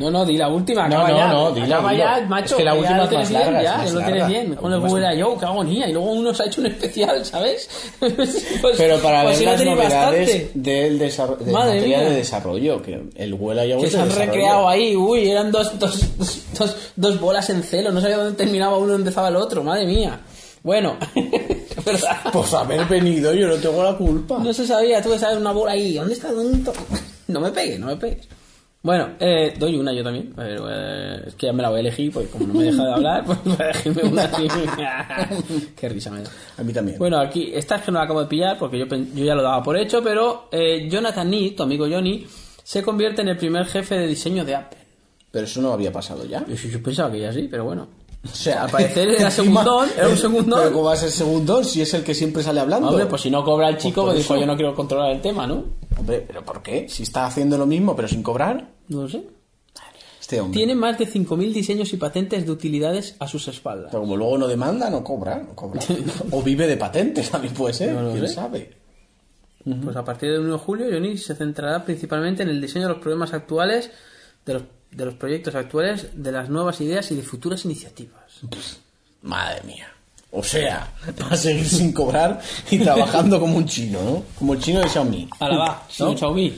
[SPEAKER 1] No, no, di la última.
[SPEAKER 2] No,
[SPEAKER 1] acaba
[SPEAKER 2] no,
[SPEAKER 1] ya,
[SPEAKER 2] no, dila,
[SPEAKER 1] acaba
[SPEAKER 2] dila.
[SPEAKER 1] ya, macho.
[SPEAKER 2] Es que la
[SPEAKER 1] ya
[SPEAKER 2] última
[SPEAKER 1] lo
[SPEAKER 2] es
[SPEAKER 1] tienes
[SPEAKER 2] más
[SPEAKER 1] bien,
[SPEAKER 2] larga, es
[SPEAKER 1] ya,
[SPEAKER 2] más
[SPEAKER 1] ya lo tienes
[SPEAKER 2] larga.
[SPEAKER 1] bien.
[SPEAKER 2] La
[SPEAKER 1] Con el
[SPEAKER 2] última es
[SPEAKER 1] Google
[SPEAKER 2] más-
[SPEAKER 1] I.O., qué agonía. Y luego uno se ha hecho un especial, ¿sabes? [laughs] Pues-
[SPEAKER 2] Pero para
[SPEAKER 1] pues
[SPEAKER 2] ver
[SPEAKER 1] si no
[SPEAKER 2] las
[SPEAKER 1] tenéis
[SPEAKER 2] novedades
[SPEAKER 1] bastante.
[SPEAKER 2] del desarrollo, de
[SPEAKER 1] Madre
[SPEAKER 2] materia
[SPEAKER 1] mía.
[SPEAKER 2] de desarrollo, que el huela ya
[SPEAKER 1] Que se han recreado ahí, uy, eran dos, dos, dos, dos, dos bolas en celo, no sabía dónde terminaba uno y dónde empezaba el otro, madre mía. Bueno, es verdad.
[SPEAKER 2] Pues haber venido, yo no tengo la culpa.
[SPEAKER 1] No se sabía, tuve que saber una bola ahí. ¿Dónde está? ¿Dónde to- No me pegues, no me pegues. Bueno, eh, doy una yo también. pero, eh, es que ya me la voy a elegir, porque como no me deja de hablar, pues [laughs] voy a elegirme una así. [laughs] Qué risa me da.
[SPEAKER 2] A mí también.
[SPEAKER 1] Bueno, aquí, esta es que no la acabo de pillar porque yo, pen- yo ya lo daba por hecho, pero eh, Jonathan Nee, tu amigo Johnny, se convierte en el primer jefe de diseño de Apple.
[SPEAKER 2] Pero eso no había pasado ya.
[SPEAKER 1] Yo, yo pensaba que ya sí, pero bueno.
[SPEAKER 2] O sea,
[SPEAKER 1] al parecer era
[SPEAKER 2] [laughs] encima-
[SPEAKER 1] segundón, era un segundón.
[SPEAKER 2] Pero ¿cómo va a ser segundón si es el que siempre sale hablando?
[SPEAKER 1] Hombre, pues si no cobra el chico,
[SPEAKER 2] por
[SPEAKER 1] pues dijo,
[SPEAKER 2] eso.
[SPEAKER 1] yo no quiero controlar el tema, ¿no?
[SPEAKER 2] Hombre, ¿pero por qué? Si está haciendo lo mismo pero sin cobrar,
[SPEAKER 1] No lo sé.
[SPEAKER 2] este hombre.
[SPEAKER 1] Tiene más de 5.000 diseños y patentes de utilidades a sus espaldas.
[SPEAKER 2] Pero como luego no demanda, no cobra,
[SPEAKER 1] [laughs]
[SPEAKER 2] no cobra. o vive de patentes, también puede ser,
[SPEAKER 1] No lo
[SPEAKER 2] quién
[SPEAKER 1] sé.
[SPEAKER 2] sabe.
[SPEAKER 1] Pues a partir del 1 de julio, Johnny se centrará principalmente en el diseño de los problemas actuales, de los, de los proyectos actuales, de las nuevas ideas y de futuras iniciativas.
[SPEAKER 2] Madre mía. O sea, va a seguir sin cobrar y trabajando como un chino, ¿no? Como el chino de Xiaomi.
[SPEAKER 1] Ahora va,
[SPEAKER 2] ¿No?
[SPEAKER 1] ¿no? Xiaomi.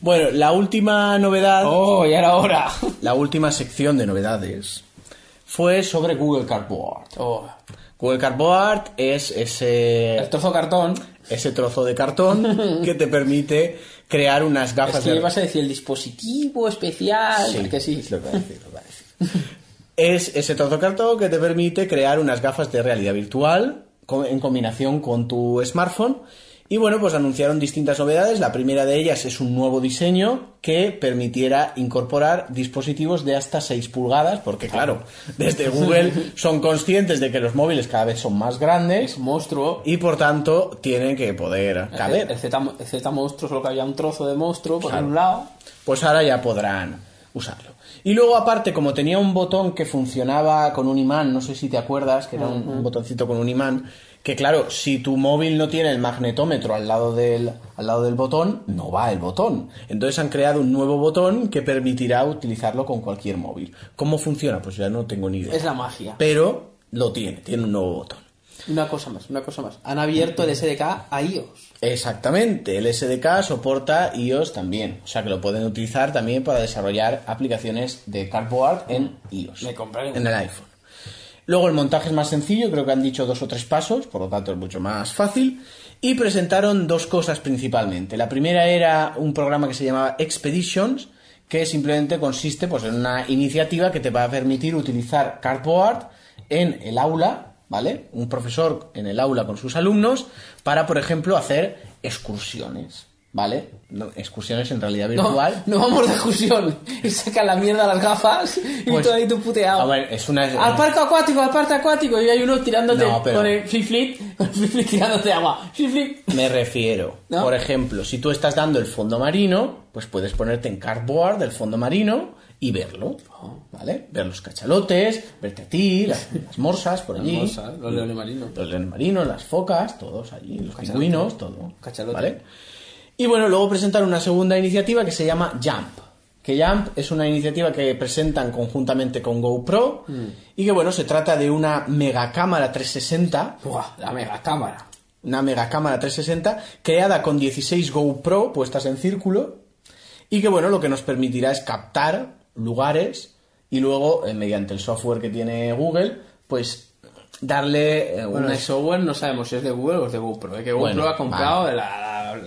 [SPEAKER 2] Bueno, la última novedad,
[SPEAKER 1] ¡Oh, y ahora ahora!
[SPEAKER 2] la última sección de novedades fue sobre Google Cardboard.
[SPEAKER 1] [laughs] ¡Oh!
[SPEAKER 2] Google Cardboard es
[SPEAKER 1] El
[SPEAKER 2] ese,
[SPEAKER 1] trozo cartón.
[SPEAKER 2] ese trozo de cartón que te permite crear unas gafas
[SPEAKER 1] Es que
[SPEAKER 2] de
[SPEAKER 1] ibas a decir el dispositivo especial. porque sí.
[SPEAKER 2] es lo que va a decir, lo que va a decir. [laughs] Es ese trozo de cartón que te permite crear unas gafas de realidad virtual co- en combinación con tu smartphone. Y bueno, pues anunciaron distintas novedades. La primera de ellas es un nuevo diseño que permitiera incorporar dispositivos de hasta 6 pulgadas, porque [laughs] claro, desde Google son conscientes de que los móviles cada vez son más
[SPEAKER 1] Es
[SPEAKER 2] grandes
[SPEAKER 1] un monstruo.
[SPEAKER 2] y por tanto tienen que poder
[SPEAKER 1] El,
[SPEAKER 2] caber.
[SPEAKER 1] Z, el Z monstruo, solo que había un trozo de monstruo por
[SPEAKER 2] Claro.
[SPEAKER 1] un lado.
[SPEAKER 2] Pues ahora ya podrán usarlo. Y luego, aparte, como tenía un botón que funcionaba con un imán, no sé si te acuerdas, que era un, un botoncito con un imán, que claro, si tu móvil no tiene el magnetómetro al lado, del, al lado del botón, no va el botón. Entonces han creado un nuevo botón que permitirá utilizarlo con cualquier móvil. ¿Cómo funciona? Pues ya no tengo ni idea.
[SPEAKER 1] Es la magia.
[SPEAKER 2] Pero lo tiene, tiene un nuevo botón.
[SPEAKER 1] Una cosa más, una cosa más. Han abierto el SDK a iOS.
[SPEAKER 2] Exactamente, el SDK soporta iOS también, o sea que lo pueden utilizar también para desarrollar aplicaciones de Cardboard en iOS,
[SPEAKER 1] Me compraré uno.
[SPEAKER 2] en el iPhone. Luego el montaje es más sencillo, creo que han dicho dos o tres pasos, por lo tanto es mucho más fácil. Y presentaron dos cosas principalmente. La primera era un programa que se llamaba Expeditions, que simplemente consiste pues, en una iniciativa que te va a permitir utilizar Cardboard en el aula, ¿vale? Un profesor en el aula con sus alumnos para, por ejemplo, hacer excursiones, ¿vale? No, excursiones en realidad
[SPEAKER 1] No,
[SPEAKER 2] virtual.
[SPEAKER 1] no vamos de excursión. Y [laughs] saca la mierda las gafas [laughs] y
[SPEAKER 2] Pues-
[SPEAKER 1] todo ahí tú puteado. Ah,
[SPEAKER 2] A ver, es una...
[SPEAKER 1] Al parque acuático, al parque acuático. Y hay uno tirándote
[SPEAKER 2] No, pero-
[SPEAKER 1] con el flip-flip. [laughs] Con el flip-flip tirándote agua. Flip-flip.
[SPEAKER 2] Me refiero.
[SPEAKER 1] ¿No?
[SPEAKER 2] Por ejemplo, si tú estás dando el fondo marino, pues puedes ponerte en cardboard del fondo marino y verlo.
[SPEAKER 1] Oh.
[SPEAKER 2] ¿Vale? Ver los cachalotes, verte a
[SPEAKER 1] [laughs]
[SPEAKER 2] ti, las, las morsas por allí.
[SPEAKER 1] morsas, los leones marinos.
[SPEAKER 2] Los leones marinos, las focas, todos allí, los pingüinos, todo.
[SPEAKER 1] Cachalotes.
[SPEAKER 2] ¿Vale? Y bueno, luego presentaron una segunda iniciativa que se llama Jump. Que Jump es una iniciativa que presentan conjuntamente con GoPro.
[SPEAKER 1] Mm.
[SPEAKER 2] Y que bueno, se trata de una megacámara 360
[SPEAKER 1] Buah, la mega cámara.
[SPEAKER 2] una mega cámara 360 creada con 16 GoPro puestas en círculo y que bueno lo que nos permitirá es captar lugares y luego eh, mediante el software que tiene Google pues darle eh,
[SPEAKER 1] Bueno,
[SPEAKER 2] una-
[SPEAKER 1] el software no sabemos si es de Google o es de GoPro. ¿eh? Que GoPro
[SPEAKER 2] Bueno,
[SPEAKER 1] ha comprado la, la-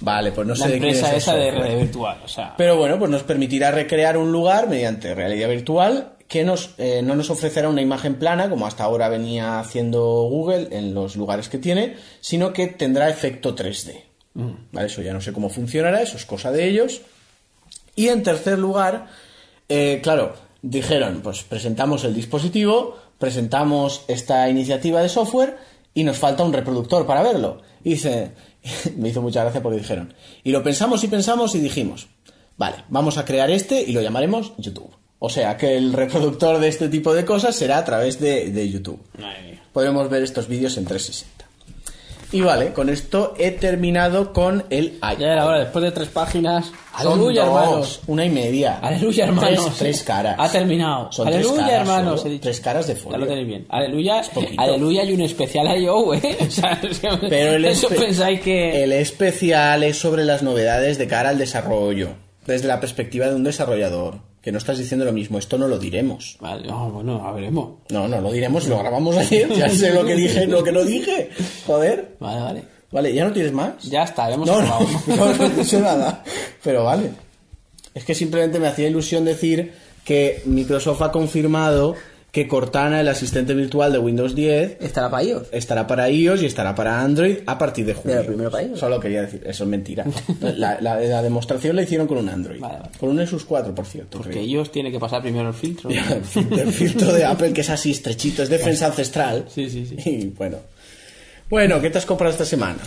[SPEAKER 2] vale pues no
[SPEAKER 1] la
[SPEAKER 2] sé de quién es
[SPEAKER 1] empresa
[SPEAKER 2] el
[SPEAKER 1] esa de
[SPEAKER 2] software.
[SPEAKER 1] red virtual. O sea,
[SPEAKER 2] Pero bueno, pues nos permitirá recrear un lugar mediante realidad virtual que nos, eh, no nos ofrecerá una imagen plana, como hasta ahora venía haciendo Google en los lugares que tiene, sino que tendrá efecto 3D. ¿Vale? Eso ya no sé cómo funcionará, eso es cosa de ellos. Y en tercer lugar, eh, claro, dijeron, pues presentamos el dispositivo, presentamos esta iniciativa de software y nos falta un reproductor para verlo. Y dice, [laughs] me hizo mucha gracia porque dijeron, y lo pensamos y pensamos y dijimos, vale, vamos a crear este y lo llamaremos YouTube. O sea que el reproductor de este tipo de cosas será a través de, de YouTube. Podremos ver estos vídeos en 360. Y vale, con esto he terminado con el iPhone.
[SPEAKER 3] Ya era hora, después de tres páginas.
[SPEAKER 2] Son
[SPEAKER 3] Aleluya,
[SPEAKER 2] dos,
[SPEAKER 3] hermanos.
[SPEAKER 2] Una y media.
[SPEAKER 3] Aleluya, hermanos.
[SPEAKER 2] Tres, tres caras.
[SPEAKER 3] Ha terminado.
[SPEAKER 2] Son tres
[SPEAKER 3] Aleluya,
[SPEAKER 2] caras
[SPEAKER 3] hermanos.
[SPEAKER 2] solo.
[SPEAKER 3] he dicho.
[SPEAKER 2] Tres caras de folio.
[SPEAKER 3] Ya lo tenéis bien. Aleluya.
[SPEAKER 2] poquito.
[SPEAKER 3] Aleluya y un especial a yo, ¿eh? [laughs] O sea, es que-
[SPEAKER 2] Pero
[SPEAKER 3] [laughs]
[SPEAKER 2] el
[SPEAKER 3] eso
[SPEAKER 2] espe-
[SPEAKER 3] pensáis que.
[SPEAKER 2] El especial es sobre las novedades de cara al desarrollo. Desde la perspectiva de un desarrollador. Que no estás diciendo lo mismo. Esto no lo diremos.
[SPEAKER 3] Vale, no, bueno, a veremos.
[SPEAKER 2] No, no lo diremos. Lo grabamos ayer. Ya sé lo que dije, lo que no dije. Joder.
[SPEAKER 3] Vale, vale.
[SPEAKER 2] Vale, ¿ya no tienes más?
[SPEAKER 3] Ya está, lo hemos
[SPEAKER 2] No, no,
[SPEAKER 3] acabado.
[SPEAKER 2] [laughs] no, no puse nada. Pero vale. Es que simplemente me hacía ilusión decir que Microsoft ha confirmado que Cortana, el asistente virtual de Windows 10,
[SPEAKER 1] estará para iOS.
[SPEAKER 2] estará para iOS y estará para Android a partir de junio.
[SPEAKER 1] Pero primero para iOS.
[SPEAKER 2] Solo quería decir, eso es mentira. La, la- la demostración la hicieron con un Android.
[SPEAKER 3] Vale, vale.
[SPEAKER 2] Con un Nexus 4, por cierto.
[SPEAKER 3] Porque
[SPEAKER 2] creo. [laughs]
[SPEAKER 3] ellos tienen que pasar primero el filtro.
[SPEAKER 2] El filtro- el filtro de Apple que es así estrechito, es defensa ancestral.
[SPEAKER 3] Sí, sí, sí.
[SPEAKER 2] Y bueno. Bueno, ¿qué te has comprado esta semana?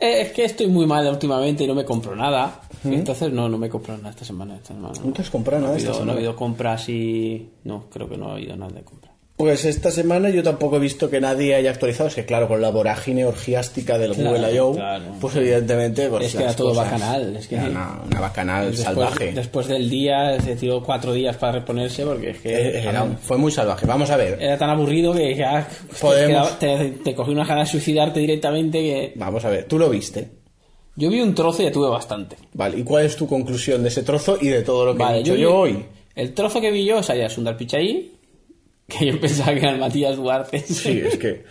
[SPEAKER 3] Eh, es que estoy muy mal últimamente y no me compro nada. Entonces, no, no me compro nada esta semana. Esta semana no.
[SPEAKER 2] No te has comprado
[SPEAKER 3] No ha
[SPEAKER 2] nada ¿Mm? esta
[SPEAKER 3] habido, no ha
[SPEAKER 2] semana.
[SPEAKER 3] habido compras y. No, creo que no ha habido nada de compra.
[SPEAKER 2] Pues esta semana yo tampoco he visto que nadie haya actualizado. Es que, claro, con la vorágine orgiástica del
[SPEAKER 3] Claro,
[SPEAKER 2] Google I.O.,
[SPEAKER 3] claro.
[SPEAKER 2] pues evidentemente. pues,
[SPEAKER 3] Es que era
[SPEAKER 2] las
[SPEAKER 3] todo
[SPEAKER 2] cosas-
[SPEAKER 3] bacanal, es que-
[SPEAKER 2] Era una, una bacanal salvaje.
[SPEAKER 3] Pues después del día se tiró cuatro días para reponerse porque es que
[SPEAKER 2] Eh, era un- fue muy salvaje. Vamos a ver.
[SPEAKER 3] era tan aburrido que ya
[SPEAKER 2] Podemos.
[SPEAKER 3] te, te- te cogí una ganas de suicidarte directamente que
[SPEAKER 2] Vamos a ver. Tú lo viste.
[SPEAKER 3] yo vi un trozo y ya tuve bastante.
[SPEAKER 2] Vale. ¿Y cuál es tu conclusión de ese trozo y de todo lo que
[SPEAKER 3] Vale,
[SPEAKER 2] he dicho
[SPEAKER 3] yo
[SPEAKER 2] yo,
[SPEAKER 3] vi-
[SPEAKER 2] hoy?
[SPEAKER 3] El trozo que vi yo salía Sundar Pichai, que yo pensaba que era el Matías Duarte.
[SPEAKER 2] Sí, es que.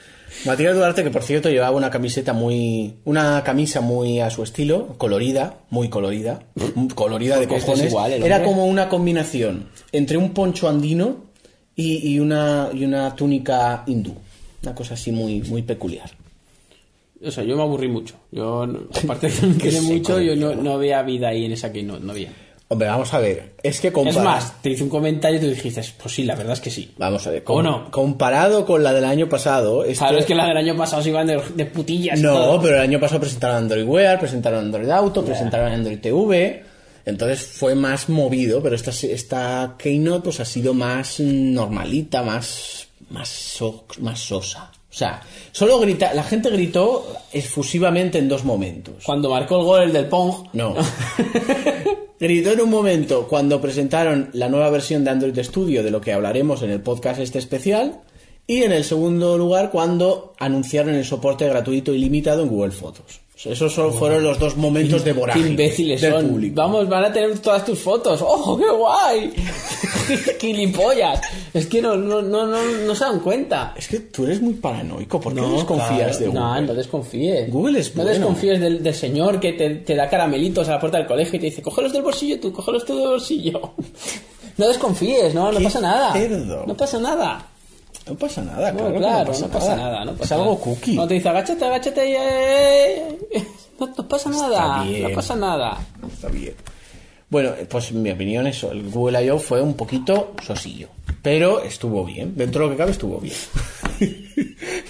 [SPEAKER 2] Matías Duarte, que por cierto llevaba una camiseta muy. Una camisa muy a su estilo, colorida, muy colorida, m- colorida de
[SPEAKER 3] Porque es
[SPEAKER 2] cojones.
[SPEAKER 3] desigual el
[SPEAKER 2] Era
[SPEAKER 3] hombre.
[SPEAKER 2] como una combinación entre un poncho andino y, y una, y una túnica hindú. Una cosa así muy, muy peculiar.
[SPEAKER 3] O sea, yo me aburrí mucho. Yo,
[SPEAKER 2] [laughs]
[SPEAKER 3] no- aparte de que me quedé
[SPEAKER 2] seco
[SPEAKER 3] mucho,
[SPEAKER 2] de
[SPEAKER 3] yo no, no veía vida ahí en esa que no, no había.
[SPEAKER 2] Hombre, vamos a ver. Es que
[SPEAKER 3] Es
[SPEAKER 2] compara-
[SPEAKER 3] más, te hice un comentario y tú dijiste, pues sí, la verdad es que sí.
[SPEAKER 2] Vamos a ver.
[SPEAKER 3] ¿O no?
[SPEAKER 2] Comparado con la del año pasado. es
[SPEAKER 3] Claro,
[SPEAKER 2] que-
[SPEAKER 3] es que la del año pasado se iban de, de putillas. y
[SPEAKER 2] No,
[SPEAKER 3] todo.
[SPEAKER 2] pero el año pasado presentaron Android Wear, presentaron Android Auto, presentaron Android TV. Entonces fue más movido, pero esta, esta Keynote pues, ha sido más normalita, más, más, so- más sosa. O sea, solo grita, la gente gritó efusivamente en dos momentos.
[SPEAKER 1] Cuando marcó el gol el del Pong.
[SPEAKER 2] No. [laughs] Gritó en un momento cuando presentaron la nueva versión de Android Studio, de lo que hablaremos en el podcast este especial. Y en el segundo lugar, cuando anunciaron el soporte gratuito y limitado en Google Fotos. Esos solo fueron los dos momentos de
[SPEAKER 1] Qué
[SPEAKER 2] vorágine
[SPEAKER 1] imbéciles
[SPEAKER 2] del
[SPEAKER 1] son.
[SPEAKER 2] público.
[SPEAKER 1] Vamos, van a tener todas tus fotos. ¡Ojo, qué guay! [laughs] ¡Gilipollas! Es que no, no, no, no, no se dan cuenta.
[SPEAKER 2] Es que tú eres muy paranoico. ¿Por qué
[SPEAKER 1] No, claro.
[SPEAKER 2] desconfías de Google?
[SPEAKER 1] No, no desconfíes.
[SPEAKER 2] Google es
[SPEAKER 1] No
[SPEAKER 2] bueno.
[SPEAKER 1] desconfíes del, del señor que te, te da caramelitos a la puerta del colegio y te dice, cógelos del bolsillo tú, cógelos tú del bolsillo. [laughs] no desconfíes, no, no
[SPEAKER 2] Qué
[SPEAKER 1] pasa nada.
[SPEAKER 2] cerdo.
[SPEAKER 1] No pasa nada.
[SPEAKER 2] No pasa nada,
[SPEAKER 1] No,
[SPEAKER 2] claro, que
[SPEAKER 1] claro,
[SPEAKER 2] no pasa,
[SPEAKER 1] nada. no pasa
[SPEAKER 2] es algo
[SPEAKER 1] nada.
[SPEAKER 2] cookie.
[SPEAKER 1] No te dice, agáchate, agáchate y... eh, [laughs] eh". No, no pasa nada,
[SPEAKER 2] bien.
[SPEAKER 1] no pasa nada.
[SPEAKER 2] Está bien. Bueno, pues en mi opinión eso, el Google I.O. fue un poquito sosillo, pero estuvo bien, dentro de lo que cabe estuvo bien. [laughs]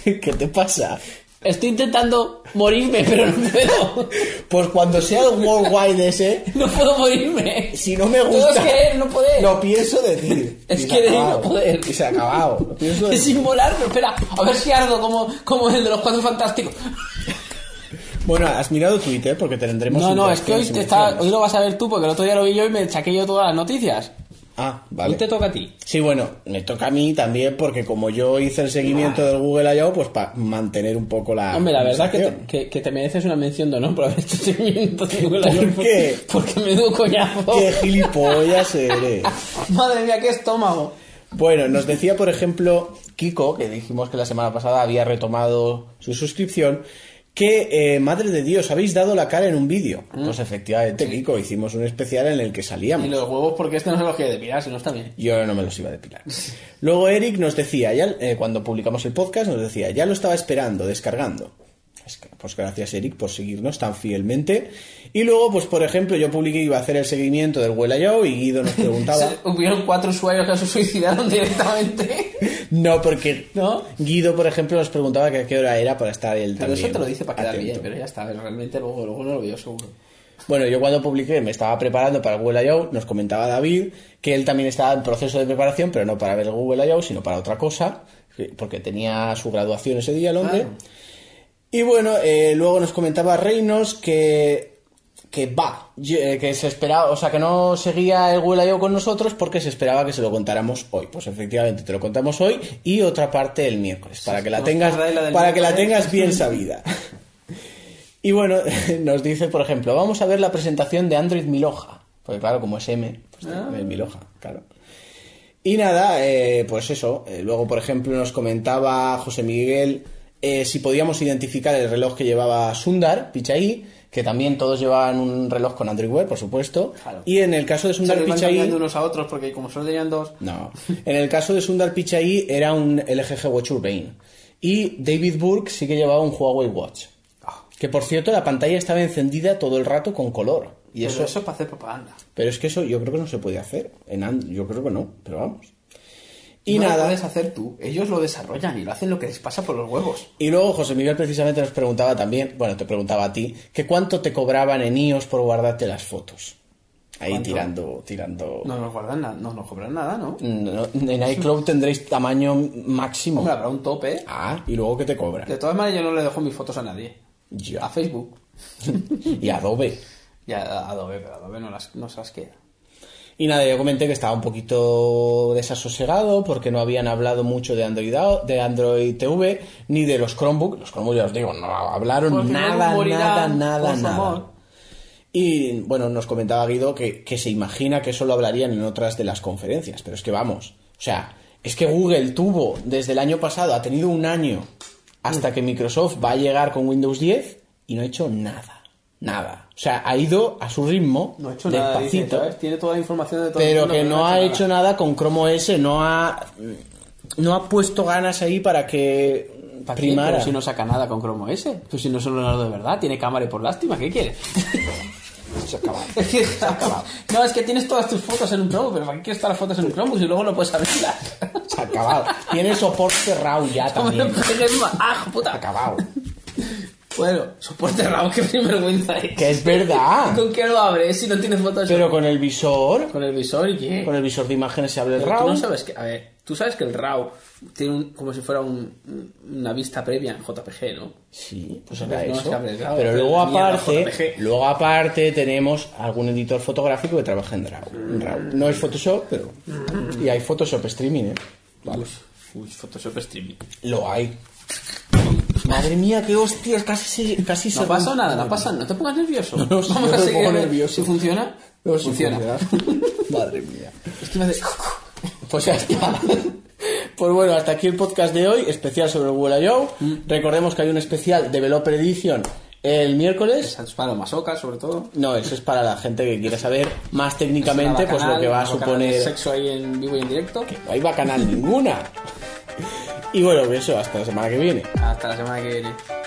[SPEAKER 2] ¿Qué te pasa?
[SPEAKER 1] Estoy intentando morirme, [laughs] pero no puedo.
[SPEAKER 2] Pues cuando sea el Worldwide ese,
[SPEAKER 1] No puedo morirme.
[SPEAKER 2] si no me
[SPEAKER 1] Todo es
[SPEAKER 2] gusta,
[SPEAKER 1] querer, no poder.
[SPEAKER 2] lo pienso decir.
[SPEAKER 1] Es
[SPEAKER 2] Y se ha
[SPEAKER 1] querer, no
[SPEAKER 2] acabado.
[SPEAKER 1] poder.
[SPEAKER 2] Y se ha acabado. Lo
[SPEAKER 1] [laughs]
[SPEAKER 2] pienso
[SPEAKER 1] Es
[SPEAKER 2] decir.
[SPEAKER 1] inmolarme. Espera, a ver si ardo como, como el de los cuatro fantásticos.
[SPEAKER 2] Bueno, has mirado Twitter porque tendremos
[SPEAKER 1] No,
[SPEAKER 2] un
[SPEAKER 1] no,
[SPEAKER 2] draft
[SPEAKER 1] es que hoy,
[SPEAKER 2] en
[SPEAKER 1] te está,
[SPEAKER 2] semifinales.
[SPEAKER 1] hoy lo vas a ver tú, porque el otro día lo vi yo y me saqué yo todas las noticias.
[SPEAKER 2] Ah, vale.
[SPEAKER 1] Hoy te toca a ti.
[SPEAKER 2] Sí, bueno, me toca a mí también porque como yo hice el seguimiento del Google I.O., pues para mantener un poco la...
[SPEAKER 1] Hombre, la verdad que te,
[SPEAKER 2] conversación.
[SPEAKER 1] que, que te mereces una mención de honor por haber hecho [laughs] seguimiento.
[SPEAKER 2] ¿Por qué?
[SPEAKER 1] Porque me dio un coñazo.
[SPEAKER 2] ¡Qué gilipollas eres!
[SPEAKER 1] Madre mía, qué estómago.
[SPEAKER 2] Bueno, nos decía, por ejemplo, Kiko, que dijimos que la semana pasada había retomado su suscripción, que, eh, madre de Dios, habéis dado la cara en un vídeo. Pues efectivamente, Kiko, hicimos un especial en el que salíamos.
[SPEAKER 1] Y los huevos, porque este no se los quiere depilar, si no está bien.
[SPEAKER 2] Yo no me los iba a depilar. Luego Eric nos decía, ya, eh, cuando publicamos el podcast, nos decía, ya lo estaba esperando, descargando. Es que, Pues gracias Eric por seguirnos tan fielmente. Y luego, pues por ejemplo, yo publiqué que iba a hacer el seguimiento del Huela Yo y Guido
[SPEAKER 1] [laughs]
[SPEAKER 2] nos preguntaba...
[SPEAKER 1] Se- Hubieron cuatro usuarios que se suicidaron [laughs] directamente.
[SPEAKER 2] No, porque
[SPEAKER 1] ¿No?
[SPEAKER 2] Guido, por ejemplo, nos preguntaba que a qué hora era para estar él
[SPEAKER 1] Pero
[SPEAKER 2] también.
[SPEAKER 1] eso te lo dice para quedar bien,
[SPEAKER 2] atento.
[SPEAKER 1] pero ya está, pero realmente luego, luego no lo veo seguro.
[SPEAKER 2] Bueno, yo cuando publiqué me estaba preparando para el Google I.O., nos comentaba David que él también estaba en proceso de preparación, pero no para ver el Google I.O., sino para otra cosa, que- porque tenía su graduación ese día, el hombre.
[SPEAKER 1] Ah.
[SPEAKER 2] Y bueno, eh, luego nos comentaba Reinos que que va, ye- eh, que se esperaba, o sea, que no seguía el Google I.O. con nosotros porque se esperaba que se lo contáramos hoy. Pues efectivamente te lo contamos hoy y otra parte el miércoles, para que la
[SPEAKER 1] vamos a
[SPEAKER 2] tengas,
[SPEAKER 1] guardar la del
[SPEAKER 2] para que la
[SPEAKER 1] miércoles. [laughs]
[SPEAKER 2] tengas bien sabida. Y bueno, [laughs] nos dice, por ejemplo, vamos a ver la presentación de Android Miloja. Porque claro, como es M, pues
[SPEAKER 1] Ah.
[SPEAKER 2] es Miloja, claro. Y nada, eh, pues eso. eh, luego, por ejemplo, nos comentaba José Miguel eh, si podíamos identificar el reloj que llevaba Sundar Pichai, que también todos llevaban un reloj con Android Wear, por supuesto.
[SPEAKER 1] Claro.
[SPEAKER 2] Y en el caso de
[SPEAKER 1] Se
[SPEAKER 2] Sundar
[SPEAKER 1] lo iban
[SPEAKER 2] Pichai...
[SPEAKER 1] cambiando unos a otros porque como solo tenían dos...
[SPEAKER 2] No. En el caso de Sundar Pichai era un LG Watch Urbane. Y David Burke sí que llevaba un Huawei Watch.
[SPEAKER 1] ah,
[SPEAKER 2] Que por cierto, la pantalla estaba encendida todo el rato con color. Y
[SPEAKER 1] pero
[SPEAKER 2] eso,
[SPEAKER 1] eso es para hacer propaganda.
[SPEAKER 2] Pero es que eso yo creo que no se puede hacer. En And- yo creo que no, pero vamos. Y
[SPEAKER 1] No lo
[SPEAKER 2] nada.
[SPEAKER 1] puedes hacer tú. Ellos lo desarrollan y lo hacen lo que les pasa por los huevos.
[SPEAKER 2] Y luego José Miguel precisamente nos preguntaba también, bueno, te preguntaba a ti, que cuánto te cobraban en IOS por guardarte las fotos. Ahí
[SPEAKER 1] ¿Cuánto?
[SPEAKER 2] tirando, tirando.
[SPEAKER 1] No nos guardan nada, no nos cobran nada, ¿no?
[SPEAKER 2] No, en iCloud tendréis tamaño máximo.
[SPEAKER 1] Hombre, habrá un tope.
[SPEAKER 2] Ah, y luego que te cobran.
[SPEAKER 1] De todas maneras, yo no le dejo mis fotos a nadie. A
[SPEAKER 2] Ya.
[SPEAKER 1] Facebook.
[SPEAKER 2] Y Adobe.
[SPEAKER 1] Y a Adobe, pero Adobe no, las, no se las queda.
[SPEAKER 2] Y nada, yo comenté que estaba un poquito desasosegado porque no habían hablado mucho de Android, Ao- de Android TV ni de los Chromebook. Los Chromebook, ya os digo, no hablaron
[SPEAKER 1] Porque no
[SPEAKER 2] nada, nada,
[SPEAKER 1] morirán
[SPEAKER 2] nada,
[SPEAKER 1] por su amor.
[SPEAKER 2] nada. Y bueno, nos comentaba Guido que, que se imagina que solo hablarían en otras de las conferencias, pero es que vamos, o sea, es que Google tuvo desde el año pasado, ha tenido un año
[SPEAKER 1] Mm.
[SPEAKER 2] hasta que Microsoft va a llegar con Windows 10 y no ha hecho nada, nada. O sea, ha ido a su ritmo,
[SPEAKER 1] No ha hecho nada. dice,
[SPEAKER 2] despacito,
[SPEAKER 1] ¿sabes? Tiene toda la información de todo el
[SPEAKER 2] pero
[SPEAKER 1] mundo,
[SPEAKER 2] que no ha
[SPEAKER 1] nada.
[SPEAKER 2] hecho nada con Chrome OS, no ha, no ha puesto ganas ahí para que
[SPEAKER 1] ¿Para qué?
[SPEAKER 2] primara.
[SPEAKER 1] Pero si no saca nada con Chrome OS. Pues si no es un ordenador de verdad, tiene cámara y por lástima, ¿qué quieres? [laughs] pues, Es que- No, es que tienes todas tus fotos en un Chromebook, pero ¿para qué quieres todas las fotos en un Chromebook si luego no puedes abrirlas? [laughs]
[SPEAKER 2] Se ha [laughs] acabado. Tiene soporte RAW ya
[SPEAKER 1] No me lo
[SPEAKER 2] también.
[SPEAKER 1] pegues más. ¡Ah, puta!
[SPEAKER 2] Acabado.
[SPEAKER 1] Bueno, soporte RAM, qué vergüenza es.
[SPEAKER 2] Que es verdad.
[SPEAKER 1] ¿Con qué lo abres si no tienes Photoshop?
[SPEAKER 2] Pero con el visor,
[SPEAKER 1] Con el visor y qué.
[SPEAKER 2] con el visor de imágenes se abre el
[SPEAKER 1] Pero tú
[SPEAKER 2] RAW.
[SPEAKER 1] no sabes que, a ver, tú sabes que el RAW tiene un- como si fuera un- una vista previa en JPG, ¿no?
[SPEAKER 2] Sí, pues era
[SPEAKER 1] No, se
[SPEAKER 2] eso.
[SPEAKER 1] abre el RAW,
[SPEAKER 2] Pero
[SPEAKER 1] pero
[SPEAKER 2] luego
[SPEAKER 1] mierda,
[SPEAKER 2] aparte,
[SPEAKER 1] JPG.
[SPEAKER 2] luego aparte tenemos algún editor fotográfico que trabaja en RAW. en RAW. No es Photoshop, pero y hay Photoshop streaming, ¿eh?
[SPEAKER 1] Uy, uy, Photoshop streaming.
[SPEAKER 2] Lo hay. Madre mía, qué hostias, casi se casi
[SPEAKER 1] No
[SPEAKER 2] se
[SPEAKER 1] pasa nada, no pasa nada, no te pongas nervioso.
[SPEAKER 2] No, sí,
[SPEAKER 1] Vamos
[SPEAKER 2] yo
[SPEAKER 1] a
[SPEAKER 2] me
[SPEAKER 1] seguir.
[SPEAKER 2] pongo nervioso.
[SPEAKER 1] Si funciona,
[SPEAKER 2] No, sí,
[SPEAKER 1] funciona.
[SPEAKER 2] [laughs] Madre mía.
[SPEAKER 1] Es que me hace...
[SPEAKER 2] Pues ya está. Pues bueno, hasta aquí el podcast de hoy, especial sobre el Google I.O.
[SPEAKER 1] Mm.
[SPEAKER 2] Recordemos que hay un especial Developer Edition el miércoles.
[SPEAKER 1] Santos Palo, Masoca, sobre todo.
[SPEAKER 2] No, eso es para la gente que quiera saber más técnicamente
[SPEAKER 1] Es una
[SPEAKER 2] pues lo que
[SPEAKER 1] bacanal,
[SPEAKER 2] va a
[SPEAKER 1] una bacanal de
[SPEAKER 2] suponer.
[SPEAKER 1] Sexo ahí en vivo y en directo.
[SPEAKER 2] No hay bacanal ninguna. Y bueno, eso, hasta la semana que viene.
[SPEAKER 1] Hasta la semana que viene.